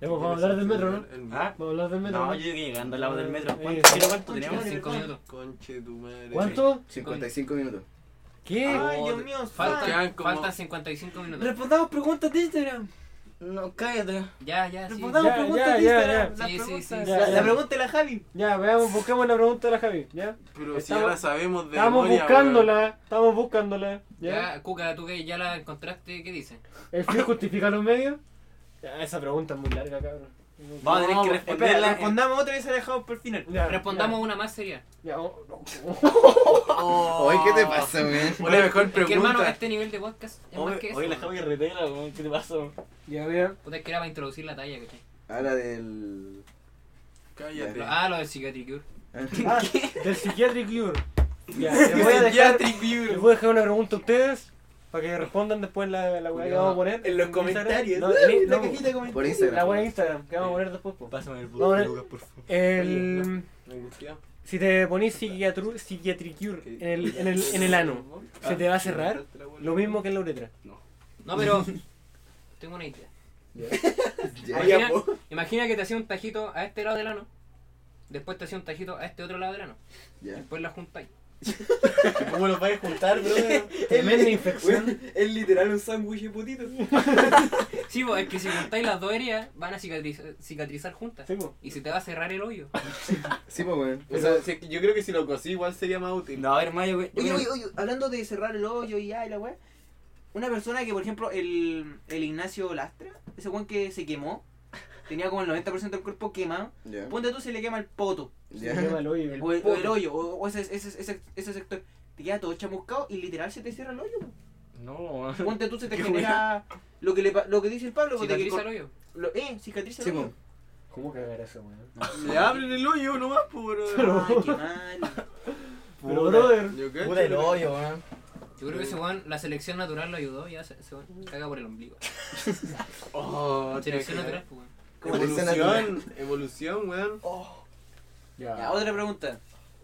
Speaker 1: Ya, pues, vamos a hablar del metro, ¿no?
Speaker 7: El- el-
Speaker 2: ¿Ah?
Speaker 1: Vamos a hablar del metro.
Speaker 2: No, yo llegué llegando al lado del metro.
Speaker 1: Eh,
Speaker 2: ¿Cuánto, quiero cuánto
Speaker 3: Tenemos
Speaker 2: tenemos?
Speaker 1: madre.
Speaker 3: cinco
Speaker 1: ¿cuál?
Speaker 3: minutos.
Speaker 7: Conche tu madre.
Speaker 1: ¿Cuánto?
Speaker 5: 55 minutos.
Speaker 1: ¿Qué?
Speaker 3: Ah,
Speaker 8: Ay,
Speaker 3: Oh,
Speaker 8: Dios
Speaker 3: te-
Speaker 8: mío,
Speaker 3: Faltan,
Speaker 7: Quedan como-
Speaker 3: faltan 55 minutos.
Speaker 8: Respondamos preguntas de Instagram.
Speaker 2: No, cállate.
Speaker 3: Ya, ya, sí.
Speaker 8: Respondamos
Speaker 1: Ya,
Speaker 8: preguntas
Speaker 1: ya,
Speaker 8: de
Speaker 1: ya,
Speaker 8: Instagram.
Speaker 3: ya.
Speaker 8: Las
Speaker 3: Sí, sí,
Speaker 8: preguntas.
Speaker 3: sí,
Speaker 1: sí,
Speaker 8: La,
Speaker 1: sí.
Speaker 8: la pregunta de la Javi.
Speaker 1: Ya, veamos, busquemos la pregunta de la Javi, ¿ya?
Speaker 7: Pero si
Speaker 1: Estamos-
Speaker 7: ya la sabemos de
Speaker 1: Estamos
Speaker 7: memoria,
Speaker 1: buscándola, estamos buscándola, ¿ya?
Speaker 3: Ya, Cuca, tú que ya la encontraste, ¿qué dicen?
Speaker 1: ¿El fin justifica los medios? Ya, esa pregunta es muy larga, cabrón.
Speaker 2: Vamos a tener que
Speaker 8: No,
Speaker 2: responderla.
Speaker 8: espera, respondamos otra y se la dejamos por el final.
Speaker 1: Ya,
Speaker 3: Respondamos una más seria.
Speaker 1: ya, ya, oh, no.
Speaker 7: Oh.
Speaker 5: Oye, ¿qué te pasa, weón?
Speaker 7: Una mejor
Speaker 3: Es que, hermano,
Speaker 7: pregunta.
Speaker 3: este nivel de podcast es más que
Speaker 2: Oye,
Speaker 3: eso.
Speaker 2: oye, la
Speaker 3: ¿no?
Speaker 2: Javi Retera, weón, ¿qué te pasa?
Speaker 1: Ya, mira.
Speaker 3: Puta, es que era para introducir la talla, ¿cachai?
Speaker 5: A Ah, la del.
Speaker 7: Cállate.
Speaker 5: Ya.
Speaker 3: Ah, lo del Cicatricure.
Speaker 1: Ah, del psychiatric cure. Ya, les voy a dejar,
Speaker 7: Psychiatric Bureau.
Speaker 1: les voy a dejar una pregunta a ustedes para que respondan después la, la weá que vamos a poner.
Speaker 8: En los
Speaker 1: Instagram.
Speaker 8: comentarios.
Speaker 1: No, en-
Speaker 8: la
Speaker 1: no,
Speaker 8: cajita de comentarios.
Speaker 5: Ah, Por Instagram.
Speaker 1: la weá en Instagram que vamos a poner después. po.
Speaker 2: Pásame el
Speaker 1: Vamos a
Speaker 2: blog,
Speaker 1: ver.
Speaker 2: Lucas, por favor.
Speaker 1: El, si te pones psiquiatru, psiquiatricure en el, en, el, en el ano, ¿se te va
Speaker 7: Ah.
Speaker 8: Ah.
Speaker 1: a cerrar? Lo mismo que en la uretra.
Speaker 3: No, pero tengo una idea.
Speaker 5: Ya.
Speaker 8: Ahí
Speaker 3: Imagina,
Speaker 8: a po.
Speaker 3: imagina que te hacía un tajito a este lado del ano, después te hacía un tajito a este otro lado del ano,
Speaker 5: Ya.
Speaker 3: después la juntáis.
Speaker 7: pues,
Speaker 2: ¿Cómo los vais a juntar, bro?
Speaker 1: Tremenda infección.
Speaker 8: Weón, Es literal un sándwich de potito.
Speaker 3: Sí, pues, es que si juntáis las dos heridas, van a cicatrizar, cicatrizar juntas.
Speaker 1: Sí, Ah, po.
Speaker 3: Y se te va a cerrar el hoyo.
Speaker 5: Sí, pues, weón.
Speaker 7: O sea, si- yo creo que si lo cocí igual sería más útil.
Speaker 2: No, hermano, güey.
Speaker 8: Oye, oye, oye, hablando de cerrar el hoyo y ay, la weá. Una persona que, por ejemplo, el, el Ignacio Lastra, ese weón que se quemó, tenía como el 90% del cuerpo quemado.
Speaker 5: Ya.
Speaker 8: Ponte tú, se le quema el poto,
Speaker 1: Se me quema
Speaker 5: Ya.
Speaker 1: el hoyo.
Speaker 8: o el, o el hoyo, o, o ese, ese, ese, ese sector. Te queda todo chamuscado y literal se te cierra el hoyo.
Speaker 2: No,
Speaker 8: Ponte tú, se te
Speaker 2: Qué
Speaker 8: genera lo que, le, pa- lo que dice el Pablo. pues, de que
Speaker 3: Cicatriza
Speaker 8: con-
Speaker 3: el hoyo.
Speaker 8: lo- eh, cicatriza
Speaker 5: Sí,
Speaker 8: el
Speaker 5: pues.
Speaker 8: hoyo.
Speaker 1: ¿Cómo cagar eso, weón?
Speaker 7: Le abren el hoyo nomás, pues, por.
Speaker 8: Ay, qué mal.
Speaker 1: Pero, brother.
Speaker 7: Yo creo
Speaker 2: Puta el hoyo, weón.
Speaker 3: Yo creo que ese weón, la selección natural lo ayudó, ya se, se
Speaker 5: Mm.
Speaker 3: caga por el ombligo.
Speaker 7: Oh,
Speaker 3: La selección natural, pues, weón.
Speaker 5: Como dice
Speaker 7: Evolución, evolución, weón.
Speaker 5: Oh,
Speaker 8: Ya, otra pregunta.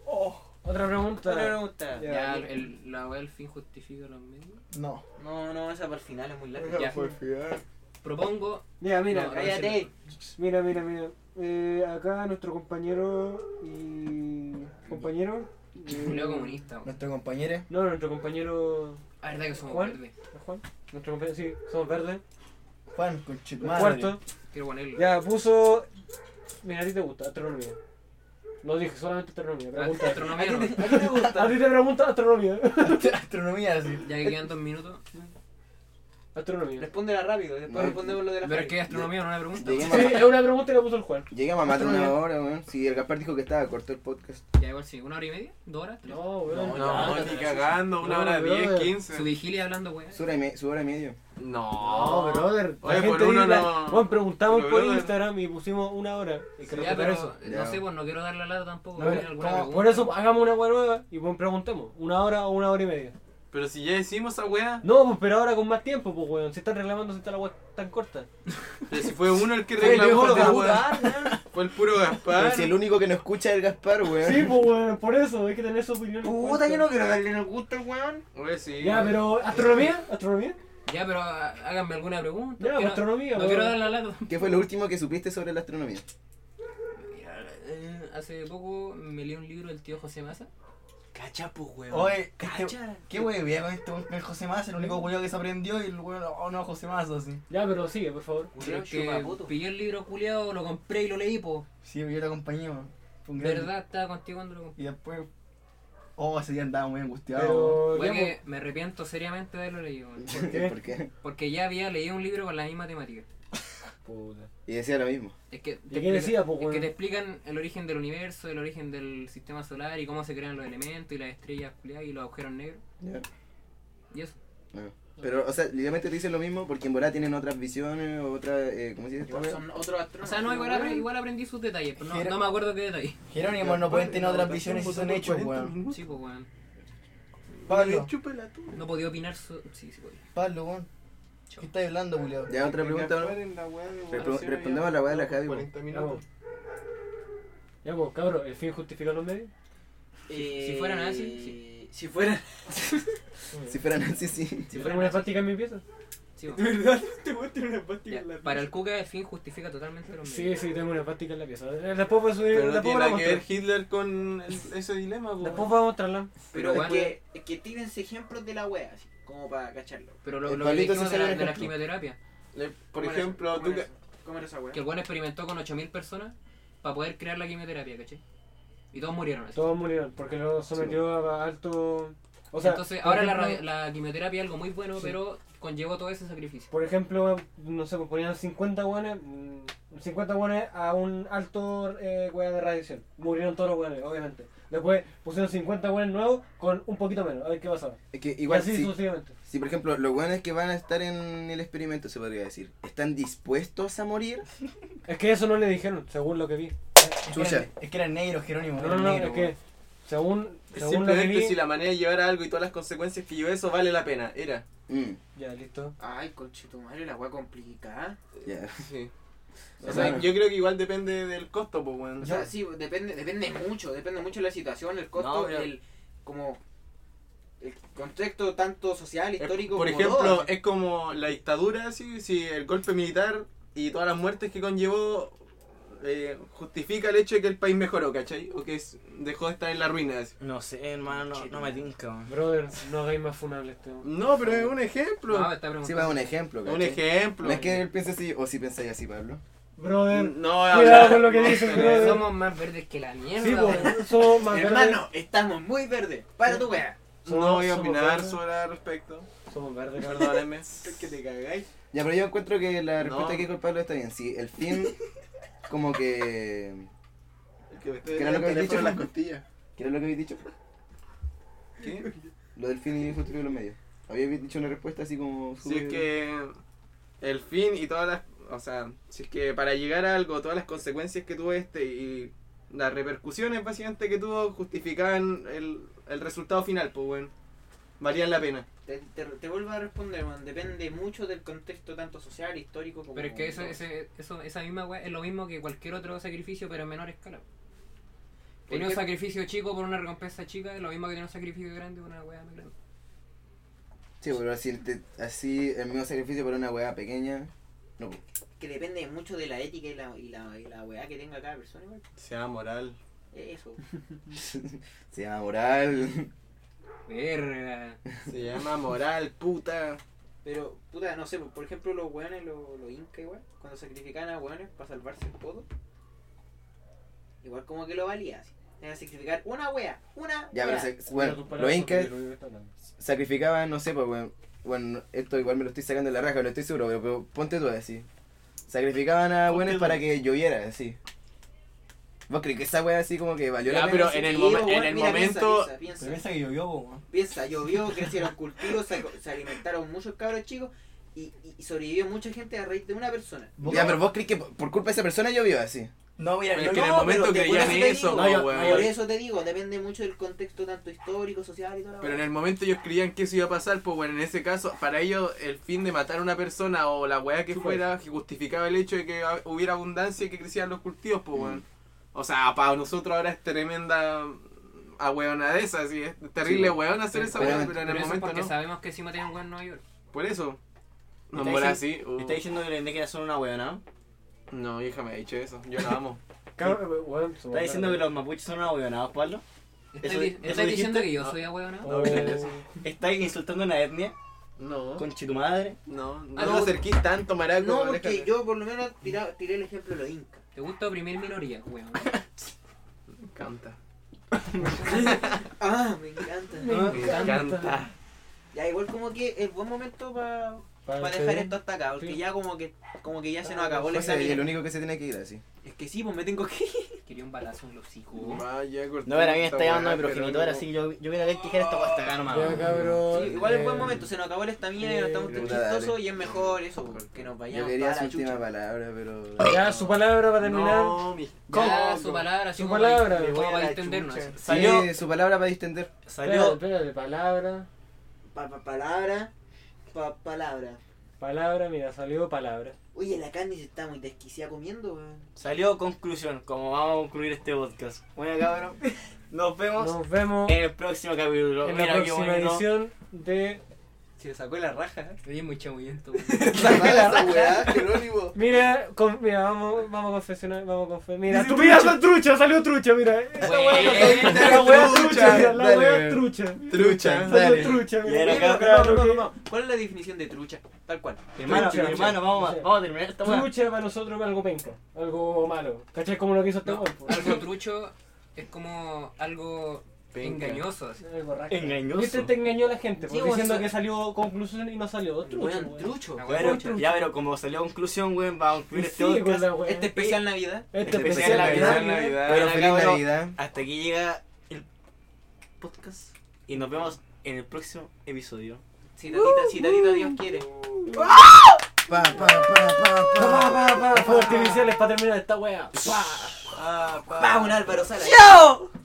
Speaker 1: Oh, Otra pregunta.
Speaker 8: Otra pregunta.
Speaker 1: Ya.
Speaker 3: Ya, el, la weá al fin justifica los medios.
Speaker 6: No.
Speaker 8: No, no, esa para el final es muy larga.
Speaker 3: Ya. Propongo.
Speaker 1: Ya, mira,
Speaker 3: No,
Speaker 1: ahí-
Speaker 8: Cállate.
Speaker 1: mira, mira, mira. Eh, acá nuestro compañero y. compañero. eh,
Speaker 3: Julio comunista, weón.
Speaker 5: Nuestro compañero.
Speaker 1: No, nuestro compañero.
Speaker 3: Ah, verdad que somos
Speaker 1: ¿Cuál?
Speaker 3: verdes.
Speaker 1: Juan. Nuestro compañero, sí, somos verdes.
Speaker 5: Juan, con
Speaker 1: Cuarto.
Speaker 3: Quiero ponerlo.
Speaker 1: Ya, puso. Mira, a ti te gusta, astronomía. No dije, solamente astronomía. Pregunta.
Speaker 3: Astronomía no.
Speaker 8: ¿A qué te
Speaker 1: A
Speaker 8: gusta?
Speaker 1: ti te pregunta astronomía.
Speaker 5: Astronomía, así.
Speaker 3: Ya que quedan dos minutos.
Speaker 1: Astronomía.
Speaker 8: Respóndela rápido,
Speaker 5: No.
Speaker 8: después respondemos lo de la
Speaker 3: Pero es
Speaker 8: Javi.
Speaker 3: que astronomía no es una pregunta.
Speaker 5: Lleguemos
Speaker 1: Sí,
Speaker 5: a,
Speaker 1: es una pregunta que le puso el Juan.
Speaker 5: lleguemos a más de una hora, weón. Si el Gaspar dijo que estaba corto el podcast.
Speaker 3: Ya igual sí, una hora y media, dos horas, tres.
Speaker 1: No, weón.
Speaker 7: No, ni cagando, una
Speaker 1: No,
Speaker 7: hora diez,
Speaker 1: brother.
Speaker 3: Su
Speaker 7: quince.
Speaker 3: vigilia hablando, weá.
Speaker 5: Su hora y, me- su hora y medio.
Speaker 1: No,
Speaker 7: No,
Speaker 1: brother. La
Speaker 7: Oye, por
Speaker 1: gente
Speaker 7: uno
Speaker 1: dice,
Speaker 7: no-
Speaker 1: bueno, preguntamos
Speaker 7: pero
Speaker 1: por
Speaker 7: brother.
Speaker 1: Instagram y pusimos una hora. Hay que
Speaker 3: Ya,
Speaker 1: respetar
Speaker 3: pero
Speaker 1: eso.
Speaker 3: eh,
Speaker 5: Ya.
Speaker 3: no sé, pues no quiero dar la lata tampoco.
Speaker 1: No,
Speaker 3: poner
Speaker 1: pero,
Speaker 3: alguna
Speaker 1: como-
Speaker 3: pregunta.
Speaker 1: por eso hagamos una hueá nueva y pues preguntemos. ¿Una hora o una hora y media?
Speaker 7: Pero si ya hicimos esa weá.
Speaker 1: No, pues pero ahora con más tiempo, pues weón. Se están reclamando si está la hueá tan corta.
Speaker 7: Pero si fue uno el que
Speaker 1: Fue el
Speaker 7: reclamó
Speaker 1: viejo
Speaker 7: la weá.
Speaker 8: Jugar, weón.
Speaker 7: Fue el puro Gaspar.
Speaker 5: Pero si el único que Ah, no escucha es el Gaspar, weón.
Speaker 1: Sí, pues weón, por eso. Hay que tener su opinión. en
Speaker 8: Puta,
Speaker 1: cuenta.
Speaker 8: yo no quiero darle en el gusto al weón.
Speaker 7: Oye, sí.
Speaker 1: Ya, pero ¿astronomía? ¿Astronomía?
Speaker 3: Ya, pero ah, háganme alguna pregunta.
Speaker 1: Ya, pues,
Speaker 3: que no-
Speaker 1: astronomía,
Speaker 3: No,
Speaker 1: weón.
Speaker 3: quiero dar la lata.
Speaker 5: ¿Qué fue lo último que supiste sobre la astronomía?
Speaker 3: Mira, eh, Hace poco me leí un libro del tío José Massa.
Speaker 2: Cacha, pues, weón. Oye,
Speaker 8: Cacha.
Speaker 2: qué weón, con este weón, el José Massa, el único weón que se aprendió y el weón, oh no, José Massa, así.
Speaker 1: Ya, pero sigue, por favor.
Speaker 3: Pero
Speaker 8: Weón,
Speaker 3: es que
Speaker 8: chupapoto.
Speaker 3: pillé el libro culiado, lo compré y lo leí, po.
Speaker 2: Sí, yo te acompañé, weón. Fue un gran-
Speaker 3: Verdad, estaba contigo cuando lo compré.
Speaker 2: Y después Oh, ese día andaba muy angustiado.
Speaker 1: Pero. pues,
Speaker 3: Weón,
Speaker 1: digamos,
Speaker 3: que me arrepiento seriamente de haberlo leído, weón.
Speaker 5: ¿Por qué? ¿Por qué?
Speaker 3: Porque ya había leído un libro con la misma temática.
Speaker 1: puta.
Speaker 5: Y decía lo mismo.
Speaker 3: Es que, te
Speaker 1: ¿Y qué decía, po,
Speaker 3: es que
Speaker 1: weón?
Speaker 3: te explican el origen del universo, el origen del sistema solar y cómo se crean los elementos y las estrellas culiadas y los agujeros negros.
Speaker 5: Ya.
Speaker 3: Y eso.
Speaker 5: Ah. Pero, o sea, literalmente te dicen lo mismo porque en volá tienen otras visiones, otras. Eh, ¿Cómo se dice? esta
Speaker 8: Igual
Speaker 5: wea?
Speaker 8: son otros
Speaker 3: O
Speaker 8: astrónomos.
Speaker 3: sea, no, igual, apre-
Speaker 8: weón.
Speaker 3: igual aprendí sus detalles, pero no, no me acuerdo qué detalles.
Speaker 2: Jerónimo no pueden tener otras visiones si son hechos, weón.
Speaker 3: Sí, pues, weón.
Speaker 2: Pablo,
Speaker 7: Chúpala tú.
Speaker 3: No podía opinar su... Sí, sí, podía.
Speaker 2: Pablo, weón. ¿Qué estás hablando, culiao?
Speaker 5: Ya, otra pregunta, ¿no? Repro- Respondemos a la weá de la Javi. po.
Speaker 1: Ya, po. Ya, po, cabrón, ¿el fin justifica los medios?
Speaker 3: Si- si fuera
Speaker 8: Eh,
Speaker 3: nazi, sí.
Speaker 4: Si fuera.
Speaker 5: Si fuera Nancy, sí.
Speaker 1: Si fuera una práctica en mi pieza.
Speaker 3: Sí, po.
Speaker 4: verdad, te voy a tener una
Speaker 3: Ya, Para el Cuca el fin justifica totalmente los
Speaker 1: Sí,
Speaker 3: medios.
Speaker 1: sí, tengo una práctica en la pieza. Eh, Después voy a subir,
Speaker 7: Pero no
Speaker 1: la
Speaker 7: tiene
Speaker 1: puedo la
Speaker 7: nada que
Speaker 1: mostrar.
Speaker 7: ver Hitler con el- ese dilema, po,
Speaker 1: Después
Speaker 7: weón.
Speaker 1: voy a mostrarla.
Speaker 3: Pero,
Speaker 8: Pero
Speaker 3: weón,
Speaker 8: es que, es que tírense ejemplos de la wea, así, como para cacharlo.
Speaker 3: pero lo,
Speaker 5: el
Speaker 3: lo que
Speaker 5: Pablito
Speaker 3: dijimos
Speaker 5: se
Speaker 3: de la,
Speaker 5: sabe el
Speaker 3: de la
Speaker 5: ejemplo.
Speaker 3: quimioterapia,
Speaker 7: Le- Por
Speaker 8: ¿Cómo era
Speaker 7: ejemplo,
Speaker 8: eso?
Speaker 7: tú
Speaker 8: ¿Cómo era
Speaker 7: ca-
Speaker 8: eso? ¿Cómo era esa wea?
Speaker 3: que el weón experimentó con 8.000 personas para poder crear la quimioterapia, ¿cachai? Y todos murieron así.
Speaker 1: Todos murieron porque lo sometió a alto. O sea,
Speaker 3: pues. Entonces,
Speaker 1: por
Speaker 3: ahora la
Speaker 1: ejemplo-
Speaker 3: radio- la, quimioterapia es algo muy bueno, pero conllevó todo ese sacrificio.
Speaker 1: Por ejemplo, no sé, pues ponían 50 guanes, 50 guanes mm, a un alto eh, hueá de radiación. Murieron todos los guanes, obviamente. Después pusieron 50 guanes nuevos con un poquito menos, a ver qué pasaba.
Speaker 5: Es que
Speaker 1: Igual
Speaker 5: igual
Speaker 1: y así
Speaker 5: sí.
Speaker 1: sucesivamente.
Speaker 5: Si, por ejemplo, los weones que van a estar en el experimento, se podría decir, ¿están dispuestos a morir?
Speaker 1: Es que eso no le dijeron, según lo que vi.
Speaker 5: Chucha.
Speaker 2: Es que eran negros, Jerónimo.
Speaker 1: No, no,
Speaker 2: eran
Speaker 1: no,
Speaker 2: negros,
Speaker 1: es que según, según lo que
Speaker 7: Simplemente
Speaker 1: vi.
Speaker 7: si la manera de llevar a algo y todas las consecuencias que llevó eso vale la pena. Era.
Speaker 5: Mm,
Speaker 1: Ya, listo.
Speaker 8: Ay, coche tu madre, la wea complicada.
Speaker 5: ya.
Speaker 7: Sí. O
Speaker 5: O
Speaker 7: sea,
Speaker 5: sea,
Speaker 7: yo creo que igual depende del costo, pues, weón.
Speaker 8: O sea, sí, depende, depende mucho, depende mucho de la situación, el
Speaker 7: No,
Speaker 8: costo,
Speaker 7: pero-
Speaker 8: el como el contexto tanto social,
Speaker 7: Eh,
Speaker 8: histórico,
Speaker 7: Por
Speaker 8: como
Speaker 7: ejemplo,
Speaker 8: todo, así.
Speaker 7: es como la dictadura, sí, si el golpe militar y todas las muertes que conllevó eh, justifica el hecho de que el país mejoró, ¿cachai? O que es- dejó de estar en la ruina. así.
Speaker 2: No sé, hermano, no, no me tinca, weón.
Speaker 1: Brother, no hagáis más funable este. weón.
Speaker 7: No, pero es un ejemplo.
Speaker 3: No, está
Speaker 5: Sí, va
Speaker 3: preguntando.
Speaker 5: un ejemplo,
Speaker 7: un
Speaker 5: ¿cachai?
Speaker 7: ejemplo.
Speaker 5: No es que él piense así, o si pensáis así, Pablo.
Speaker 1: Brother,
Speaker 7: No,
Speaker 1: cuidado
Speaker 7: habla-
Speaker 1: con lo que dices, brother.
Speaker 3: Somos más verdes que la mierda.
Speaker 1: Sí,
Speaker 3: weón.
Speaker 1: pues, somos más Eh. verdes.
Speaker 8: Hermano, estamos muy verdes. Para tu wea.
Speaker 7: no voy a
Speaker 1: Somos
Speaker 7: opinar
Speaker 1: verdes.
Speaker 7: sobre al respecto.
Speaker 1: Somos verdes, cabrón.
Speaker 7: Perdóname.
Speaker 8: que te cagáis.
Speaker 5: Ya, pero yo encuentro que la
Speaker 7: No.
Speaker 5: respuesta que dijo el Pablo está bien. Sí, el fin, como que.
Speaker 7: El que me esté
Speaker 5: ¿Qué era lo que
Speaker 7: el
Speaker 5: habéis dicho?
Speaker 7: teléfono en las costillas.
Speaker 5: ¿Qué era lo que habéis dicho?
Speaker 7: ¿Qué?
Speaker 5: Lo del fin y el futuro de los medios. Habíais dicho una respuesta así como.
Speaker 7: Si es que el fin y todas las... O sea, si es que para llegar a algo, todas las consecuencias que tuvo este y las repercusiones básicamente que tuvo justificaban el, el resultado final, pues bueno. Valían la pena.
Speaker 8: Te, te, te vuelvo a responder, man. Depende mucho del contexto tanto social, histórico como.
Speaker 3: Pero es que eso, ese, eso, esa misma weá es lo mismo que cualquier otro sacrificio, pero en menor escala. Tener un
Speaker 8: Porque-
Speaker 3: sacrificio chico por una recompensa chica es lo mismo que tener un sacrificio grande por una weá más grande.
Speaker 5: Sí, pero así, te- así el mismo sacrificio para una weá pequeña. No, po.
Speaker 8: que depende mucho de la ética y la, y la, y la weá que tenga cada persona, igual. e-,
Speaker 7: Sea moral.
Speaker 8: Eso.
Speaker 5: se llama moral.
Speaker 3: Verga.
Speaker 7: Se llama moral, puta.
Speaker 8: Pero, puta, no sé, pues, por ejemplo, los weones, los, los incas igual, cuando sacrificaban a weones para salvarse el todo, igual como que lo valía así. Era sacrificar una wea, una
Speaker 5: Ya, pero
Speaker 8: wea.
Speaker 5: se- bueno, los incas sacrificaban, no sé, pues, bueno, bueno, esto igual me lo estoy sacando de la raja, lo estoy seguro, pero, pero ponte tú así. Sacrificaban a
Speaker 2: Ponte
Speaker 5: buenos
Speaker 2: tú.
Speaker 5: para que lloviera, así. ¿Vos crees que esa wea así como que valió la
Speaker 7: Ya,
Speaker 5: pena?
Speaker 7: pero
Speaker 5: así?
Speaker 7: en el,
Speaker 8: Sí, pues,
Speaker 7: momen-
Speaker 8: weón,
Speaker 7: en el
Speaker 8: mira, piensa,
Speaker 7: momento...
Speaker 8: Piensa, piensa,
Speaker 2: Pero piensa que llovió, po, weón.
Speaker 8: piensa, llovió, crecieron cultivos, se, se alimentaron muchos cabros chicos y, y- y sobrevivió mucha gente a raíz de una persona.
Speaker 5: Ya, pero vos crees que por por culpa de esa persona llovió así.
Speaker 2: No, mira,
Speaker 7: Es
Speaker 2: yo
Speaker 7: que en el
Speaker 2: no,
Speaker 7: momento
Speaker 8: pero te-
Speaker 7: creían
Speaker 8: por eso te
Speaker 7: eso,
Speaker 8: digo,
Speaker 7: po,
Speaker 2: no, yo-
Speaker 7: weón.
Speaker 2: no,
Speaker 8: Por eso te digo, depende mucho del contexto tanto histórico, social y toda la
Speaker 7: Pero en
Speaker 8: wea.
Speaker 7: el momento ellos creían que eso iba a pasar, pues bueno, en ese caso, para ellos el fin de matar a una persona o la weá que fuera que justificaba el hecho de que hab- hubiera abundancia y que crecieran los cultivos, pues bueno. O sea, para nosotros ahora es tremenda ahueona de esas, y es terrible
Speaker 5: Sí.
Speaker 7: hueón hacer esa weá,
Speaker 5: Obviamente.
Speaker 7: pero en
Speaker 3: Pero
Speaker 7: el
Speaker 3: eso es
Speaker 7: momento
Speaker 3: porque
Speaker 7: no.
Speaker 3: sabemos que si mataron weón en Nueva York.
Speaker 7: Por eso. No,
Speaker 2: Está
Speaker 7: mola así.
Speaker 2: diciendo-
Speaker 7: uh.
Speaker 2: Está diciendo que los indígenas son una weón, ¿no?
Speaker 7: No, hija, me ha dicho eso. Yo la amo.
Speaker 1: pues,
Speaker 2: Está diciendo que los mapuches son una weón, ¿no, Pablo?
Speaker 3: ¿Estás
Speaker 2: Eso-
Speaker 3: di-
Speaker 2: eso
Speaker 3: estás diciendo
Speaker 2: dijiste?
Speaker 3: que yo
Speaker 7: No.
Speaker 3: soy ahueonado?
Speaker 1: Oh,
Speaker 7: No, gracias.
Speaker 2: ¿Estás insultando a una etnia?
Speaker 7: No.
Speaker 2: Conche tu madre.
Speaker 7: No, no
Speaker 3: Ah,
Speaker 7: te
Speaker 3: no.
Speaker 7: acerquís tanto, maraco.
Speaker 8: No,
Speaker 7: aléjate.
Speaker 8: porque yo por lo menos tira- tiré el ejemplo de los incas.
Speaker 3: ¿Te gusta oprimir minorías, weón?
Speaker 7: Canta.
Speaker 8: Ah, me encanta.
Speaker 1: Me
Speaker 4: encanta.
Speaker 8: Ya igual como que es buen momento para
Speaker 1: Para
Speaker 5: Ah,
Speaker 8: dejar esto hasta acá, porque
Speaker 1: Sí.
Speaker 8: ya como que como que ya se nos acabó la
Speaker 5: José, y el
Speaker 8: examen.
Speaker 5: único que se tiene que ir así.
Speaker 8: Es que sí, pues me tengo que ir.
Speaker 3: Quería un balazo en los hocico.
Speaker 2: No, pero a mí me está llamando mi progenitor, así que yo, yo voy a tener que dejar esta hasta acá nomás.
Speaker 1: Ya,
Speaker 2: weón.
Speaker 1: cabrón.
Speaker 8: Sí, igual es buen
Speaker 1: Eh,
Speaker 8: momento, se nos acabó la estamina y no estamos tan
Speaker 5: Puta, dale.
Speaker 8: chistosos y es mejor eso, que nos
Speaker 5: Yo
Speaker 8: vayamos
Speaker 5: quería
Speaker 8: para
Speaker 5: su
Speaker 8: la chucha.
Speaker 5: última palabra, pero.
Speaker 1: Ya, su palabra para terminar.
Speaker 7: No, mi-
Speaker 3: Ya, su palabra, así
Speaker 1: Su
Speaker 3: como
Speaker 1: palabra.
Speaker 3: para-
Speaker 1: Me
Speaker 3: como
Speaker 1: voy a
Speaker 3: para
Speaker 1: la
Speaker 3: distendernos,
Speaker 1: chucha.
Speaker 3: así.
Speaker 1: Salió.
Speaker 5: Sí, su palabra para distender.
Speaker 1: Espérate,
Speaker 2: Salió.
Speaker 1: espérate, palabra.
Speaker 8: Pa- pa- palabra, pa- palabra.
Speaker 1: Palabra, mira, salió palabra.
Speaker 8: Oye, la carne se está muy desquiciada comiendo, weón.
Speaker 2: Salió conclusión, como vamos a concluir este podcast. Bueno, cabrón, nos vemos
Speaker 1: Nos vemos
Speaker 2: en el próximo capítulo.
Speaker 1: en la
Speaker 2: Eh, Mira qué
Speaker 1: próxima
Speaker 2: bonito.
Speaker 1: edición de.
Speaker 8: Se le sacó la raja.
Speaker 3: Oye, muy chamullento.
Speaker 7: Saca la weá, Jerónimo.
Speaker 1: Mira, con- mira, vamos, vamos a confesionar, vamos a confesionar. Mira, tu mira, la trucha, salió trucha, mira. Esta
Speaker 2: Eh,
Speaker 3: Bueno.
Speaker 1: La wea trucha, mira, la
Speaker 5: dale,
Speaker 1: wea
Speaker 5: weón.
Speaker 1: trucha.
Speaker 7: Trucha,
Speaker 1: Salió
Speaker 7: dale.
Speaker 1: trucha, mira.
Speaker 2: Y era
Speaker 1: Mira,
Speaker 2: cabrón,
Speaker 1: mira,
Speaker 2: no,
Speaker 1: lo que-
Speaker 8: ¿Cuál es la definición de trucha? Tal cual.
Speaker 2: Hermano,
Speaker 1: Trucha,
Speaker 2: hermano, vamos, a-
Speaker 1: trucha.
Speaker 2: vamos a terminar esta weá.
Speaker 1: Trucha para nosotros es algo penca, algo malo. ¿Cachai? Como lo que hizo este
Speaker 3: No,
Speaker 1: weón, po.
Speaker 3: algo trucho es como algo engañoso. así.
Speaker 1: Algo raca.
Speaker 2: Engañoso.
Speaker 1: Viste, te engañó la gente, po,
Speaker 8: Sí, weón,
Speaker 1: diciendo
Speaker 8: eso-
Speaker 1: que salió conclusión y no salió. Trucha,
Speaker 8: Weón,
Speaker 1: weón.
Speaker 8: trucho.
Speaker 3: Ah,
Speaker 2: Bueno,
Speaker 3: Trucha.
Speaker 2: ya, pero como salió conclusión, weón, vamos a
Speaker 1: Y
Speaker 2: concluir este
Speaker 1: sigue con
Speaker 2: podcast.
Speaker 1: la wea.
Speaker 8: Este especial Navidad.
Speaker 1: Este
Speaker 2: Este
Speaker 1: especial
Speaker 2: especial
Speaker 1: Navidad.
Speaker 2: Navidad.
Speaker 5: Bueno,
Speaker 2: Bueno,
Speaker 5: feliz
Speaker 2: cabrón,
Speaker 5: Navidad.
Speaker 2: Hasta aquí llega el podcast y nos vemos en el próximo episodio.
Speaker 8: Si tatita, si tatita Dios quiere.
Speaker 5: Pa, pa, pa, pa, pa.
Speaker 1: Pa, pa, pa, fuegos artificiales para terminar esta wea. Pa.
Speaker 8: Pa, un Álvaro Sala.